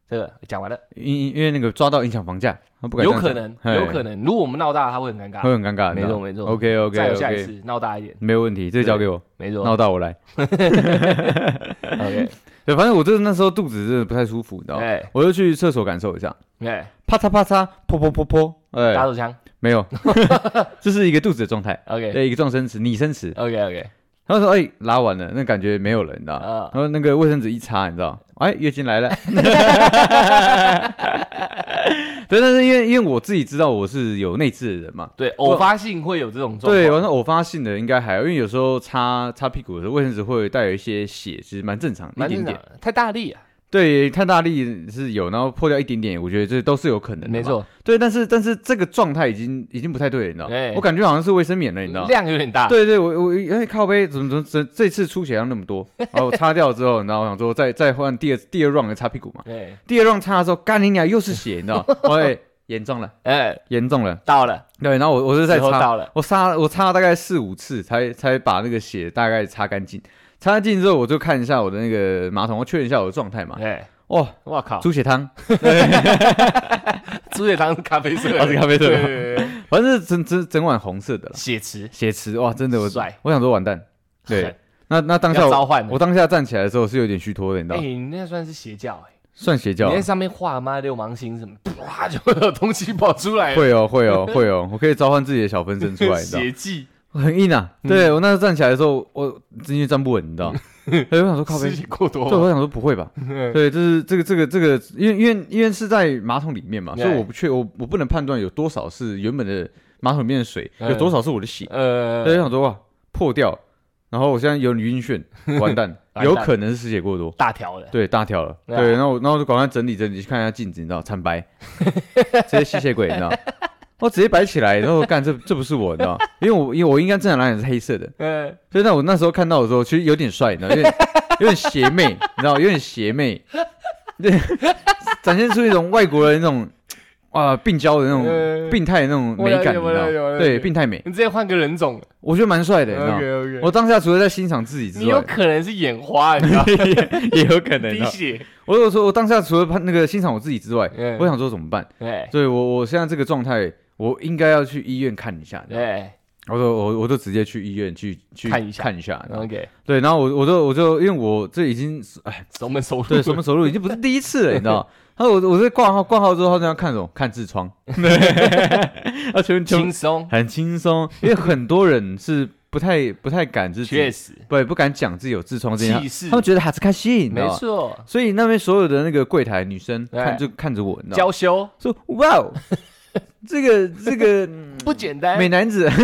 Speaker 1: 这个讲完了，
Speaker 2: 因因为那个抓到影响房价，她不敢这
Speaker 1: 有
Speaker 2: 样讲，
Speaker 1: 可能
Speaker 2: 嘿
Speaker 1: 有可能，如果我们闹大，他会很尴
Speaker 2: 会
Speaker 1: 尬。
Speaker 2: 很尴尬，
Speaker 1: 没错没错
Speaker 2: OK OK，
Speaker 1: 再有下一次闹大一点，
Speaker 2: 没有问题，这个交给我，
Speaker 1: 没错。
Speaker 2: 闹到我来。
Speaker 1: OK，
Speaker 2: 对，反正我就是那时候肚子真的不太舒服，你知道吗？
Speaker 1: 哎
Speaker 2: 我就去厕所感受一下，
Speaker 1: 哎，
Speaker 2: 啪嚓啪嚓，噗噗噗噗，
Speaker 1: 打
Speaker 2: 哎，
Speaker 1: 手枪
Speaker 2: 没有，这是一个肚子的状态，
Speaker 1: ，OK
Speaker 2: 对，一个撞生词，拟声词。
Speaker 1: OK OK，
Speaker 2: 他说，哎，拉完了，那感觉没有了，你知道吗？
Speaker 1: 啊，
Speaker 2: 然后那个卫生纸一擦，你知道，哎，月 经来了。 对，但是因为因为我自己知道我是有内痔的人嘛，
Speaker 1: 对，偶发性会有这种状况。
Speaker 2: 对，完了偶发性的应该还好，因为有时候擦擦屁股的时候，卫生纸会带有一些血，其实蛮正常，一
Speaker 1: 蛮
Speaker 2: 点
Speaker 1: 正常
Speaker 2: 点。
Speaker 1: 的，太大力啊。
Speaker 2: 对太大力是有，然后破掉一点点，我觉得这都是有可能的。
Speaker 1: 没，错，
Speaker 2: 对，但是但是这个状态已经已经不太对了，你知道吗
Speaker 1: 哎？
Speaker 2: 我感觉好像是卫生棉了，你知道吗？
Speaker 1: 量有点大。
Speaker 2: 对对，我我哎靠背怎么怎么这这次出血量那 么多，然后我擦掉之后，然后我想说再再换第二第二 round 来擦屁股嘛，
Speaker 1: 对，
Speaker 2: 第二 round 擦的时候，干你娘又是血，你知道吗？哎，严重了，
Speaker 1: 哎，
Speaker 2: 严重了。
Speaker 1: 到了，
Speaker 2: 对，然后我我是在
Speaker 1: 时候
Speaker 2: 擦，
Speaker 1: 到了，
Speaker 2: 我擦我擦了大概四五次才才把那个血大概擦干净，擦干净之后我就看一下我的那个马桶，我确认一下我的状态嘛。
Speaker 1: 哎，
Speaker 2: 哇，
Speaker 1: 我靠，
Speaker 2: 啊猪血汤，
Speaker 1: 猪血汤是咖啡色的，
Speaker 2: 哦是咖啡色的
Speaker 1: 对对对 对
Speaker 2: 反正是整整整碗红色的了，
Speaker 1: 血池，
Speaker 2: 血池哇，真的我
Speaker 1: 帅
Speaker 2: 我想说完蛋。对
Speaker 1: 狠，，
Speaker 2: 那那当下
Speaker 1: 要召
Speaker 2: 我
Speaker 1: 唤的
Speaker 2: 我当下站起来的时候是有点虚脱的，你知道
Speaker 1: 哎，
Speaker 2: 吗？
Speaker 1: 你那算是邪教哎，
Speaker 2: 算邪教
Speaker 1: 你
Speaker 2: 啊
Speaker 1: 在。上面画妈六芒星什么，啪就会有东西跑出来了，
Speaker 2: 会哦，会哦， 会哦，我可以召唤自己的小分身出 来，你知道吗
Speaker 1: 血迹，
Speaker 2: 很硬啊。
Speaker 1: 嗯
Speaker 2: 对我那时候站起来的时候，我真的站不稳，你知道吗？
Speaker 1: 嗯
Speaker 2: 哎，我想说 靠背
Speaker 1: 事，情过多
Speaker 2: 对，我想说不 会吧？
Speaker 1: 嗯
Speaker 2: 对，这是这个这个这个，因为因为因为是在马桶里面嘛，所以
Speaker 1: 对
Speaker 2: 我不确我我不能判断有多少是原本的马桶里面的水，
Speaker 1: 嗯
Speaker 2: 有多少是我的血。
Speaker 1: 呃，
Speaker 2: 所以我想说哇，破掉，然后我现在有点晕眩，完蛋
Speaker 1: 完蛋
Speaker 2: 有可能是失血过多。
Speaker 1: 大条的，
Speaker 2: 对，大条了。
Speaker 1: 对
Speaker 2: 对，
Speaker 1: 啊
Speaker 2: 然后我然后我就赶快整理整理，去看一下镜子，你知道，惨白， 直接吸血鬼，你知道。我直接摆起来，然后干这这不是我，你知道？因为我因为我应该正常来讲是黑色的，
Speaker 1: 呃，
Speaker 2: 所以那我那时候看到的时候，其实有点帅，你知道，有点有点邪魅，你知道，有点邪魅，对，展现出一种外国人那种啊、病娇的那
Speaker 1: 呃
Speaker 2: 种病态的那种美感，你
Speaker 1: 我
Speaker 2: 知
Speaker 1: 了解我了解我
Speaker 2: 道？
Speaker 1: 了解
Speaker 2: 对，病态美，
Speaker 1: 你直接换个人种
Speaker 2: 我觉得蛮帅的，你知道。
Speaker 1: ，OK OK，
Speaker 2: 我当下除了在欣赏自己之
Speaker 1: 你
Speaker 2: 外
Speaker 1: 有，可能是眼花， 你知道，
Speaker 2: 也有可能
Speaker 1: 滴
Speaker 2: 你知道
Speaker 1: 血，
Speaker 2: 我有说，我当下除了那个欣赏我自己之外，
Speaker 1: 嗯
Speaker 2: 我想说怎么办？
Speaker 1: 对
Speaker 2: 所以我我现在这个状态，我应该要去医院看一下。
Speaker 1: 对
Speaker 2: 我说我我就直接去医院去去
Speaker 1: 嗯看一下嗯
Speaker 2: 看一下。
Speaker 1: ，OK，
Speaker 2: 对，然后我我就我就因为我这已经哎
Speaker 1: 熟门熟路，
Speaker 2: 对熟门熟路已经不是第一次了，你 知道吗？然后我我在挂号挂号之后，他这样看什么？看痔疮。啊，全
Speaker 1: 轻
Speaker 2: 全
Speaker 1: 松，
Speaker 2: 很轻松，因为很多人是不太不太敢自
Speaker 1: 确
Speaker 2: 己，
Speaker 1: 实，
Speaker 2: 不不敢讲自己有痔疮这
Speaker 1: 气
Speaker 2: 样，
Speaker 1: 势
Speaker 2: 他，们觉得还是开心，
Speaker 1: 没
Speaker 2: 错。
Speaker 1: 错，
Speaker 2: 所以那边所有的那个柜台女生
Speaker 1: 对
Speaker 2: 看就看着我，你知道吗
Speaker 1: 娇羞
Speaker 2: 说哇哦， 这个这个 嗯
Speaker 1: 不简单
Speaker 2: 美，男子，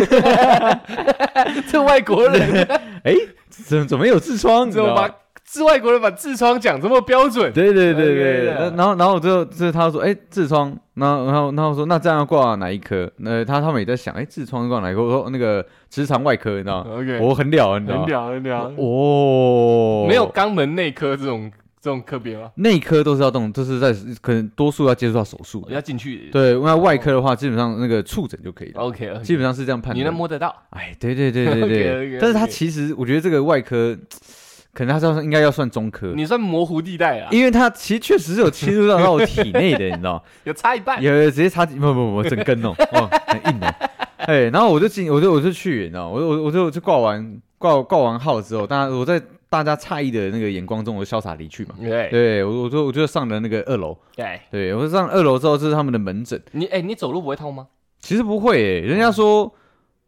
Speaker 1: 这外国人
Speaker 2: 哎，怎怎么有痔疮？你知
Speaker 1: 怎么
Speaker 2: 道吗？
Speaker 1: 把这外国人把痔疮讲这么标准？
Speaker 2: 对对对
Speaker 1: OK
Speaker 2: 对，
Speaker 1: 的
Speaker 2: 然后然后我就就是他说，哎，痔疮，然后然后然后说那这样要挂哪一科？那他他们也在想，哎，痔疮挂哪一科？我说那个直肠外科，你知道吗？
Speaker 1: OK，
Speaker 2: 我很了，你知道
Speaker 1: 很
Speaker 2: 吗？
Speaker 1: 屌很屌，
Speaker 2: 哦，
Speaker 1: 没有肛门内科这种这种科别吗？
Speaker 2: 内科都是要动，都是在可能多数要接触到手术
Speaker 1: 我。要哦进去，
Speaker 2: 对，那外科的话，基本上那个触诊就可以了，
Speaker 1: ，OK，
Speaker 2: 基本上是这样判断。
Speaker 1: 你能摸得到，
Speaker 2: 哎，对对对对
Speaker 1: OK，OK，OK
Speaker 2: 对，但是他其实我觉得这个外科，可能他算应该要算中科，
Speaker 1: 你算模糊地带啊，
Speaker 2: 因为他其实确实是有侵入到到我体内的，你知 道吗，
Speaker 1: 有差一半，
Speaker 2: 有有直接插进，不不不，整根哦，哦，很硬哦，哎，然后我就进，我就我就去，你知道吗，我我我就我就挂完挂挂完号之后，大家我在大家诧异的那个眼光中，我就潇洒离去嘛。
Speaker 1: 对
Speaker 2: 对我我就我就上了那个二楼，
Speaker 1: 对，
Speaker 2: 对我上二楼之后，这是他们的门诊，
Speaker 1: 哎你哎，你走路不会痛吗？
Speaker 2: 其实不会诶、人
Speaker 1: 哦
Speaker 2: 家说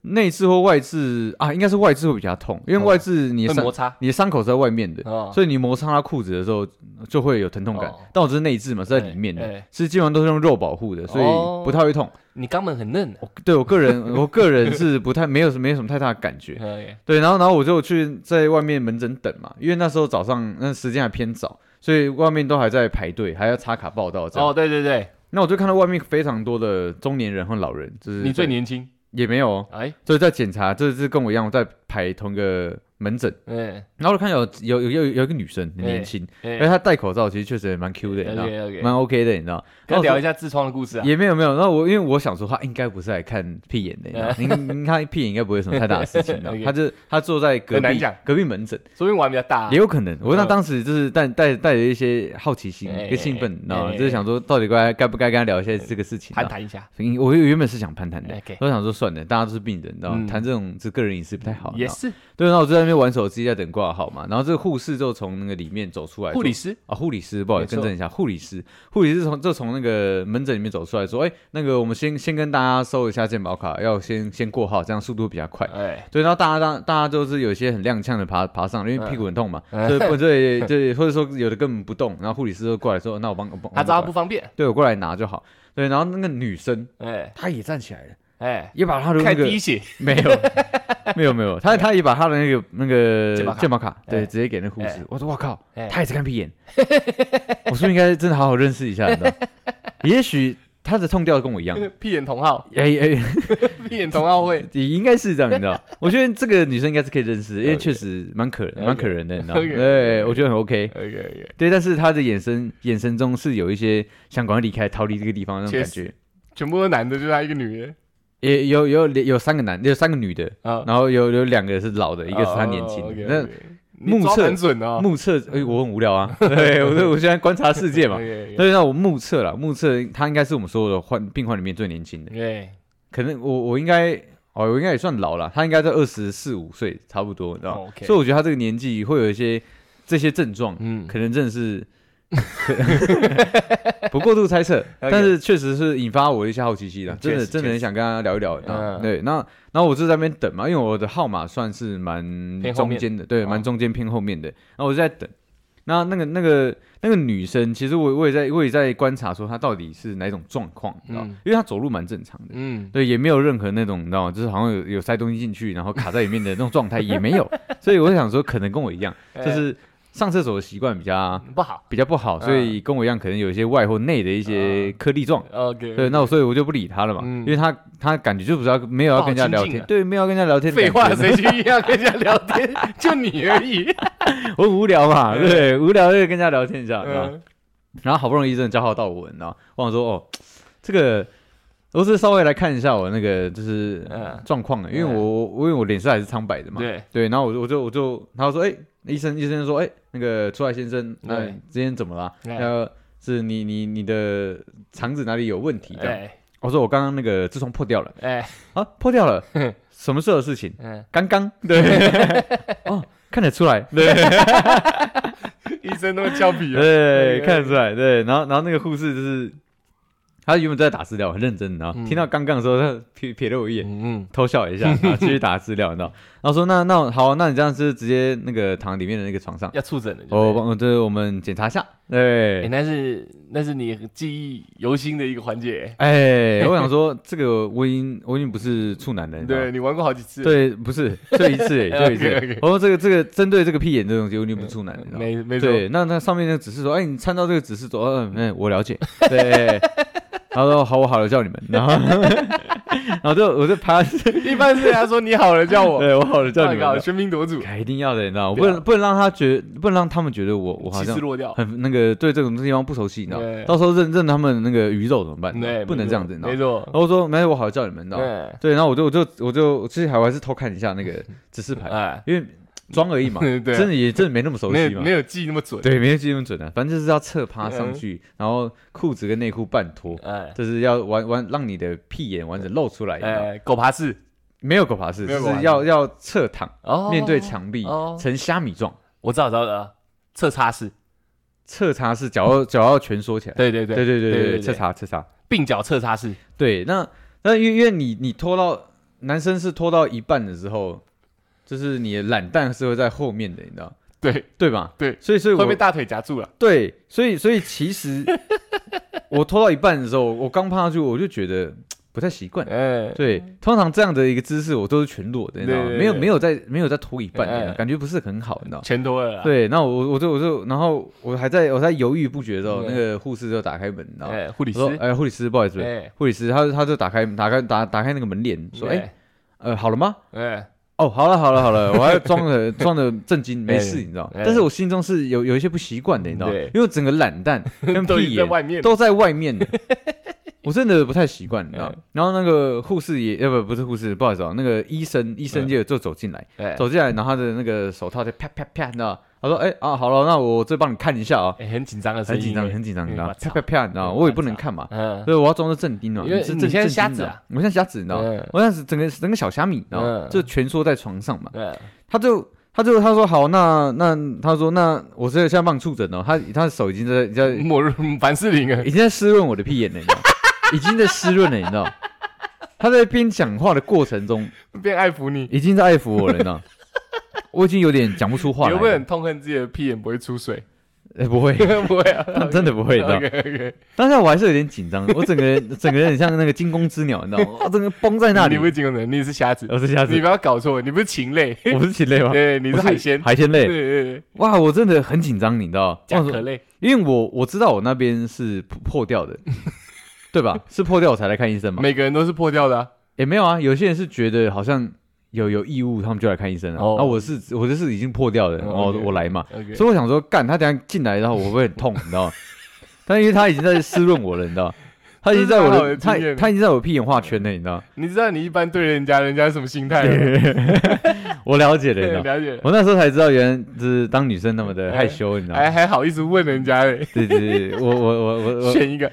Speaker 2: 内痔或外痔啊，应该是外痔会比较痛，因为外痔你
Speaker 1: 哦会
Speaker 2: 的伤、
Speaker 1: 摩擦
Speaker 2: 你的伤口是在外面的，
Speaker 1: 哦
Speaker 2: 所以你摩擦它裤子的时候就会有疼痛感。
Speaker 1: 哦
Speaker 2: 但我这是内痔嘛，是在里面
Speaker 1: 哎
Speaker 2: 的
Speaker 1: 哎，
Speaker 2: 是基本上都是用肉保护的，所
Speaker 1: 哦
Speaker 2: 以不太会痛。
Speaker 1: 你肛门很嫩啊的。
Speaker 2: 对我个人， 我个人是不太没有什没有什么太大的感觉。
Speaker 1: OK，
Speaker 2: 对，然后然后我就去在外面门诊等嘛，因为那时候早上那时间还偏早，所以外面都还在排队，还要插卡报到这样。
Speaker 1: 哦，对对对，
Speaker 2: 那我就看到外面非常多的中年人和老人，就是
Speaker 1: 你最
Speaker 2: 在
Speaker 1: 年轻，
Speaker 2: 也没有哦，
Speaker 1: 哎，
Speaker 2: 所以在检查，这是跟我一样，我在排同一个门诊，
Speaker 1: 嗯，
Speaker 2: 然后我看有有有有有一个女生很
Speaker 1: 哎
Speaker 2: 年轻，而且
Speaker 1: 哎
Speaker 2: 她戴口罩，其实确实也蛮 Q 的，你知道，
Speaker 1: ，OK OK，
Speaker 2: 蛮 OK 的，你知道。
Speaker 1: 跟聊一
Speaker 2: 下，
Speaker 1: 下痔疮的故事啊。
Speaker 2: 也没有没有。那我因为我想说，她应该不是来看屁眼的，你知道，您您看屁眼应该不会有什么太大的事情的
Speaker 1: OK。
Speaker 2: 她就她坐在隔
Speaker 1: 很难
Speaker 2: 壁
Speaker 1: 讲
Speaker 2: 隔壁门诊，
Speaker 1: 说明我还比较大啊
Speaker 2: 也，有可能。我那
Speaker 1: 嗯
Speaker 2: 当时就是带带带着一些好奇心
Speaker 1: 哎
Speaker 2: 跟兴奋，你知道，
Speaker 1: 哎
Speaker 2: 就是想说到底该该不该跟她聊一下这个事情。
Speaker 1: 攀谈一下，
Speaker 2: 因我原本是想攀谈的
Speaker 1: OK，
Speaker 2: 我想说算了，大家都是病人，你知道
Speaker 1: 嗯
Speaker 2: 吗，谈这种这个人隐私不太好。你知
Speaker 1: 也
Speaker 2: 道
Speaker 1: 是
Speaker 2: 对，然后我就在那边玩手机，在等挂号嘛。然后这个护士就从那个里面走出来说，
Speaker 1: 护理师，
Speaker 2: 啊，护理师，不好意
Speaker 1: 没
Speaker 2: 思，
Speaker 1: 错
Speaker 2: 更正一下，护理师，护理师从就从那个门诊里面走出来说，哎，那个我们先先跟大家收一下健保卡，要先先过号，这样速度比较快。
Speaker 1: 哎，
Speaker 2: 对，然后大家大大家就是有些很踉跄的爬爬上，因为屁股很痛嘛，
Speaker 1: 嗯
Speaker 2: 对不对？对，或者说有的根本不动，然后护理师就过来说，那我帮我帮，
Speaker 1: 他知道
Speaker 2: 我
Speaker 1: 他
Speaker 2: 帮
Speaker 1: 不
Speaker 2: 你
Speaker 1: 方便，
Speaker 2: 对我过来拿就好。对，然后那个女生
Speaker 1: 哎
Speaker 2: 她也站起来了，
Speaker 1: 哎，
Speaker 2: 也把他的那
Speaker 1: 看
Speaker 2: 个
Speaker 1: 滴血，
Speaker 2: 没有没有没有，他他也把他的那个那个
Speaker 1: 健保卡
Speaker 2: 健保卡对
Speaker 1: 哎
Speaker 2: 直接给那护
Speaker 1: 哎
Speaker 2: 士，我说我靠，
Speaker 1: 哎
Speaker 2: 他也是 看屁眼，我是不是应该真的好好认识一下？你知道，也许他的痛调跟我一样，
Speaker 1: 屁眼同好，
Speaker 2: 哎哎，
Speaker 1: 屁眼同好会，
Speaker 2: 也应该是这样，你 知道？我觉得这个女生应该是可以认识，因为
Speaker 1: OK
Speaker 2: 确实蛮可
Speaker 1: OK
Speaker 2: 蛮可人的，你知道吗？
Speaker 1: OK
Speaker 2: 对，我觉得很 OK。
Speaker 1: OK OK，
Speaker 2: 对，但是她的眼神眼神中是有一些想赶快离开、逃离这个地方的那种
Speaker 1: 确
Speaker 2: 感
Speaker 1: 实
Speaker 2: 觉。
Speaker 1: 全部都男的，就他一个女的
Speaker 2: 也有有有三个男，有三个女的，
Speaker 1: 啊，
Speaker 2: 然后有有两个是老的，一个是她年轻的。
Speaker 1: o
Speaker 2: 那
Speaker 1: k
Speaker 2: 目测
Speaker 1: 很准哦，
Speaker 2: 目测，哎，我很无聊 啊，对我说我现在观察世界嘛。
Speaker 1: 对
Speaker 2: 对，那我目测了，目测她应该是我们所有的患病患里面最年轻的，
Speaker 1: 对，
Speaker 2: 可能我我应该哦，我应该也算老了，她应该在二十四五岁差不多，你知道吗
Speaker 1: 哦 OK
Speaker 2: 所以我觉得她这个年纪会有一些这些症状，
Speaker 1: 嗯，
Speaker 2: 可能真的是 不过度猜测，但是确实是引发我一些好奇心了，啊真
Speaker 1: 嗯确
Speaker 2: 的
Speaker 1: 实
Speaker 2: 真的很想跟他聊一聊。嗯、
Speaker 1: 嗯
Speaker 2: 对，那然后我就在那边等嘛，因为我的号码算是蛮
Speaker 1: 偏后
Speaker 2: 中
Speaker 1: 面
Speaker 2: 间的，对，
Speaker 1: 哦
Speaker 2: 蛮中间偏后面的，然后我就在等。那那个那个那个女生，其实我我也在我也在观察，说她到底是哪一种状况，你知道吗
Speaker 1: 嗯
Speaker 2: 因为她走路蛮正常的，
Speaker 1: 嗯，
Speaker 2: 对，也没有任何那种你知道吗？就是好像有有塞东西进去，然后卡在里面的那种状态也没有，所以我想说，可能跟我一样，就
Speaker 1: 哎嗯
Speaker 2: 是上厕所的习惯比较
Speaker 1: 不好
Speaker 2: 比较不好，所以跟我一样，可能有一些外或内的一些颗粒状。
Speaker 1: ，OK，
Speaker 2: 对，那我所以我就不理他了嘛，
Speaker 1: 嗯
Speaker 2: 因为他他感觉就不是要没有要跟人家
Speaker 1: 不好
Speaker 2: 聊
Speaker 1: 亲近
Speaker 2: 天，
Speaker 1: 啊
Speaker 2: 对，没有要跟人家聊天的
Speaker 1: 废话，
Speaker 2: 感觉，
Speaker 1: 谁去医院跟人家聊天？ 就你而已。
Speaker 2: 我很无聊嘛，对，无聊就跟人家聊天一下，你知道吗啊
Speaker 1: 嗯
Speaker 2: 然后好不容易真的交好到我，你知道吗，我想说哦，这个我是稍微来看一下我那个就是
Speaker 1: 嗯
Speaker 2: 状况啊的，因为
Speaker 1: 嗯
Speaker 2: 我我因为我脸色还是苍白的嘛，
Speaker 1: 对，
Speaker 2: 对，然后我就我就我就他说，哎、医生医生就说，哎、那个出来先生，那、
Speaker 1: 对
Speaker 2: 你今天怎么了？
Speaker 1: 哎
Speaker 2: 呃，是你你你的肠子哪里有问题？这样，
Speaker 1: 哎
Speaker 2: 我说我刚刚那个痔疮破掉了
Speaker 1: 哎
Speaker 2: 啊，破掉 了，什么时候的事情？
Speaker 1: 嗯，
Speaker 2: 刚刚对， 哦，看得出来， 对
Speaker 1: 医生那么俏皮啊，
Speaker 2: 对，看得出来，对，然后然后那个护士就是，他原本在打资料，很认真，然后
Speaker 1: 嗯
Speaker 2: 听到刚刚的时候，他瞥瞥了我一眼，
Speaker 1: 嗯
Speaker 2: 偷笑一下，然后继续打资料，你知道？然后说那那好，啊那你这样是直接那个躺里面的那个床上
Speaker 1: 嗯，，要触诊了。
Speaker 2: 我
Speaker 1: 哦，
Speaker 2: 帮这我们检查一下，对
Speaker 1: 哎，，那是那是你记忆犹新的一个环节。
Speaker 2: 哎，我 想说这个我已经我已经不是处男了，你知道吗
Speaker 1: 对你玩过好几次，，
Speaker 2: 对，不是就 一次而已，就一次
Speaker 1: OK，OK。
Speaker 2: 我说这个这个针对这个屁眼这种东西，我已经不处男了，你知道吗？
Speaker 1: 没没错，
Speaker 2: 对，那那上面那个指示说，哎，你参照这个指示走，嗯嗯，我了 解，对。然后说好，我好了，叫你们， 然后然后就 我就趴，
Speaker 1: 一般是他说你好了叫 我，啊
Speaker 2: 对我好了叫你们
Speaker 1: 搞
Speaker 2: 了，
Speaker 1: 喧宾夺主，
Speaker 2: 哎一定要的，你知道吗？我不
Speaker 1: 对啊
Speaker 2: 能不能让他觉，不能让他们觉得我我好
Speaker 1: 气
Speaker 2: 像
Speaker 1: 势落掉。
Speaker 2: 很那个对这种地方不熟悉，你知道吗
Speaker 1: 对？
Speaker 2: 到时候认认他们那个宇宙怎么办？
Speaker 1: 对，
Speaker 2: 不能这样子，你知道
Speaker 1: 没
Speaker 2: 吗？
Speaker 1: 错。
Speaker 2: 然后我说没有，我好叫你们，你知道吗？
Speaker 1: 对，
Speaker 2: 对，然后我就我就我就我其实还我还是偷看一下 那个指示牌，
Speaker 1: 哎，
Speaker 2: 因为装而已 嘛，
Speaker 1: 对啊，
Speaker 2: 真的也真的没那么熟
Speaker 1: 没
Speaker 2: 悉
Speaker 1: 有
Speaker 2: 嘛
Speaker 1: 没。有嗯记那么准。
Speaker 2: 对，没有记那么准啊，反正就是要侧趴上去，然后裤子跟内裤半脱，
Speaker 1: 哎
Speaker 2: 就是要完完让你的屁眼完整露出来，你知道吗
Speaker 1: 哎，狗爬式
Speaker 2: 没有狗爬式，
Speaker 1: 没
Speaker 2: 就
Speaker 1: 有狗爬
Speaker 2: 是
Speaker 1: 式
Speaker 2: 要要侧躺，
Speaker 1: 哦，
Speaker 2: 面对墙壁
Speaker 1: 哦，
Speaker 2: 呈虾米状，
Speaker 1: 我知道，我知道，我知道侧插式，
Speaker 2: 侧插式，脚要脚要全缩起来。
Speaker 1: 对对
Speaker 2: 对对对
Speaker 1: 对
Speaker 2: 对
Speaker 1: 对
Speaker 2: 对，
Speaker 1: 对
Speaker 2: 侧插侧插。
Speaker 1: 鬓角侧插式，
Speaker 2: 对，那那因为因为你你拖到男生是拖到一半的时候，就是你的懒蛋是会在后面的，你知道
Speaker 1: 对，
Speaker 2: 对吧？
Speaker 1: 对
Speaker 2: 所以所以
Speaker 1: 会
Speaker 2: 我
Speaker 1: 被大腿夹住了。
Speaker 2: 对，所以所以 其实我拖到一半的时候，我刚趴下去，我就觉得嘖不太习惯。
Speaker 1: 哎，
Speaker 2: 对，通常这样的一个姿势，我都是全裸的，你知道吗？
Speaker 1: 对对对嗯
Speaker 2: 没有没有在没有在拖一半，
Speaker 1: 哎
Speaker 2: 你知道感觉不是很好，你知道吗？
Speaker 1: 全脱了啦。
Speaker 2: 对，那我我就我就然后我还在我在犹豫不决的时候，
Speaker 1: 对
Speaker 2: 那个护士就打开门，你知道吗？
Speaker 1: 嗯哎，护理
Speaker 2: 我
Speaker 1: 师，
Speaker 2: 说：“哎，护理师，不好意思，
Speaker 1: 哎，
Speaker 2: 护理师，他他就打开打开打打开那个门
Speaker 1: 嗯
Speaker 2: 帘，说：“哎、呃，好了吗？
Speaker 1: 哎，
Speaker 2: 哦，好了好了 好了，我还装的装的震惊，没事，你知道。
Speaker 1: 哎
Speaker 2: 但是我心中是有有一些不习惯的，你知道，
Speaker 1: 对
Speaker 2: 因为我整个 懒蛋跟
Speaker 1: 都已
Speaker 2: 屁
Speaker 1: 经在
Speaker 2: 眼
Speaker 1: 外面，
Speaker 2: 都在外面， 我真的不太习惯，你知道
Speaker 1: 哎。
Speaker 2: 然后那个护士也，呃不不是护士，不好意思啊，那个医生医生就就走进来，
Speaker 1: 哎，
Speaker 2: 走进来，然后他的那个手套就啪啪啪，你知道。他说：“哎、啊，好了，那我再帮你看一下啊，
Speaker 1: 哎很紧张的声
Speaker 2: 很
Speaker 1: 音，
Speaker 2: 紧张，很紧张，你知道，
Speaker 1: 我
Speaker 2: 啪
Speaker 1: 操
Speaker 2: 啪啪，你知道，
Speaker 1: 嗯
Speaker 2: 我也不能
Speaker 1: 我操
Speaker 2: 看嘛，
Speaker 1: 嗯，
Speaker 2: 对，我要装作镇定了，
Speaker 1: 因为
Speaker 2: 你是
Speaker 1: 你
Speaker 2: 镇
Speaker 1: 现在
Speaker 2: 镇
Speaker 1: 瞎
Speaker 2: 定
Speaker 1: 子
Speaker 2: 的
Speaker 1: 啊
Speaker 2: 我现在瞎子，你知道吗？
Speaker 1: 嗯
Speaker 2: 我现在是整个整个小虾米，你知道吗？
Speaker 1: 嗯
Speaker 2: 就蜷缩在床上嘛，
Speaker 1: 对，
Speaker 2: 他就。他就他说好，那那他说那我这个现在帮你触诊哦，他他的手已经在在
Speaker 1: 莫如凡士林啊，
Speaker 2: 已经在湿润我的屁眼了， 你知道吗，已经在湿润了，你知道吗，他在边讲话的过程中
Speaker 1: 变爱抚你，
Speaker 2: 已经在爱 抚我了，你知道吗，我已经有点讲不出话
Speaker 1: 你
Speaker 2: 来
Speaker 1: 会不会
Speaker 2: 了
Speaker 1: 很，痛恨自己的屁眼不会出水？
Speaker 2: 哎，不会，
Speaker 1: 不会 啊，
Speaker 2: 真的不会，你知道吗
Speaker 1: OK OK，
Speaker 2: 当下我还是有点紧张，我整个人整个人很像那个惊弓之鸟，你知道吗？我整个绷在那
Speaker 1: 你
Speaker 2: 里
Speaker 1: 不。是金工人，你是瞎子，
Speaker 2: 我是瞎子
Speaker 1: 你，不要搞错，你不是禽类，
Speaker 2: 我不是禽类吗？
Speaker 1: 对，你
Speaker 2: 我
Speaker 1: 是海鲜，
Speaker 2: 海鲜
Speaker 1: 对
Speaker 2: 类。
Speaker 1: 对对，
Speaker 2: 哇，我真的很紧张，你知道吗？
Speaker 1: 甲
Speaker 2: 我
Speaker 1: 壳
Speaker 2: 想说
Speaker 1: 类，
Speaker 2: 因为我我知道我那边是破破掉的， 对吧？是破掉我才来看医生嘛？
Speaker 1: 每个人都是破掉的啊，
Speaker 2: 也没有啊，有些人是觉得好像有有异物，他们就来看医生了。
Speaker 1: 哦
Speaker 2: 啊，我是我就是已经破掉了，
Speaker 1: 哦
Speaker 2: 然后
Speaker 1: OK
Speaker 2: 我来嘛。
Speaker 1: OK，
Speaker 2: 所以我想说，干他等一下进来，然后我会不会很痛，你知道吗？ 但因为他已经在湿润我了，你知道吗？他已经在我
Speaker 1: 这是蛮好
Speaker 2: 的
Speaker 1: 的
Speaker 2: 他
Speaker 1: 经验
Speaker 2: 他已经在我屁眼画圈了，你知道吗？
Speaker 1: 你知道你一般对人家，人家什么心态吗？
Speaker 2: 我了解了，你知
Speaker 1: 对
Speaker 2: 道吗？
Speaker 1: 了解，
Speaker 2: 我那时候才知道，原来就是当女生那么的害羞，你知道
Speaker 1: 还
Speaker 2: 吗？
Speaker 1: 还好意思问人家 嘞，
Speaker 2: 对对对，对我我我我我
Speaker 1: 选一个，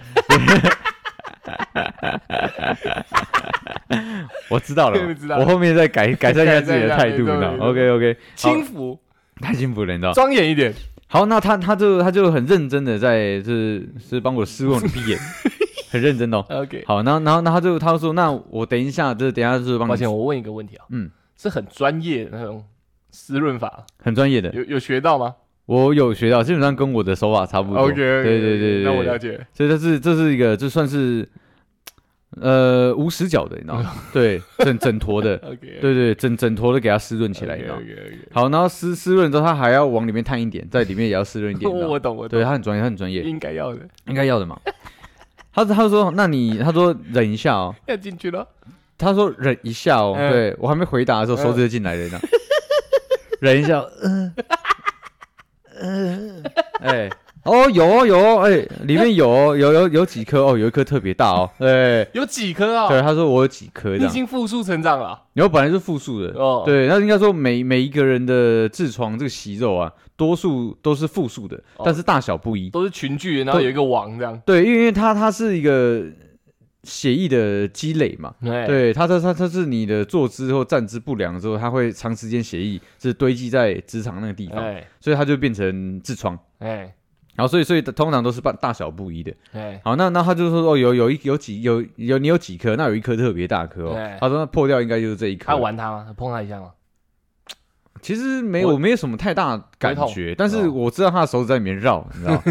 Speaker 2: 我知 道了
Speaker 1: 知道，了
Speaker 2: 我后面再改改善一下自己的态度，你
Speaker 1: 改善一下
Speaker 2: 知道
Speaker 1: 没
Speaker 2: 吗
Speaker 1: 错
Speaker 2: ？OK OK，
Speaker 1: 轻浮，
Speaker 2: 太幸福了，你知道吗。
Speaker 1: 庄严一点，
Speaker 2: 好，那他他就他就很认真的在就是是帮我试问我的闭眼，很 认真哦。
Speaker 1: OK，
Speaker 2: 好，然后然后那他就他就说，那我等一下，就是等一下就是帮
Speaker 1: 抱
Speaker 2: 你
Speaker 1: 歉，，我问一个问题啊，
Speaker 2: 嗯，
Speaker 1: 是很专业的那种湿润法，
Speaker 2: 很专业的，
Speaker 1: 有有学到吗
Speaker 2: 我有学到，基本上跟我的手法差不 多。
Speaker 1: ？OK，
Speaker 2: 对对对对，
Speaker 1: 那我了
Speaker 2: 对
Speaker 1: 解，
Speaker 2: 所以这是这是一个这算是呃无死角的，你知道 吗？对，整整坨的，
Speaker 1: OK，
Speaker 2: 对对整整坨的给它湿润起来，你知道吗。
Speaker 1: OK，
Speaker 2: 好，然后湿湿润之后，它还要往里面探一点，在里面也要湿润一点。你知道吗
Speaker 1: 哦我懂 我
Speaker 2: 对，
Speaker 1: 懂，
Speaker 2: 它很专业，它很专业。
Speaker 1: 应该要的，
Speaker 2: 应该要的嘛。他他说，那你他说忍一下哦，
Speaker 1: 要进去了，
Speaker 2: 他说忍一下哦，
Speaker 1: 嗯
Speaker 2: 对我还没回答的时
Speaker 1: 嗯
Speaker 2: 候，手指就进来了，呢， 忍一下，嗯、嗯，哎、哦有哦有哦，哎、里面有哦有有有几颗哦，有一颗特别大哦，对
Speaker 1: 有几颗啊？
Speaker 2: 对，他说我有几颗这
Speaker 1: 你已
Speaker 2: 样，
Speaker 1: 经复数成长了
Speaker 2: 然后本来是复数的。
Speaker 1: 哦。，
Speaker 2: 对，那应该说每每一个人的痔疮这个息肉啊，多数都是复数的，
Speaker 1: 哦
Speaker 2: 但是大小不一。
Speaker 1: 都是群聚，然后有一个王这样。
Speaker 2: 对，因为因为它它是一个血液的积累嘛，
Speaker 1: 对
Speaker 2: 对，它它它它是你的坐姿或站姿不良之后，它会长时间血液是堆积在直肠那个地方，
Speaker 1: 哎
Speaker 2: 所以它就变成痔疮。
Speaker 1: 哎
Speaker 2: 然后所以所以通常都是大大小不一的。
Speaker 1: 哎，
Speaker 2: 好，那那他就说哦，有有一有几有有你有几颗，那有一颗特别大颗
Speaker 1: 对
Speaker 2: 哦。他说那破掉应该就是这一颗
Speaker 1: 他。玩他吗？碰他一下吗？
Speaker 2: 其实没有
Speaker 1: 我
Speaker 2: 没有什么太大感
Speaker 1: 不会
Speaker 2: 觉，
Speaker 1: 痛
Speaker 2: 但是
Speaker 1: 哦
Speaker 2: 我知道他的手指在里面绕，你 知道吗？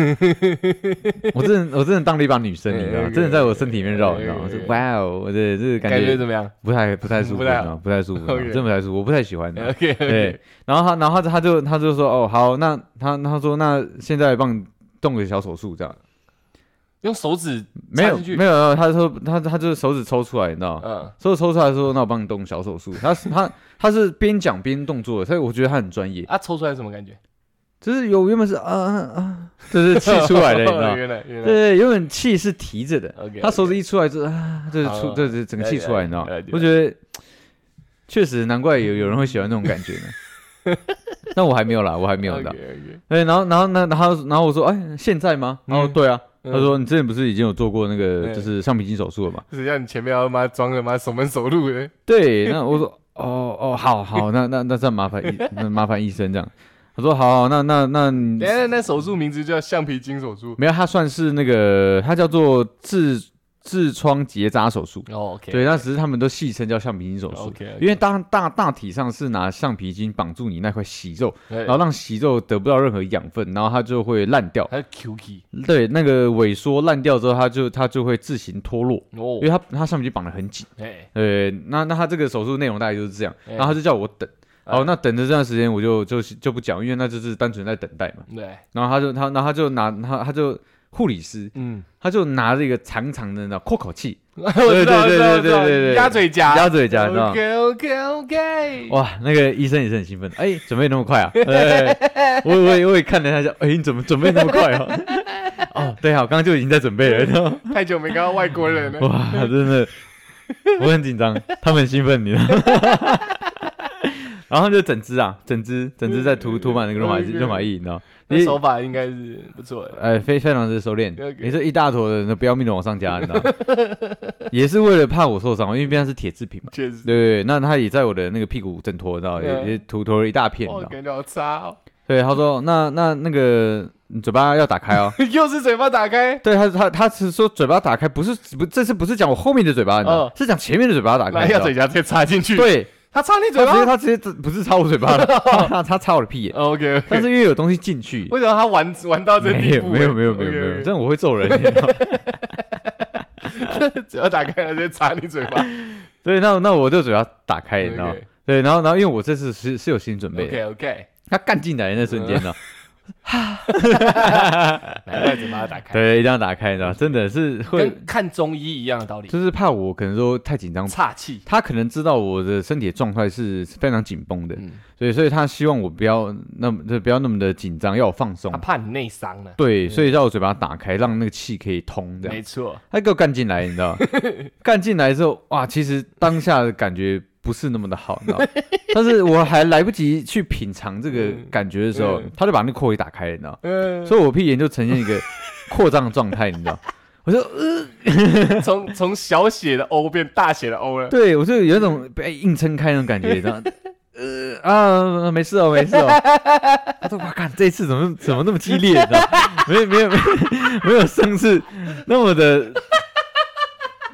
Speaker 2: 我真的我真的当了一把女生，你知道吗？
Speaker 1: 哎
Speaker 2: 真的在我身体里面绕，你知道
Speaker 1: 哎
Speaker 2: 吗？
Speaker 1: 哎
Speaker 2: 我说
Speaker 1: 哎
Speaker 2: 哇哦，我的这个
Speaker 1: 感
Speaker 2: 感
Speaker 1: 觉
Speaker 2: 觉
Speaker 1: 怎么样
Speaker 2: 不太不太舒服，
Speaker 1: 不
Speaker 2: 你
Speaker 1: 太好
Speaker 2: 知道吗不太舒服，你知道吗
Speaker 1: OK 哎
Speaker 2: 真的不太舒服，我不太喜欢。你知道吗
Speaker 1: ？OK，
Speaker 2: 嗯对，然后他然后他他就他就说哦好，那他他说那现在帮你动个小手术这样，
Speaker 1: 用手指
Speaker 2: 没有
Speaker 1: 插进去
Speaker 2: 没有，没有他说他他就是手指抽出来，你知道吗？
Speaker 1: 嗯
Speaker 2: 手指抽出来说那我帮你动小手术，他他他是边讲边动作的，所以我觉得他很专业。
Speaker 1: 啊，抽出来什么感 觉？
Speaker 2: 就是有原本是啊啊 啊，就是气出来的，你知道吗？
Speaker 1: 原来原来
Speaker 2: 对，原本气是提着的，
Speaker 1: ，OK，
Speaker 2: 他手指一出来就啊，就是
Speaker 1: 好
Speaker 2: 出，
Speaker 1: 了
Speaker 2: 对对，整个气出来，你知道吗
Speaker 1: 了解了解？
Speaker 2: 我觉得确实难怪有有人会喜欢那种感觉呢。 但我还没有啦，我还没有啦。
Speaker 1: OK，
Speaker 2: 对，然后然后呢，然后然后我说，哎，现在吗？
Speaker 1: 嗯
Speaker 2: 然后对啊，
Speaker 1: 嗯
Speaker 2: 他说你之前不是已经有做过那个
Speaker 1: 嗯
Speaker 2: 就是橡皮筋手术了吗？
Speaker 1: 只要你前面要妈装的妈熟门熟路
Speaker 2: 嗯
Speaker 1: 的，
Speaker 2: 对，那我说哦哦，好好，那那那这样麻烦医，那 麻烦医生这样。他说好，好那那那你
Speaker 1: 等一下那手术名字叫橡皮筋手术
Speaker 2: 没有，它算是那个，它叫做痔痔疮结扎手术。
Speaker 1: 哦，OK，
Speaker 2: 嗯对，那只是他们都戏称叫橡皮筋手术
Speaker 1: OK，OK
Speaker 2: 因为大大大体上是拿橡皮筋绑住你那块息肉，
Speaker 1: 对
Speaker 2: 然后让息肉得不到任何养分，然后它就会烂掉。
Speaker 1: 还有 QK
Speaker 2: 对，那个萎缩烂掉之后，它就它就会自行脱落，嗯因为
Speaker 1: 哦，
Speaker 2: 它它橡皮筋绑得很紧。
Speaker 1: 哎，
Speaker 2: 对，那那它这个手术内容大概就是这样，
Speaker 1: 哎
Speaker 2: 然后他就哦叫我等。
Speaker 1: 哎
Speaker 2: 好，那等着这段时间我就就就不讲，因为那就是单纯在等待嘛。
Speaker 1: 对，
Speaker 2: 然后他就他，然后他就拿他他就护理师，
Speaker 1: 嗯，
Speaker 2: 他就拿着一个长长的那扩口器，
Speaker 1: 我知道，鸭嘴夹，
Speaker 2: 鸭嘴夹，你知道吗？
Speaker 1: ，OK
Speaker 2: 哦
Speaker 1: OK OK，
Speaker 2: 哇，那个医生也是很兴奋，哎，准备那 么快啊？哎我我也我也看了他一下，哎，你怎么准备那么快啊？ 哦，对啊，我刚刚就已经在准备了你知道吗，
Speaker 1: 太久没看到外国人了，
Speaker 2: 哇，真的，我很紧张，他们很兴奋，你知道吗。 然后就整只啊，整只整只在涂涂满那个润滑液，润滑液，你知道吗？
Speaker 1: 那
Speaker 2: 你
Speaker 1: 手法应该是不错的。
Speaker 2: 呃，非非常的收敛
Speaker 1: OK，
Speaker 2: 也是一大坨的，那不要命的往上加，你知道吗？ 也是为了怕我受伤，因为毕竟它是铁制品嘛。
Speaker 1: 确实，
Speaker 2: 对，那他也在我的那个屁股整坨，你知道，
Speaker 1: 对
Speaker 2: 也也涂涂了一大片，你
Speaker 1: 哦，
Speaker 2: 知道。
Speaker 1: 感觉好差哦，
Speaker 2: 对，他说那那那个你嘴巴要打开哦。
Speaker 1: 又是嘴巴打开，
Speaker 2: 对他他他是说嘴巴打开，不是不这次不是讲我后面的嘴巴，你知道，
Speaker 1: 嗯
Speaker 2: 是讲前面的嘴巴打开。
Speaker 1: 来
Speaker 2: 你知
Speaker 1: 要哎
Speaker 2: 道
Speaker 1: 嘴夹再插进去，，
Speaker 2: 对，
Speaker 1: 他插你嘴
Speaker 2: 他直接
Speaker 1: 巴
Speaker 2: 他直接这不是插我 嘴巴了，他他他插我的屁眼，
Speaker 1: ？OK，, o k
Speaker 2: 但是因为有东西进去，
Speaker 1: 哦为什么他玩玩到这
Speaker 2: 没
Speaker 1: 地
Speaker 2: 有
Speaker 1: 步？
Speaker 2: 没有没有没有没有，这样我会揍人。你知道吗
Speaker 1: 有，只要打开 他就插你嘴 巴。
Speaker 2: 对，那那我就嘴巴打开，你知道吗
Speaker 1: OK
Speaker 2: 对，然后然后因为我这次是是有心理准备的，
Speaker 1: OK OK，
Speaker 2: 他干进来的那瞬间呢，
Speaker 1: 难怪嘴巴要打开，
Speaker 2: 对，一定要打开，你知道吗，真的是会，
Speaker 1: 跟看中医一样的道理，
Speaker 2: 就是怕我可能说太紧张，
Speaker 1: 岔气。
Speaker 2: 他可能知道我的身体的状态是非常紧绷的，
Speaker 1: 嗯，
Speaker 2: 所以所以他希望我不要那么就不要那么的紧张，要我放松
Speaker 1: 他。怕你内伤呢。
Speaker 2: 对，所以让我嘴巴打开，让那个气可以通，这样
Speaker 1: 没错，
Speaker 2: 他给我干进来，你 知道吗？干进来之后，哇，其实当下的感觉不是那么的好，你知道吗？但是我还来不及去品尝这个
Speaker 1: 嗯
Speaker 2: 感觉的时候，
Speaker 1: 嗯
Speaker 2: 他就把那个扩给打开了，你知道吗？
Speaker 1: 嗯，
Speaker 2: 所以我屁眼就呈现一个 扩张的状态，你知道吗？我就呃
Speaker 1: 从 从小写的 O 变大写的 O 了。
Speaker 2: 对我就有一种
Speaker 1: 嗯
Speaker 2: 被硬撑开那种感觉，你知道 吗？呃啊，没事哦，没事哦。 他说：“哇，看这一次怎么怎么那么激烈，你知道吗？ 没有没有没有没有上次那 么的，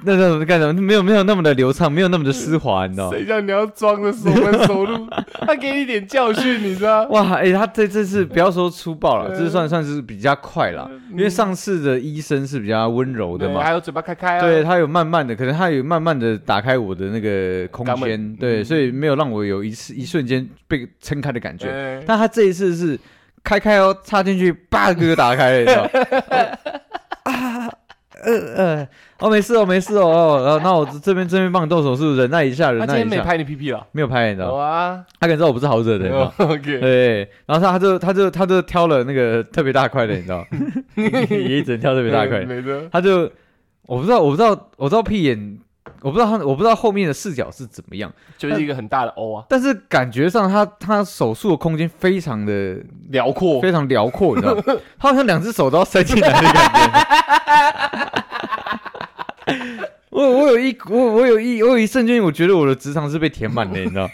Speaker 2: 那那干什么？没有没有那么的流畅，没有那么的丝滑，你知道吗？
Speaker 1: 谁叫你要装着熟门熟 路？他给你点教训，你知道？
Speaker 2: 哇，哎、他这这次不要说粗暴
Speaker 1: 嗯
Speaker 2: 了，这次算算是比较快了，因为上次的医生是比较温柔的
Speaker 1: 对，
Speaker 2: 嘛，
Speaker 1: 还有嘴巴开开啊。
Speaker 2: 对，他有慢慢的，可能他有慢慢的打开我的那个空
Speaker 1: 肛
Speaker 2: 间，
Speaker 1: 门
Speaker 2: 对，
Speaker 1: 嗯
Speaker 2: 所以没有让我有一次一瞬间被撑开的感觉。
Speaker 1: 嗯
Speaker 2: 但他这一次是开开哦，插进去，叭个就打开了，你知道吗？ 啊，呃呃，哦，没事哦，没事哦，哦，然后那我这边这边帮你动手术，忍耐一下，忍
Speaker 1: 他今
Speaker 2: 耐
Speaker 1: 天
Speaker 2: 一
Speaker 1: 没
Speaker 2: 下。
Speaker 1: 拍你哦屁屁了。
Speaker 2: 没有拍，你知道吗？
Speaker 1: 哇
Speaker 2: 他可能知道我不是好惹的，你知
Speaker 1: 哦
Speaker 2: 道吗？
Speaker 1: ，OK，
Speaker 2: 对，然后他他就他就他就挑了那个特别大块的，你知道吗？也只能挑特别大块的。
Speaker 1: 没错。
Speaker 2: 他就我不知道，我不知道，我知道屁眼，我不知道他，我不知道后面的视角是怎么样，
Speaker 1: 就是一个很大的 O 啊，
Speaker 2: 但是感觉上他他手术的空间非常的
Speaker 1: 辽阔。
Speaker 2: 非常辽阔，你知道吗？他好像两只手都要塞进来的感觉。我我有一我我有一我有一瞬间，我觉得我的直肠是被填满的，你知道吗。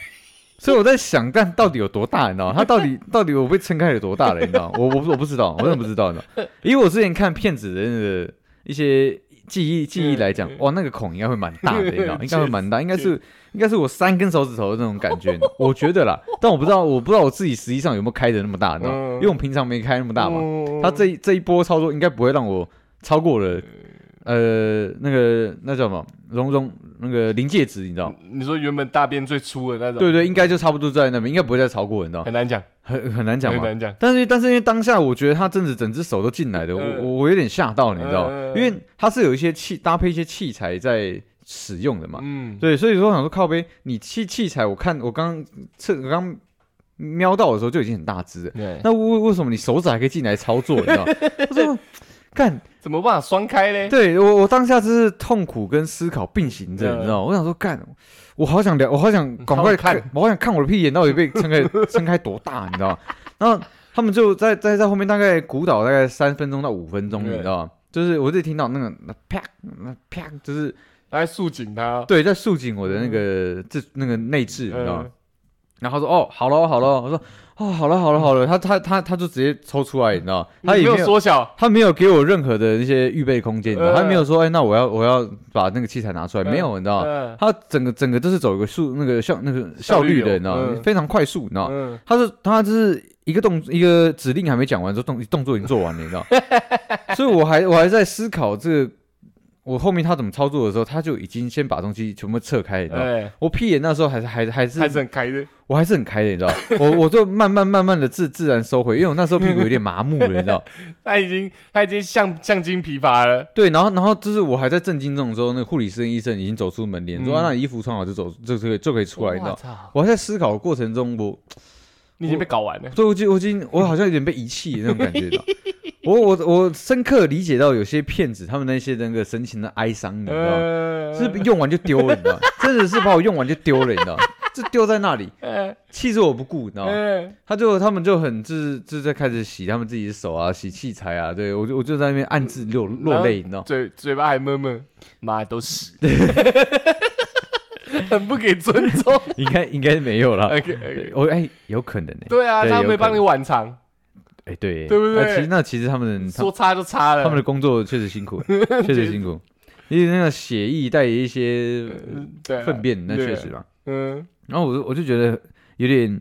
Speaker 2: 所以我在想，但到底有多大，你知道吗？他到底到底我被撑开有多大了，你知道吗？我我不我不知道，我真的不知道，你知道吗？因为我之前看骗子的那个一些记忆记忆来讲
Speaker 1: 嗯，嗯，
Speaker 2: 哇，那个孔应该会蛮大的，你知道吗应该会蛮大，应该是应该是我三根手指头的那种感觉，我觉得啦，但我不知道，我不知道我自己实际上有没有开的那么大，你知道吗？
Speaker 1: 嗯
Speaker 2: 因为我们平常没开那么大嘛。
Speaker 1: 嗯
Speaker 2: 他这一这一波操作应该不会让我超过我的
Speaker 1: 嗯
Speaker 2: 呃那个那叫什么容容那个临界值，你知道吗？
Speaker 1: 哦你说原本大便最粗的那种，
Speaker 2: 对对，应该就差不多在那边，应该不会再超过，你知道吗？
Speaker 1: 很难讲，
Speaker 2: 很很难讲
Speaker 1: 很
Speaker 2: 嘛。
Speaker 1: 难讲。
Speaker 2: 但是但是因为当下我觉得他真的整只手都进来的，我
Speaker 1: 嗯
Speaker 2: 我我有点吓到，你知道
Speaker 1: 嗯
Speaker 2: 吗
Speaker 1: 嗯？嗯
Speaker 2: 因为他是有一些器搭配一些器材在使用的嘛，
Speaker 1: 嗯，
Speaker 2: 对，所以说我想说靠背，你器器材，我看我刚测我刚瞄到的时候就已经很大只了，
Speaker 1: 对，
Speaker 2: 那为为什么你手指还可以进来操作？你 知道吗？我说干，
Speaker 1: 怎么办法双开嘞？
Speaker 2: 对我我当下真是痛苦跟思考并行着，
Speaker 1: 嗯
Speaker 2: 你知道吗？我想说干，我好想聊，我好想赶
Speaker 1: 好
Speaker 2: 快
Speaker 1: 好看
Speaker 2: 看，我好想看我的屁眼到底被撑 开撑开多大，你知道吗？然后他们就在在在后面大概鼓捣大概三分钟到五分钟，你
Speaker 1: 对
Speaker 2: 知道吗？就是我只听到那个啪那啪，就是
Speaker 1: 他还束紧他，
Speaker 2: 对在束紧我的那个这那个内置，你知道吗？
Speaker 1: 嗯
Speaker 2: 然后他说哦好了好了，我说哦好了好了好了，他他他他就直接抽出来，你知道吗？他
Speaker 1: 你
Speaker 2: 也
Speaker 1: 没
Speaker 2: 没
Speaker 1: 有
Speaker 2: 有
Speaker 1: 缩小，
Speaker 2: 他没有给我任何的那些预备空间，你知道吗
Speaker 1: 呃
Speaker 2: 他没有说，哎，那我要我要把那个器材拿出来，
Speaker 1: 呃
Speaker 2: 没有，你知道吗？
Speaker 1: 嗯
Speaker 2: 他整个整个都是走一个速那个效那个效
Speaker 1: 效率
Speaker 2: 率的，
Speaker 1: 流
Speaker 2: 你知道吗
Speaker 1: 嗯？
Speaker 2: 非常快速，你知道吗？
Speaker 1: 嗯，
Speaker 2: 他是他就是一个动一个指令还没讲完，就动动作已经做完了，你知道 吗？所以我还我还在思考这个我后面他怎么操作的时候，他就已经先把东西全部撤开，你知道吗？
Speaker 1: 哎，
Speaker 2: 我屁眼那时候还是还是还
Speaker 1: 还
Speaker 2: 是
Speaker 1: 是很开的，
Speaker 2: 我还是很开的，你知道吗，我我就慢慢慢慢的自自然收回，因为我那时候屁股有点麻木了，你知道吗。
Speaker 1: 他已经他已经像像筋疲乏了，
Speaker 2: 对，然后然后就是我还在震惊中的时候，那个护理师跟医生已经走出门帘，说、
Speaker 1: 嗯
Speaker 2: 啊，那你衣服穿好就走，就就可以就可以出来，你知
Speaker 1: 我
Speaker 2: 道。
Speaker 1: 操，
Speaker 2: 我还在思考的过程中，我
Speaker 1: 你已经被搞完了，
Speaker 2: 对我已经我已经我好像有点被遗弃的那种感觉，你知道。我我我深刻理解到有些骗子他们那些那个神情的哀伤，你知道吗，
Speaker 1: 嗯，
Speaker 2: 是用完就丢了，你知道吗，真的是把我用完就丢了，你知道吗，就丢在那里，
Speaker 1: 嗯，
Speaker 2: 弃之我不顾，你知道吗。
Speaker 1: 嗯
Speaker 2: 他就他们就很就是就是在开始洗他们自己的手啊，洗器材啊，对我就我就在那边暗自流
Speaker 1: 然
Speaker 2: 落
Speaker 1: 后
Speaker 2: 泪，你知道吗。
Speaker 1: 嘴嘴巴还闷闷，妈都屎， 很不给尊 重。
Speaker 2: 应该应该没有啦。
Speaker 1: OK
Speaker 2: 对
Speaker 1: OK，
Speaker 2: 我哎、有可能呢、
Speaker 1: 对啊，
Speaker 2: 对
Speaker 1: 他
Speaker 2: 有
Speaker 1: 没
Speaker 2: 可
Speaker 1: 帮你
Speaker 2: 能
Speaker 1: 挽肠，
Speaker 2: 哎、对，
Speaker 1: 对不
Speaker 2: 那
Speaker 1: 对
Speaker 2: 其实那其实嗯他们他
Speaker 1: 说擦就擦了，
Speaker 2: 他们的工作确实 辛苦，确实辛苦，因为那个血液带一些
Speaker 1: 嗯对啊
Speaker 2: 粪便，那
Speaker 1: 对
Speaker 2: 确
Speaker 1: 啊
Speaker 2: 实嘛。
Speaker 1: 嗯，
Speaker 2: 然后我就我就觉得有点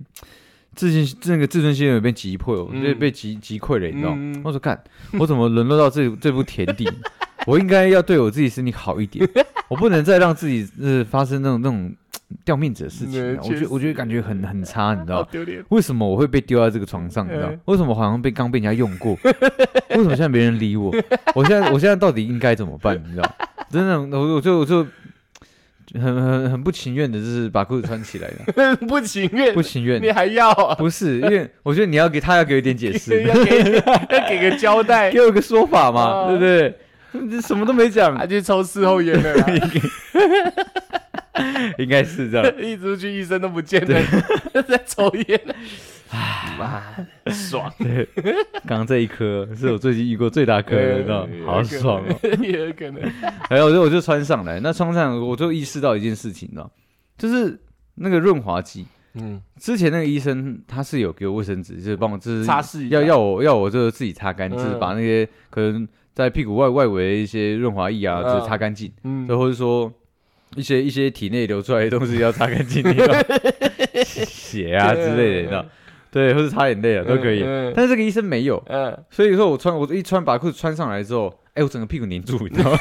Speaker 2: 自信，这个自尊心有点被击破，我
Speaker 1: 嗯
Speaker 2: 就被击击溃了，你知道吗？
Speaker 1: 嗯
Speaker 2: 我说干，我怎么沦落到这这步田地？ 我应该要对我自己身体好一点，我不能再让自己呃发生那种那种掉面子的事情、
Speaker 1: 嗯
Speaker 2: 啊。我觉
Speaker 1: 确
Speaker 2: 得我觉得感觉很很差，你知道
Speaker 1: 好
Speaker 2: 吗？
Speaker 1: 丢脸。
Speaker 2: 为什么我会被丢在这个床上？你知道吗
Speaker 1: 嗯？
Speaker 2: 为什么好像被刚被人家用过？ 为什么现在没人理我？我现在我现在到底应该怎么办？你知道吗？真的，我我就我就很很很不情愿的，就是把裤子穿起来 了，
Speaker 1: 不情愿
Speaker 2: 不，情
Speaker 1: 你
Speaker 2: 愿。
Speaker 1: 还要啊？
Speaker 2: 不是，因为我觉得你要给他要给我一点 解释，
Speaker 1: 要 给要给个交代，
Speaker 2: 给我个说法嘛，
Speaker 1: 啊
Speaker 2: 对不对？你什么都没 讲
Speaker 1: 他，啊去抽事后烟了啦，
Speaker 2: 应该是这样。
Speaker 1: 一出去医生都不见了， 在抽烟。妈的， 爽！
Speaker 2: 对，刚刚这一颗是我最近遇过最大颗，你 知道
Speaker 1: 哎
Speaker 2: 吗，好爽哦。
Speaker 1: 哦，也有可能。
Speaker 2: 然哎后我就我就穿上来，那穿上我就意识到一件事情，你知道，就是那个润滑剂。
Speaker 1: 嗯，
Speaker 2: 之前那个医生他是有给我卫生纸，就是帮我就是
Speaker 1: 擦拭一下
Speaker 2: 要要我要我就是自己擦干，就是
Speaker 1: 嗯
Speaker 2: 把那些可能在屁股外外围的一些润滑液啊，
Speaker 1: 嗯
Speaker 2: 就是擦干净，
Speaker 1: 嗯
Speaker 2: 然后或者说一些一些体内流出来的东西要擦干净，你知 道血啊之类的，你知道，对，或是擦眼泪啊都可以。
Speaker 1: 嗯
Speaker 2: 但是这个医生没有，
Speaker 1: 嗯，
Speaker 2: 所以说我穿我一穿把裤子穿上来之后，哎，我整个屁股黏住，你知道吗？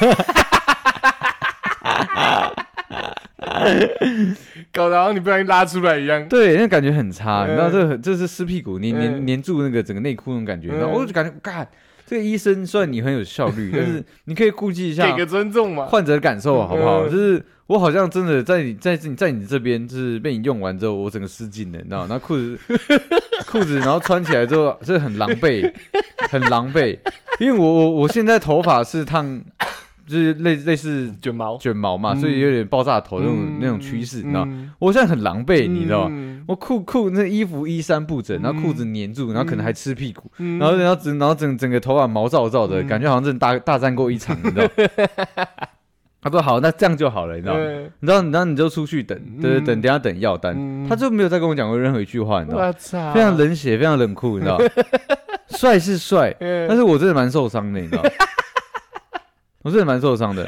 Speaker 1: 搞得好像你不小心拉出来一样。
Speaker 2: 对，那感觉很差，你知道
Speaker 1: 嗯
Speaker 2: 这很这是湿屁股黏黏
Speaker 1: 嗯
Speaker 2: 黏住那个整个内裤那种感觉，然后
Speaker 1: 嗯
Speaker 2: 我就感觉，干，这个医生虽然你很有 效率，但是你可以顾及一
Speaker 1: 给
Speaker 2: 下
Speaker 1: 个尊重嘛。
Speaker 2: 患者的感受，好不好？
Speaker 1: 嗯
Speaker 2: 就是我好像真的在你在你在你这边，就是被你用完之后，我整个失禁了，你知道吗？然后裤 子裤子，然后穿起来之后，这很狼狈，很狼狈，因为我我我现在头发是烫，就是类类似
Speaker 1: 卷毛，
Speaker 2: 卷毛嘛，
Speaker 1: 嗯
Speaker 2: 所以有点爆炸头那种那种趋势，你知道吗？我现在很狼狈，你知道吗？
Speaker 1: 吗？
Speaker 2: 我裤裤那衣服衣衫不整，然后裤子粘住，然后可能还吃屁股，
Speaker 1: 嗯
Speaker 2: 然后然后整然后整整个头发毛躁躁的，
Speaker 1: 嗯
Speaker 2: 感觉好像真的大大战过一场，你知道？ 他说好，那这样就好了，你知道？
Speaker 1: 对
Speaker 2: 你知道，你知道你就出去等，对，
Speaker 1: 嗯
Speaker 2: 等等下等药单，
Speaker 1: 嗯
Speaker 2: 他就没有再跟我讲过任何一句话，你知道？
Speaker 1: 我操，
Speaker 2: 非常冷血，非常冷酷，你知道？ 帅是帅，
Speaker 1: 嗯，
Speaker 2: 但是我真的蛮受伤的，你知道？我真的蛮受伤的。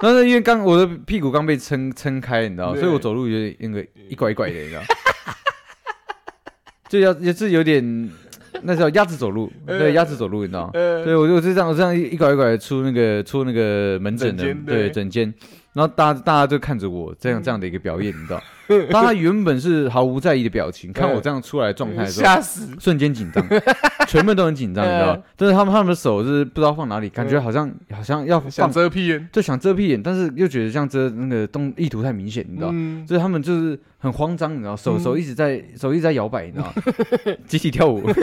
Speaker 2: 但是因为刚我的屁股刚被撑撑开，你知道，
Speaker 1: 对
Speaker 2: 所以我走路有点那个一拐一拐的，你知道， 就要也是有点那叫鸭子走路，
Speaker 1: 嗯
Speaker 2: 对，鸭子走路，你知道。
Speaker 1: 呃，
Speaker 2: 对，我就我就这样，我这样一拐一拐的出那个出那个门诊的
Speaker 1: 诊，间
Speaker 2: 对，
Speaker 1: 对
Speaker 2: 诊间，然后大家大家就看着我这样这样的一个表演，你知道，大家原本是毫无在意的表情，看我这样出来的状态的时候，
Speaker 1: 吓死，
Speaker 2: 瞬间紧 张，全部都很紧张，你知道吗
Speaker 1: 嗯？
Speaker 2: 但是他们他们的手就是不知道放哪里，感觉好像好像要
Speaker 1: 想
Speaker 2: 放，
Speaker 1: 遮屁眼，
Speaker 2: 就想遮屁眼，但是又觉得像遮那个动意图太明显，你知道？
Speaker 1: 嗯，
Speaker 2: 所以他们就是很慌张，你知道，手
Speaker 1: 嗯
Speaker 2: 手一直在手一直在摇摆，你知 道，集体跳舞。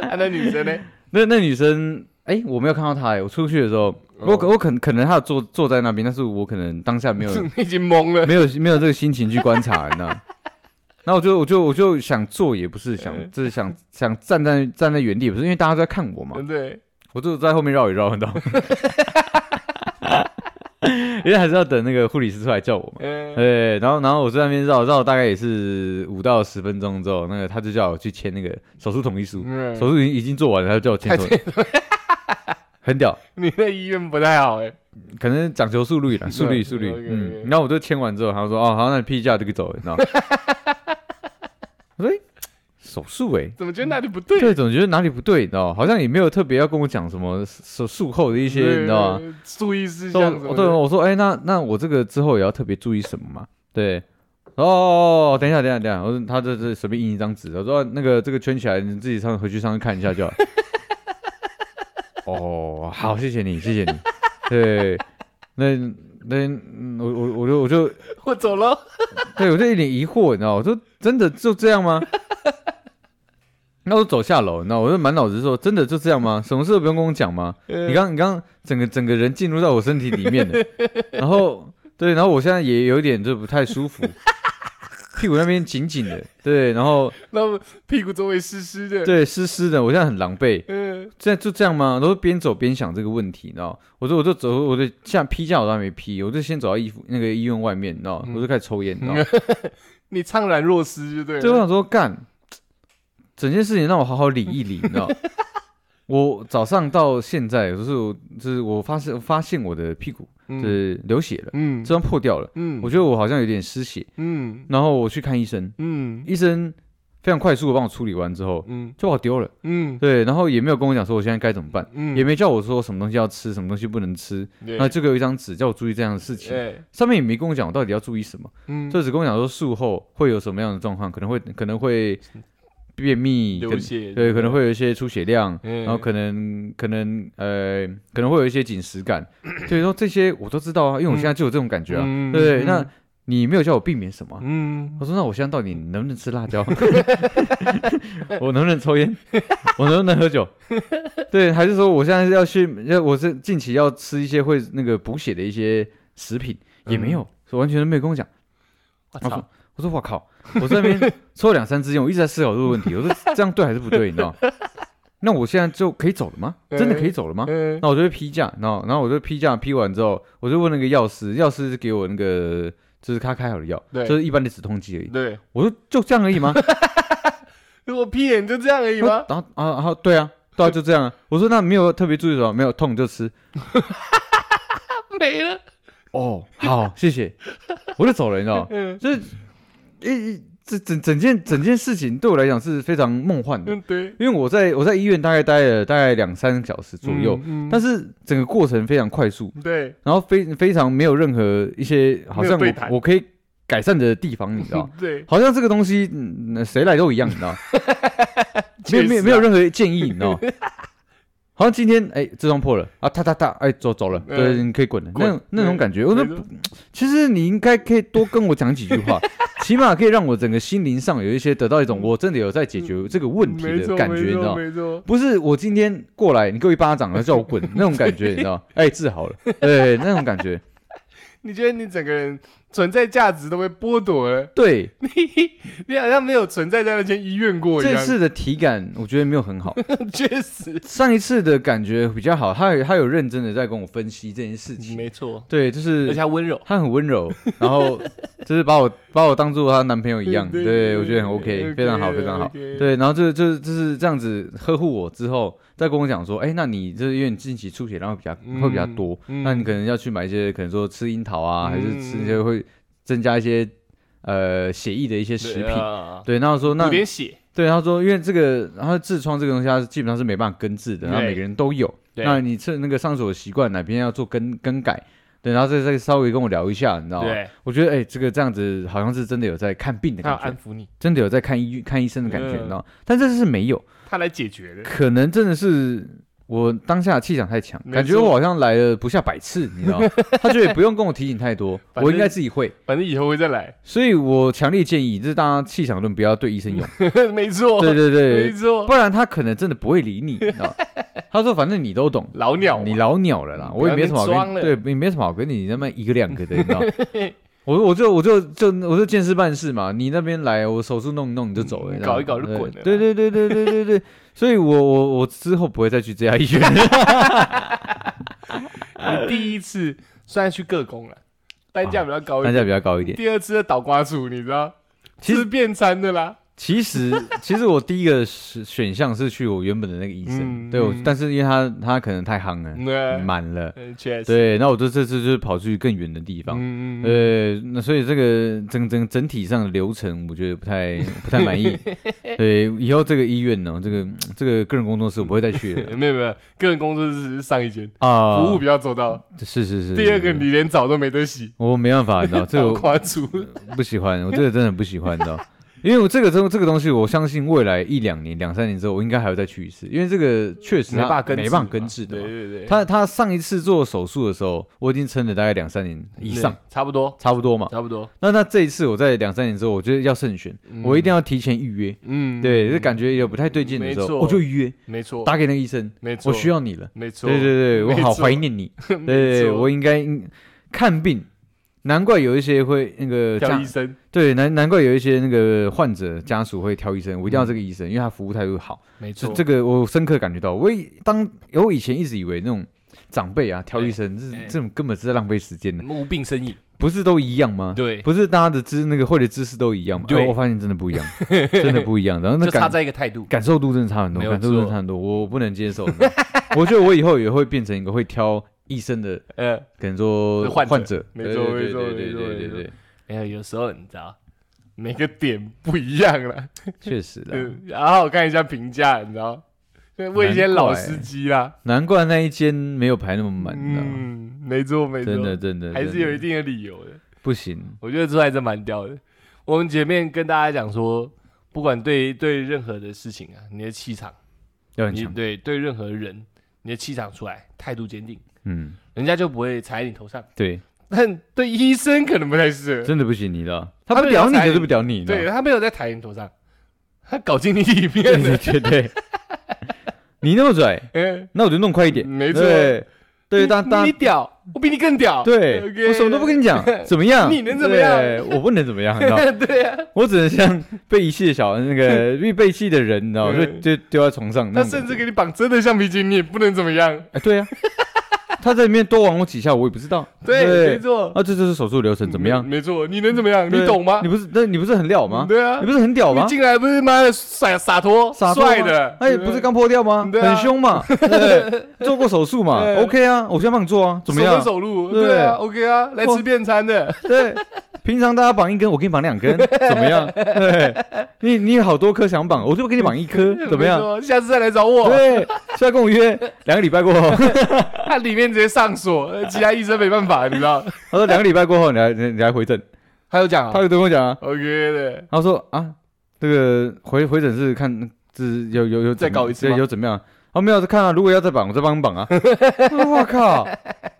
Speaker 1: 啊那女生呢？
Speaker 2: 那那女生，哎，我没有看到她，哎，我出去的时候，
Speaker 1: 哦
Speaker 2: 我可我可能可能她坐坐在那边，但是我可能当下没 有
Speaker 1: 已经懵了，
Speaker 2: 没有没有这个心情去观察，你知道。 然后我就我就我就想坐也不是，想就是想想站在站在原地也不是，因为大家都在看我嘛
Speaker 1: 对。不对？
Speaker 2: 我就在后面绕一绕，你 知道吗？因为还是要等那个护理师出来叫我嘛。
Speaker 1: 嗯，
Speaker 2: 对，然后然后我在那边绕绕，大概也是五到十分钟之后，那个他就叫我去签那个手术同意书，
Speaker 1: 嗯
Speaker 2: 手术已经已经做完了，他就叫我签手术，很屌，
Speaker 1: 你那医院不太好哎，
Speaker 2: 可能讲求速率啦，
Speaker 1: 嗯
Speaker 2: 速率速率，
Speaker 1: OK，OK，OK
Speaker 2: 嗯。然后我就签完之后，他说哦好，那你批假就可以走了，你知道吗？我说诶手术哎、
Speaker 1: 怎么觉得哪里不对？
Speaker 2: 对，总觉得哪里不对，你知道吗？好像也没有特别要跟我讲什么手术后的一
Speaker 1: 一
Speaker 2: 些，你知道吗？？
Speaker 1: 注意事
Speaker 2: 对，
Speaker 1: 项什
Speaker 2: 我
Speaker 1: 么
Speaker 2: 对
Speaker 1: 的，
Speaker 2: 我说，哎、那那我这个之后也要特别注意什么嘛？对，哦，等一下，等一下，等一下，我说他这这随便印一张纸，我说、啊那个这个圈起来，你自己上回去上去看一下就好。哦，好，谢谢你，谢谢你。对，那那嗯我我我就我就
Speaker 1: 我走了，
Speaker 2: 对我就有点疑惑，你知道吗，我说真的就这样吗？ 那我走下楼，那我就满脑子说，真的就这样吗？什么事都不用跟我讲吗？
Speaker 1: 你
Speaker 2: 你刚你刚整个整个人进入到我身体里面 了，然后对，然后我现在也有点就不太 舒服，屁股那边紧紧的，对，然后
Speaker 1: 那屁股周围湿湿的，，
Speaker 2: 对湿湿的，我现在很狼狈，
Speaker 1: 嗯
Speaker 2: 现在就这样吗？然后边走边想这个问题，你知道？我说我就走，我就像批假我都还没批，我就先走到医服那个医院外面，你知道？
Speaker 1: 嗯
Speaker 2: 我就开始抽烟，你知道？
Speaker 1: 你怅然若失，就对
Speaker 2: 对，我
Speaker 1: 了，
Speaker 2: 想说干，整件事情让我好好理一理，你 知道？我早上到现在，就是我就是我发现我发现我的屁股
Speaker 1: 嗯
Speaker 2: 就是流血了，
Speaker 1: 嗯
Speaker 2: 这张破掉了，
Speaker 1: 嗯
Speaker 2: 我觉得我好像有点失血，
Speaker 1: 嗯
Speaker 2: 然后我去看医生，
Speaker 1: 嗯
Speaker 2: 医生非常快速的帮我处理完之后，
Speaker 1: 嗯
Speaker 2: 就把我丢了，
Speaker 1: 嗯
Speaker 2: 对，然后也没有跟我讲说我现在该怎么办，
Speaker 1: 嗯
Speaker 2: 也没叫我说什么东西要吃，什么东西不能吃，
Speaker 1: 对
Speaker 2: 那这个有一张纸叫我注意这样的事情，
Speaker 1: 对
Speaker 2: 上面也没跟我讲我到底要注意什么，
Speaker 1: 嗯
Speaker 2: 就只跟我讲说术后会有什么样的状况，可能会可能会便秘，可
Speaker 1: 流血
Speaker 2: 对，可能会有一些出血量，
Speaker 1: 嗯
Speaker 2: 然后可能可能呃，可能会有一些紧实感， 所以说这些我都知道啊，因为我现在就有这种感觉啊，
Speaker 1: 嗯
Speaker 2: 对不对？
Speaker 1: 嗯
Speaker 2: 那你没有叫我避免什么啊、
Speaker 1: 嗯
Speaker 2: 我说那我现在到底能不能吃辣 椒？ 我能不能抽烟？ 我能不能喝酒？对，还是说我现在要去要我是近期要吃一些会那个补血的一些食品，也没有，完全都没有跟我讲。
Speaker 1: 嗯我
Speaker 2: 然后
Speaker 1: 操
Speaker 2: 说我说我靠，我在那 边抽了两三支烟，我一直在思考这个问题，我说这样对还是不对，你知道？ 那我现在就可以走了吗？真的可以走了吗？
Speaker 1: 嗯
Speaker 2: 那我就会批假，然后然后我就批假，批完之后，我就问那个药师，药师给我那个就是他开好的药，
Speaker 1: 对
Speaker 2: 就是一般的止痛剂而已。
Speaker 1: 对
Speaker 2: 我说就这样而 已吗？
Speaker 1: 我屁眼就这样而已
Speaker 2: 然后
Speaker 1: 吗？
Speaker 2: 然后啊啊对啊对啊就这样啊。我说那没有特别注意什么，没有痛就吃。
Speaker 1: 没了，
Speaker 2: 哦，好谢谢，我就走了，你知道吗？
Speaker 1: 嗯
Speaker 2: 就是一一这整整件整件事情对我来讲是非常梦幻的，
Speaker 1: 嗯对
Speaker 2: 因为我在我在医院大概待了大概两三个小时左右，，
Speaker 1: 嗯嗯
Speaker 2: 但是整个过程非常快速，
Speaker 1: 对
Speaker 2: 然后非非常没有任何一些好像
Speaker 1: 没有对谈
Speaker 2: 我我可以改善的地方，你知道 吗？
Speaker 1: 对
Speaker 2: 好像这个东西，嗯那谁来都一样，你知道吗？没有
Speaker 1: 确
Speaker 2: 没
Speaker 1: 实
Speaker 2: 有
Speaker 1: 啊
Speaker 2: 没有任何建议，你 知道吗？好像今天哎，这张破了啊，哒哒哒，哎，走走了，
Speaker 1: 嗯
Speaker 2: 对，你可以滚了，那种
Speaker 1: 滚
Speaker 2: 那种
Speaker 1: 对
Speaker 2: 感觉，我说
Speaker 1: 没错
Speaker 2: 其实你应该可以多跟我讲几句 话，起码可以让我整个心灵上有一些得到一种我真的有在解决这个问题
Speaker 1: 嗯没
Speaker 2: 的
Speaker 1: 错
Speaker 2: 感觉，
Speaker 1: 没
Speaker 2: 你知
Speaker 1: 错
Speaker 2: 道吗？
Speaker 1: 没错，
Speaker 2: 不是我今天过来，你给我一巴掌，然后叫我滚那种感觉，你知道吗？哎，治好了，对，那种感觉，
Speaker 1: 你觉得你整个人存在价值都被剥夺了？
Speaker 2: 对，
Speaker 1: 你好像没有存在在那间医院过一
Speaker 2: 这
Speaker 1: 样，
Speaker 2: 次的体感我觉得没 有很好，
Speaker 1: 确实
Speaker 2: 上一次的感觉比较好，他有他有认真的在跟我分析这件事情，
Speaker 1: 没错，
Speaker 2: 对，
Speaker 1: 嗯
Speaker 2: 就
Speaker 1: 而
Speaker 2: 是
Speaker 1: 且他温柔
Speaker 2: 他很温柔，然 后就是把我把我当做她男朋友一样，
Speaker 1: 对
Speaker 2: 对
Speaker 1: 对
Speaker 2: 我觉得很
Speaker 1: 对
Speaker 2: OK，
Speaker 1: OK，
Speaker 2: 非常好，非常好，
Speaker 1: OK
Speaker 2: 对，然后就就就是这样子呵护我之后，再跟我讲说，哎，那你就是因为你近期出血量会比较会比较多，
Speaker 1: 嗯
Speaker 2: 那你可能要去买一些可能说吃樱桃啊，还是吃一些
Speaker 1: 嗯
Speaker 2: 会增加一些呃血液的一些食品。
Speaker 1: 品
Speaker 2: 对，然后说那
Speaker 1: 啊有点血，
Speaker 2: 对，他说，因为这个，然后痔疮这个东西，它是基本上是没办法根治的，然后
Speaker 1: 对
Speaker 2: 每个人都有。
Speaker 1: 对
Speaker 2: 那你趁那个上手的习惯，哪边要做更更改？对，然后再再稍微跟我聊一下，你知道吗？
Speaker 1: 对，
Speaker 2: 我觉得，哎、这个这样子好像是真的有在看病的
Speaker 1: 他要
Speaker 2: 感
Speaker 1: 啊安
Speaker 2: 觉，
Speaker 1: 抚你，
Speaker 2: 真的有在看医看医生的感觉，
Speaker 1: 嗯
Speaker 2: 你知道吗？但这次是没有，
Speaker 1: 他来解决的，
Speaker 2: 可能真的是我当下气场太强，
Speaker 1: 没
Speaker 2: 感觉
Speaker 1: 错
Speaker 2: 我好像来了不下百次，你知道吗？他觉得也不用跟我提醒太多，
Speaker 1: 反
Speaker 2: 我应该
Speaker 1: 正
Speaker 2: 自己会。
Speaker 1: 反正以后会再来，
Speaker 2: 所以我强烈建议，就是大家气场论不要对医 生用，
Speaker 1: 没错，
Speaker 2: 对对对，
Speaker 1: 没错，
Speaker 2: 不然他可能真的不会理你，你知道？他说反正你都懂，
Speaker 1: 老鸟嘛，啊
Speaker 2: 你老鸟了啦，我也没什么好
Speaker 1: 不要
Speaker 2: 跟
Speaker 1: 那边
Speaker 2: 你
Speaker 1: 装了
Speaker 2: 对，也没什么好跟你那么一个两个的，你 知道？我我就我就就我就见事办事嘛，你那边来，我手术弄一弄你就走了，
Speaker 1: 嗯
Speaker 2: 你知道吗
Speaker 1: 搞一搞就滚了
Speaker 2: 对对对对对 对对，所以我我我之后不会再去这家医院。
Speaker 1: 你第一次虽然去各工了，单价比较高一
Speaker 2: 单价
Speaker 1: 点，
Speaker 2: 比较高一点。
Speaker 1: 第二次的倒瓜处，你知道，
Speaker 2: 其实
Speaker 1: 吃便餐的啦，
Speaker 2: 其实其实我第一个选选项是去我原本的那个医生，
Speaker 1: 嗯
Speaker 2: 对，我
Speaker 1: 嗯
Speaker 2: 但是因为他他可能太夯了，
Speaker 1: 那
Speaker 2: 满了，
Speaker 1: 嗯确实，
Speaker 2: 对，那我就这次就是跑去更远的地方。
Speaker 1: 嗯嗯
Speaker 2: 呃，那所以这个整整整体上的流程，我觉得不太不太满意。对，以后这个医院哦呢，这个这个个人工作室我不会再去了
Speaker 1: 嗯，没有没有，个人工作室是上一间，
Speaker 2: 啊。
Speaker 1: 服务比较周到，
Speaker 2: 是是是。
Speaker 1: 第二个
Speaker 2: 是
Speaker 1: 你连澡都没得洗，
Speaker 2: 我没办法，你知道这个
Speaker 1: 倒
Speaker 2: 我
Speaker 1: 瓜处，
Speaker 2: 不喜欢，我这个真的不喜欢，你知道。因为我这个东这个东西，我相信未来一两年、两三年之后，我应该还会再去一次，因为这个确实它没办法根治的
Speaker 1: 对
Speaker 2: 嘛。
Speaker 1: 对对，
Speaker 2: 他他上一次做手术的时候，我已经撑了大概两三年以上，哦
Speaker 1: 对差不多
Speaker 2: 差不多嘛。
Speaker 1: 差不多，
Speaker 2: 那那这一次我在两三年之后，我觉得要慎选，
Speaker 1: 嗯
Speaker 2: 我一定要提前预约。
Speaker 1: 嗯
Speaker 2: 对，就
Speaker 1: 这
Speaker 2: 感觉有不太对劲的时
Speaker 1: 没
Speaker 2: 候，
Speaker 1: 错
Speaker 2: 我就预约
Speaker 1: 没错，
Speaker 2: 打给那个医生，
Speaker 1: 没错，
Speaker 2: 我需，要你了。
Speaker 1: 没错，
Speaker 2: 对对对，我
Speaker 1: 没
Speaker 2: 好
Speaker 1: 错
Speaker 2: 怀念你。对对，对
Speaker 1: 没错
Speaker 2: 我应该应看病，难怪有一些会那个
Speaker 1: 叫
Speaker 2: 家
Speaker 1: 医生，
Speaker 2: 对难难怪有一些那个患者家属会挑医生，我一定要这个医生，因为他服务态度好。
Speaker 1: 嗯没
Speaker 2: 这
Speaker 1: 错，
Speaker 2: 这个我深刻感觉到，我以当我以前一直以为那种长辈啊挑医生，这
Speaker 1: 哎
Speaker 2: 这种根本是在浪费时间的，
Speaker 1: 无病呻吟，
Speaker 2: 不是都一样吗？
Speaker 1: 对，
Speaker 2: 不是大家的知那个会的知识都一样吗？
Speaker 1: 对
Speaker 2: 哦我发现真 的不一样，真的不一样。然后那
Speaker 1: 就差
Speaker 2: 感
Speaker 1: 在一个态 度，
Speaker 2: 感受度真的差很多，
Speaker 1: 没有
Speaker 2: 感受度真的差很多，我不能接受。你知道吗我觉得我以后也会变成一个会挑医生的，
Speaker 1: 呃，
Speaker 2: 可能说
Speaker 1: 患者
Speaker 2: 患者，
Speaker 1: 没错
Speaker 2: 对对对
Speaker 1: 没
Speaker 2: 对
Speaker 1: 错
Speaker 2: 对
Speaker 1: 没
Speaker 2: 对
Speaker 1: 错
Speaker 2: 对对，
Speaker 1: 没有，有时候你知道每个点不一样了，
Speaker 2: 确实的。
Speaker 1: 嗯，然后我看一下评价，你知道，问一些
Speaker 2: 难怪
Speaker 1: 老司机啦，
Speaker 2: 难怪那一间没有排那么满呢，
Speaker 1: 嗯，没错没错，
Speaker 2: 真的真的
Speaker 1: 还是有一
Speaker 2: 点
Speaker 1: 定的理由的。
Speaker 2: 不行。
Speaker 1: 我觉得这还是蛮屌的。我们前面跟大家讲说，不管对对任何的事情啊，你的气场，
Speaker 2: 要很
Speaker 1: 你
Speaker 2: 强，
Speaker 1: 对对任何人，你的气场出来，态度坚定，
Speaker 2: 嗯，
Speaker 1: 人家就不会踩你头上。
Speaker 2: 对，
Speaker 1: 但对医生可能不太适合，
Speaker 2: 真的不行，你知道，他
Speaker 1: 他
Speaker 2: 不
Speaker 1: 们
Speaker 2: 屌
Speaker 1: 有
Speaker 2: 你
Speaker 1: 才
Speaker 2: 就是不屌你，你知道
Speaker 1: 对他没有在踩你头上，他搞进你里
Speaker 2: 对
Speaker 1: 面
Speaker 2: 对
Speaker 1: 了。
Speaker 2: 对 对，你那么拽，
Speaker 1: 嗯
Speaker 2: 那我就弄快一点，
Speaker 1: 没错
Speaker 2: 对，对，当
Speaker 1: 你
Speaker 2: 当
Speaker 1: 嗯你屌，我比你更屌。
Speaker 2: 对
Speaker 1: OK
Speaker 2: 我什么都不跟 你讲，怎么样？
Speaker 1: 你能怎么样
Speaker 2: 对我不能怎么样，你知道，
Speaker 1: 对啊，
Speaker 2: 我只能像被遗弃的小那 个被被遗弃的人，你知道，就
Speaker 1: 嗯
Speaker 2: 就丢在床上
Speaker 1: 他
Speaker 2: 那种感觉。
Speaker 1: 甚至给你绑真的橡皮筋，你也不能怎么样。
Speaker 2: 哎，对啊， 他在里面多玩我几下，我也不知道。
Speaker 1: 对，没错。
Speaker 2: 啊，这就是手术流程，怎么样？
Speaker 1: 没没错，你能怎么样？
Speaker 2: 对
Speaker 1: 你懂吗
Speaker 2: 你？不是，那你不是很了吗？
Speaker 1: 对啊
Speaker 2: 你，不是很屌吗
Speaker 1: 你？进来不是妈的洒洒脱、
Speaker 2: 洒脱吗
Speaker 1: 帅的，
Speaker 2: 哎，不是刚破掉吗？
Speaker 1: 对啊
Speaker 2: 很凶嘛，对 不对做过手术嘛
Speaker 1: 对
Speaker 2: ？OK 啊，我先帮你做啊，怎么
Speaker 1: 手
Speaker 2: 样
Speaker 1: 分？手路，
Speaker 2: 对
Speaker 1: 对啊，OK 啊，来
Speaker 2: 哇
Speaker 1: 吃便餐的，
Speaker 2: 对，平常大家绑一根，我给你绑两根，怎么样？对，你你有好多颗想绑，我就给你绑 一颗， 怎么样？
Speaker 1: 没错？下次再来找我。
Speaker 2: 对，现在跟我约两个礼拜过后，
Speaker 1: 他里面直接上锁，呃其他医生没办法，你知道？
Speaker 2: 他说两个礼拜过后你来你你来回诊，
Speaker 1: 还有讲
Speaker 2: 他
Speaker 1: 啊
Speaker 2: 就跟我讲啊，
Speaker 1: ，OK 的，
Speaker 2: 他说啊，这个回回诊是看是有有有
Speaker 1: 再
Speaker 2: 怎么
Speaker 1: 搞一次
Speaker 2: 对
Speaker 1: 吗
Speaker 2: 有怎么样？哦，没有，看啊，如果要再绑，我再帮你绑啊。 我靠，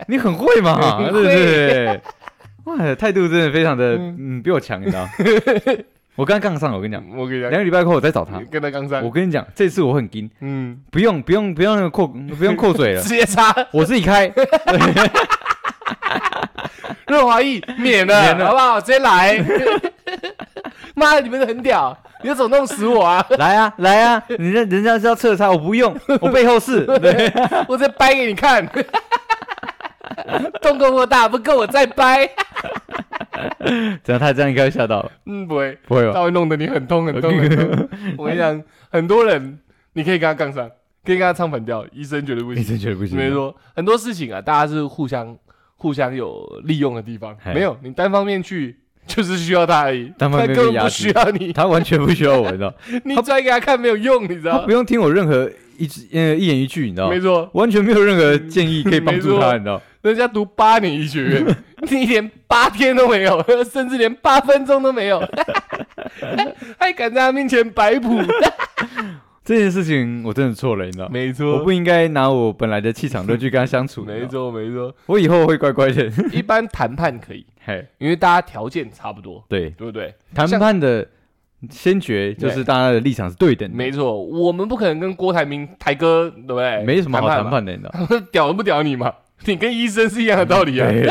Speaker 2: 你很会嘛，
Speaker 1: 很
Speaker 2: 对
Speaker 1: 会
Speaker 2: 对对，哇，态度真的非常的，嗯，比我强，你知道？ 我刚杠上了，我跟你讲，
Speaker 1: 我跟你
Speaker 2: 两个礼拜过后我再找他
Speaker 1: 讲，。跟他刚上
Speaker 2: 我，跟你讲，这次我很精，
Speaker 1: 嗯，
Speaker 2: 不用不用不用那个扣不用扣 嘴了
Speaker 1: 直，接插
Speaker 2: 我自己开。
Speaker 1: 润滑液免了
Speaker 2: 免，了
Speaker 1: 好不好？直接来， 妈的，你们很屌，你总弄死我啊！
Speaker 2: 来啊来啊，你人人家是要侧插，我不用，我背 后是。对，
Speaker 1: 我再掰给你看， 洞够够大，不够我再掰。
Speaker 2: 只要他这样应该会吓到了，
Speaker 1: 嗯，不会，
Speaker 2: 不会吧？
Speaker 1: 他会弄得你很痛很痛很 痛。我跟你讲，很多人你可以跟他杠上，可以跟他唱反调，医生绝对不
Speaker 2: 你
Speaker 1: 行。
Speaker 2: 真觉得不行？
Speaker 1: 没错，很多事情啊，大家是互相互相有利用的地方，
Speaker 2: 嘿
Speaker 1: 没有你单方面去。就是需要他而已，
Speaker 2: 单方
Speaker 1: 他
Speaker 2: 面被
Speaker 1: 根本
Speaker 2: 压
Speaker 1: 不
Speaker 2: 制
Speaker 1: 需要你，
Speaker 2: 他完全不需要我，你知道？
Speaker 1: 你拽 给他看没有用，你知
Speaker 2: 他
Speaker 1: 道
Speaker 2: 不？用听我任何一句呃一言一句，你知道？
Speaker 1: 没错，
Speaker 2: 完全没有任何建议可以帮助
Speaker 1: 没
Speaker 2: 他，
Speaker 1: 错
Speaker 2: 你知道？
Speaker 1: 人家读八年医学 院，你连八天都没有， 甚至连八分钟都没有， 还敢在他面前摆 谱？
Speaker 2: 这件事情我真的错了，你知道？
Speaker 1: 没
Speaker 2: 我
Speaker 1: 错，
Speaker 2: 不应啊该拿我本来的气场论去跟他相处，你
Speaker 1: 没
Speaker 2: 知道
Speaker 1: 错，没错。
Speaker 2: 我以后会乖乖的。
Speaker 1: 一般谈判可以，
Speaker 2: 嘿，
Speaker 1: 因为大家条件差不多，
Speaker 2: 对，
Speaker 1: 对不对？
Speaker 2: 谈
Speaker 1: 像
Speaker 2: 判的先决就是
Speaker 1: 对
Speaker 2: 大家的立场是对等的，
Speaker 1: 没错，我们不可能跟郭台铭、台哥，对不对？
Speaker 2: 没什么好谈
Speaker 1: 判
Speaker 2: 判的，你知道？
Speaker 1: 嘛， 屌都不屌你嘛？ 你跟医生是一样的道理啊，
Speaker 2: 对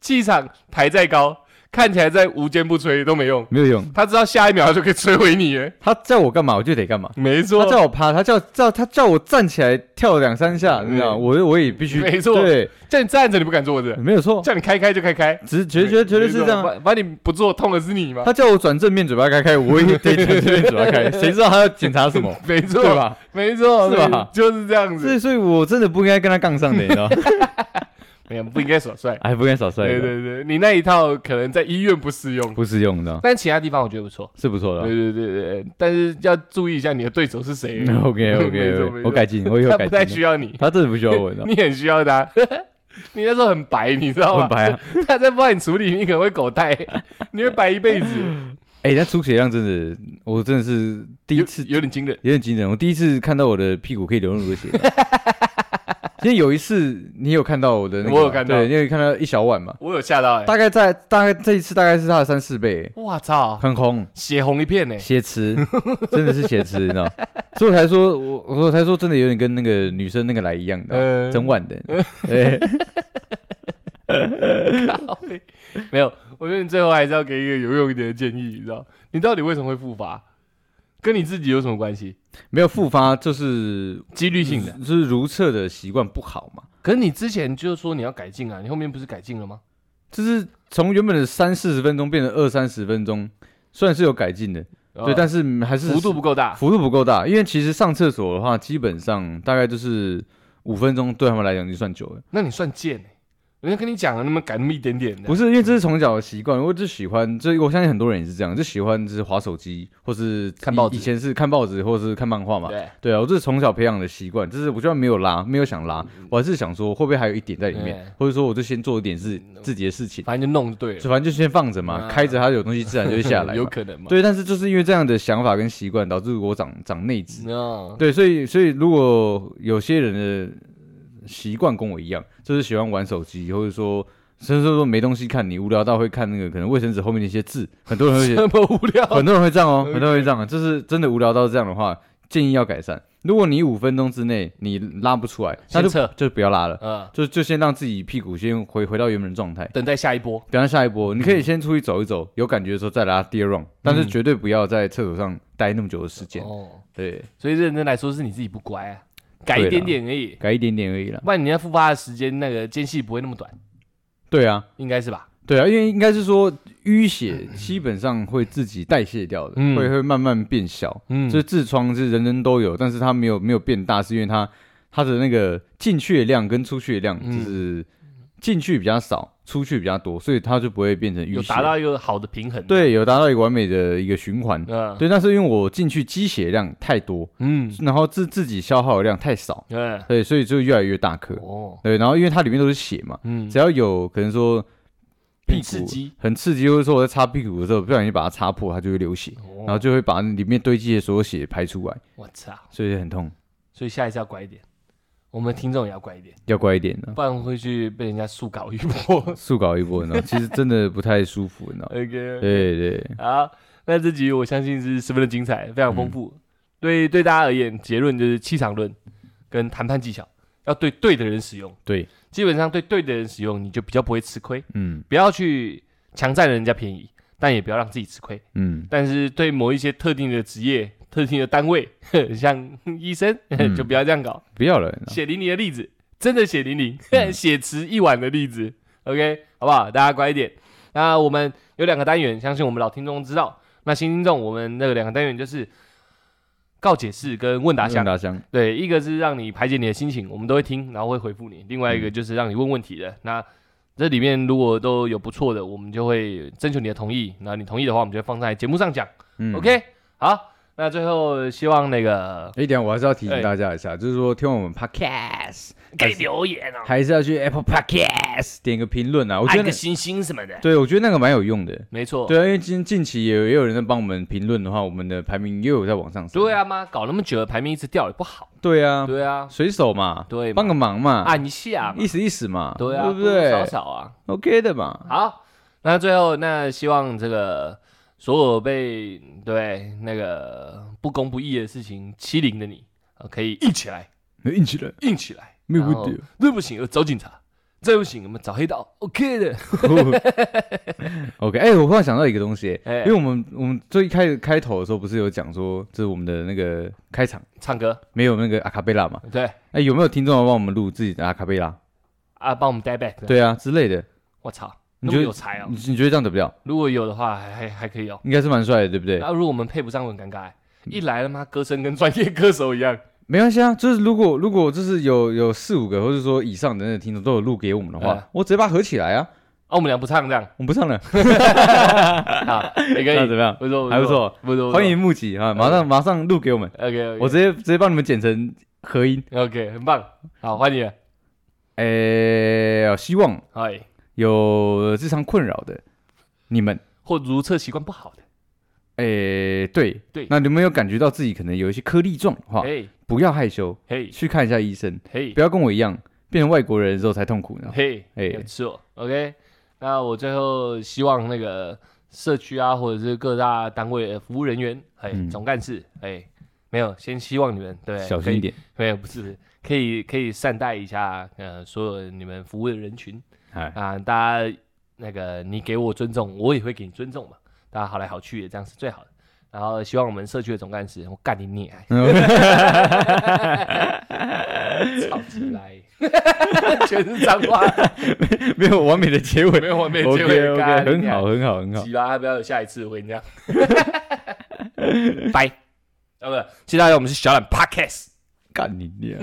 Speaker 1: 气场抬再高，看起来再无坚不摧都没用。
Speaker 2: 没有用。
Speaker 1: 他知道下一秒他就可以摧毁你耶，
Speaker 2: 他叫我干嘛，我就得干嘛。
Speaker 1: 没错
Speaker 2: 他，叫我趴，他叫叫他叫我站起来跳两三下，你知道？
Speaker 1: 嗯
Speaker 2: 我我也必须
Speaker 1: 没错
Speaker 2: 对，
Speaker 1: 叫你站着你不敢坐着，
Speaker 2: 没有错，
Speaker 1: 叫你开开就开开，
Speaker 2: 只是绝绝绝对是这样啊。
Speaker 1: 反反正你不做痛的是你嘛，
Speaker 2: 他叫我转正面，嘴巴开开，我也得转正面嘴巴 开，谁知道他要检查什么，
Speaker 1: 没错
Speaker 2: 对，吧？
Speaker 1: 没错，
Speaker 2: 是吧
Speaker 1: 没就是这样
Speaker 2: 所以，
Speaker 1: 子，
Speaker 2: 所以我真的不应该跟他杠上的，你 知道？
Speaker 1: 没有不应该耍帅。
Speaker 2: 哎，不应该少帅
Speaker 1: 对
Speaker 2: 的，
Speaker 1: 对对，你那一套可能在医院不适用，
Speaker 2: 不适用的，
Speaker 1: 但其他地方我觉得不错。
Speaker 2: 是不错的
Speaker 1: 对。对对对，对但是要注意一下你的对手是 谁，
Speaker 2: OK
Speaker 1: 没
Speaker 2: OK，
Speaker 1: 错没错
Speaker 2: 我改进，我以后
Speaker 1: 他
Speaker 2: 改
Speaker 1: 不太需
Speaker 2: 进。
Speaker 1: 要 你，
Speaker 2: 他真的不需要我，你知 道？
Speaker 1: 你很需要他。你那时候很白，你知道
Speaker 2: 我很
Speaker 1: 吗？
Speaker 2: 白啊！
Speaker 1: 他再不帮你处理，你可能会狗 带，你会白一辈子。
Speaker 2: 哎，他出血量真的，我真的是第一次
Speaker 1: 有有点惊人，
Speaker 2: 有点惊人。我第一次看到我的屁股可以流那么多 血。因为有一次你有看到我的那个嘛，
Speaker 1: 我有看到
Speaker 2: 对，你有看到一小碗嘛？
Speaker 1: 我有吓到哎、
Speaker 2: 大概在大概这一次大概是他的三四倍，
Speaker 1: 我操，
Speaker 2: 很红。
Speaker 1: 血红一片欸 呢、
Speaker 2: 挟持， 真的是挟持，你知道？所以我才说，我我才说，真的有点跟那个女生那个来一样的，
Speaker 1: 呃
Speaker 2: 啊整晚的。对，
Speaker 1: 没有，我觉得你最后还是要给一个有用一点的建议，你知道？你到底为什么会复发？跟你自己有什么关系？
Speaker 2: 没有复发，就是嗯
Speaker 1: 几率性的。
Speaker 2: 就是如厕的习惯不好嘛，
Speaker 1: 可是你之前就说你要改进啊，你后面不是改进了吗？
Speaker 2: 就是从原本的三四十分钟变成二三十分钟，虽然是有改进的，对，但是还是
Speaker 1: 哦啊幅度不够大。
Speaker 2: 幅度不够大，因为其实上厕所的话，基本上大概就是五分钟对他们来讲就算久了。
Speaker 1: 那你算贱、欸、人家跟你讲了，那么赶那么一点点的，
Speaker 2: 不是因为这是从小的习惯，我就喜欢，这我相信很多人也是这样，就喜欢就是划手机或是
Speaker 1: 看报纸
Speaker 2: 以以前是看报纸或是看漫画嘛。
Speaker 1: 对，
Speaker 2: 对啊，我这是从小培养的习惯，就是我就算没有拉，没有想拉，我还是想说会不会还有一点在里面
Speaker 1: 嗯对，
Speaker 2: 或者说我就先做一点是自己的事情，
Speaker 1: 反正就弄就对了，
Speaker 2: 反正就先放着嘛，
Speaker 1: 啊
Speaker 2: 开着它有东西自然就会下来嘛。
Speaker 1: 有可能嘛？
Speaker 2: 对，但是就是因为这样的想法跟习惯，导致我长长内痔。
Speaker 1: 嗯，
Speaker 2: 对，所以所以如果有些人的习惯跟我一样，就是喜欢玩手机，或者说甚至说没东西看，你无聊到会看那个可能卫生纸后面那些字，很多 人会觉
Speaker 1: 这
Speaker 2: 得
Speaker 1: 么无聊，
Speaker 2: 很多人会这 样哦，很多人会这样，就是真的无聊到这样的话，建议要改善。如果你五分钟之内你拉不出来，那
Speaker 1: 先
Speaker 2: 就
Speaker 1: 撤
Speaker 2: 就不要拉了，
Speaker 1: 嗯，
Speaker 2: 就就先让自己屁股先回回到原本的状态。
Speaker 1: 等待下一波，
Speaker 2: 等下下一波，你可以先出去走一走，有感觉的时候再拉第二 round，但是
Speaker 1: 嗯
Speaker 2: 绝对不要在厕所上待那么久的时间。
Speaker 1: 哦，
Speaker 2: 对，
Speaker 1: 所以认真来说是你自己不乖啊，改一点点而已，
Speaker 2: 改一点点而已啦。
Speaker 1: 不然你要复发的时间那个间隙不会那么短，
Speaker 2: 对啊，
Speaker 1: 应该是吧？
Speaker 2: 对啊，因为应该是说淤血基本上会自己代谢掉的，
Speaker 1: 嗯
Speaker 2: 会会慢慢变小。
Speaker 1: 嗯
Speaker 2: 所以痔疮是人人都有，但是它没有没有变大，是因为它它的那个进去的量跟出去的量
Speaker 1: 嗯
Speaker 2: 就是进去比较少，出去比较多，所以它就不会变成淤血。
Speaker 1: 有达到一个好的平衡，，
Speaker 2: 对，有达到一个完美的一个循环。
Speaker 1: 嗯，
Speaker 2: 对，但是因为我进去积血量太多，
Speaker 1: 嗯，
Speaker 2: 然后自自己消耗的量太少，
Speaker 1: 嗯，
Speaker 2: 对，所以就越来越大颗。
Speaker 1: 哦，
Speaker 2: 对，然后因为它里面都是血嘛，
Speaker 1: 嗯，
Speaker 2: 只要有可能说屁
Speaker 1: 很
Speaker 2: 股
Speaker 1: 刺激，
Speaker 2: 很刺激，或者说我在擦屁股的时候不小心把它擦破，它就会流血，然后
Speaker 1: 哦，
Speaker 2: 就会把里面堆积的所有血排出来，
Speaker 1: 我操，
Speaker 2: 所以很痛，
Speaker 1: 所以下一次要乖一点，我们听众也要乖一点，
Speaker 2: 要乖一点呢、
Speaker 1: 不然会去被人家速搞一波。
Speaker 2: 速搞一 波，你知道，其实真的不太舒服，你知道。
Speaker 1: OK，
Speaker 2: 对对，
Speaker 1: 好，那这集我相信是十分的精彩，非常丰富。
Speaker 2: 嗯
Speaker 1: 对对，大家而言，结论就是气场论跟谈判技巧要对对的人使用，
Speaker 2: 对，
Speaker 1: 基本上对对的人使用，你就比较不会吃亏，
Speaker 2: 嗯
Speaker 1: 不要去强占人家便宜，但也不要让自己吃亏。
Speaker 2: 嗯，
Speaker 1: 但是对某一些特定的职业、特定的单位， 像医生，
Speaker 2: 嗯
Speaker 1: 就不要这样搞。
Speaker 2: 不要了，你知道
Speaker 1: 血淋淋的例子，真的血淋淋，
Speaker 2: 嗯
Speaker 1: 血池一碗的例子。OK，好不好？大家乖一点。那我们有两个单元，相信我们老听众知道。那新听众，我们那个两个单元就是告解式跟问答箱。
Speaker 2: 打箱，
Speaker 1: 对，一个是让你排解你的心情，我们都会听，然后会回复你；另外
Speaker 2: 嗯
Speaker 1: 一个就是让你问问题的。那这里面如果都有不错的，我们就会征求你的同意。那你同意的话，我们就会放在节目上讲。
Speaker 2: 嗯
Speaker 1: OK，好，那最后希望那个
Speaker 2: 哎，等一下我还是要提
Speaker 1: 哎
Speaker 2: 醒大家一下，就是说听完我们 podcast，
Speaker 1: 可以留言哦，
Speaker 2: 还是要去 Apple Podcast 点个评论啊，我觉
Speaker 1: 按
Speaker 2: 得
Speaker 1: 个，星星什么的。
Speaker 2: 对我觉得那个蛮有用的。
Speaker 1: 没错，
Speaker 2: 对啊，因为近近期也有也有人在帮我们评论的话，我们的排名又有在往上升。
Speaker 1: 对，啊妈，搞那么久了，排名一直掉也不好。
Speaker 2: 对啊，
Speaker 1: 对啊，
Speaker 2: 随手嘛，
Speaker 1: 对嘛啊
Speaker 2: 帮个忙嘛，
Speaker 1: 按一下嘛
Speaker 2: 意，思意思嘛，
Speaker 1: 对啊，
Speaker 2: 对不
Speaker 1: 多多
Speaker 2: 对
Speaker 1: 少少啊。
Speaker 2: ？OK 的嘛，
Speaker 1: 好，那最后那希望这个所有被对那个不公不义的事情欺凌的你，呃可以硬起 来，
Speaker 2: 硬起来，
Speaker 1: 硬起来，
Speaker 2: 没有问
Speaker 1: 然后
Speaker 2: 题。
Speaker 1: 这不行，呃找警察。这不行，我们找黑道，OK 的。
Speaker 2: OK，哎，我忽然想到一个东西，
Speaker 1: 哦哎
Speaker 2: 因为我们我们最开始开头的时候不是有讲说，这是我们的那个开场
Speaker 1: 唱歌，
Speaker 2: 没有那个阿卡贝拉嘛？
Speaker 1: 对
Speaker 2: 哎，有没有听众要帮我们录自己的阿卡贝拉？
Speaker 1: 啊，帮我们带 back 的。
Speaker 2: 对啊，之类的，
Speaker 1: 我操，
Speaker 2: 你
Speaker 1: 那
Speaker 2: 觉
Speaker 1: 么
Speaker 2: 得
Speaker 1: 有才哦
Speaker 2: 你！你觉得这样怎么样？
Speaker 1: 如果有的话，还还还可以哦。
Speaker 2: 应该是蛮帅的，对不对嗯
Speaker 1: 然？后如果我们配不上，我很尴尬欸。一来了妈，歌声跟专业歌手一样。
Speaker 2: 没关系啊，就是如果如果就是有有四五个或者说以上的那个听众都有录给我们的话，
Speaker 1: 嗯
Speaker 2: 我直接把它合起来啊，
Speaker 1: 啊，我们俩不唱这样，
Speaker 2: 我们不唱了，
Speaker 1: 啊，也
Speaker 2: 这
Speaker 1: 可
Speaker 2: 样
Speaker 1: 以，
Speaker 2: 怎么样？
Speaker 1: 不错，
Speaker 2: 还不错，
Speaker 1: 不错，
Speaker 2: 欢迎募集啊，
Speaker 1: 哎
Speaker 2: 马上马上录给我们，
Speaker 1: ，OK，
Speaker 2: 我直接直接帮你们剪成合音。
Speaker 1: OK，很棒，好，欢迎了，
Speaker 2: 诶、希望
Speaker 1: 哎，
Speaker 2: 有这场困扰的你们，
Speaker 1: 或如厕习惯不好的，
Speaker 2: 诶、对
Speaker 1: 对哎
Speaker 2: 那你们有感觉到自己可能有一些颗粒状的话，
Speaker 1: 嘿，
Speaker 2: 不要害羞，
Speaker 1: 嘿，
Speaker 2: 去看一下医生，
Speaker 1: 嘿
Speaker 2: 不，要跟我一样变成外国人的时候才痛苦呢。
Speaker 1: 嘿，
Speaker 2: 哎
Speaker 1: 没错，OK，那我最后希望那个社区啊，或者是各大单位的服务人员，哎，
Speaker 2: 嗯
Speaker 1: 总干事，哎，没有，先希望你们对，
Speaker 2: 小心一点，
Speaker 1: 可以，没有，不是，不是可以可以善待一下，呃，所有你们服务的人群
Speaker 2: 哎，
Speaker 1: 啊，大家那个你给我尊重，我也会给你尊重嘛，大家好来好去的，这样是最好的。然后希望我们社区的总干事，我干你 你哎。超级来， 全是脏话，
Speaker 2: 没有完美的结尾
Speaker 1: 没。有完美
Speaker 2: OK
Speaker 1: 结尾
Speaker 2: OK，
Speaker 1: 干
Speaker 2: 很好，，很好，很
Speaker 1: 你啊娘。
Speaker 2: 好
Speaker 1: 急啦，不要有下一次，我跟 你讲，拜，啊不，接下来我们是小懒 Podcast，
Speaker 2: 干你娘！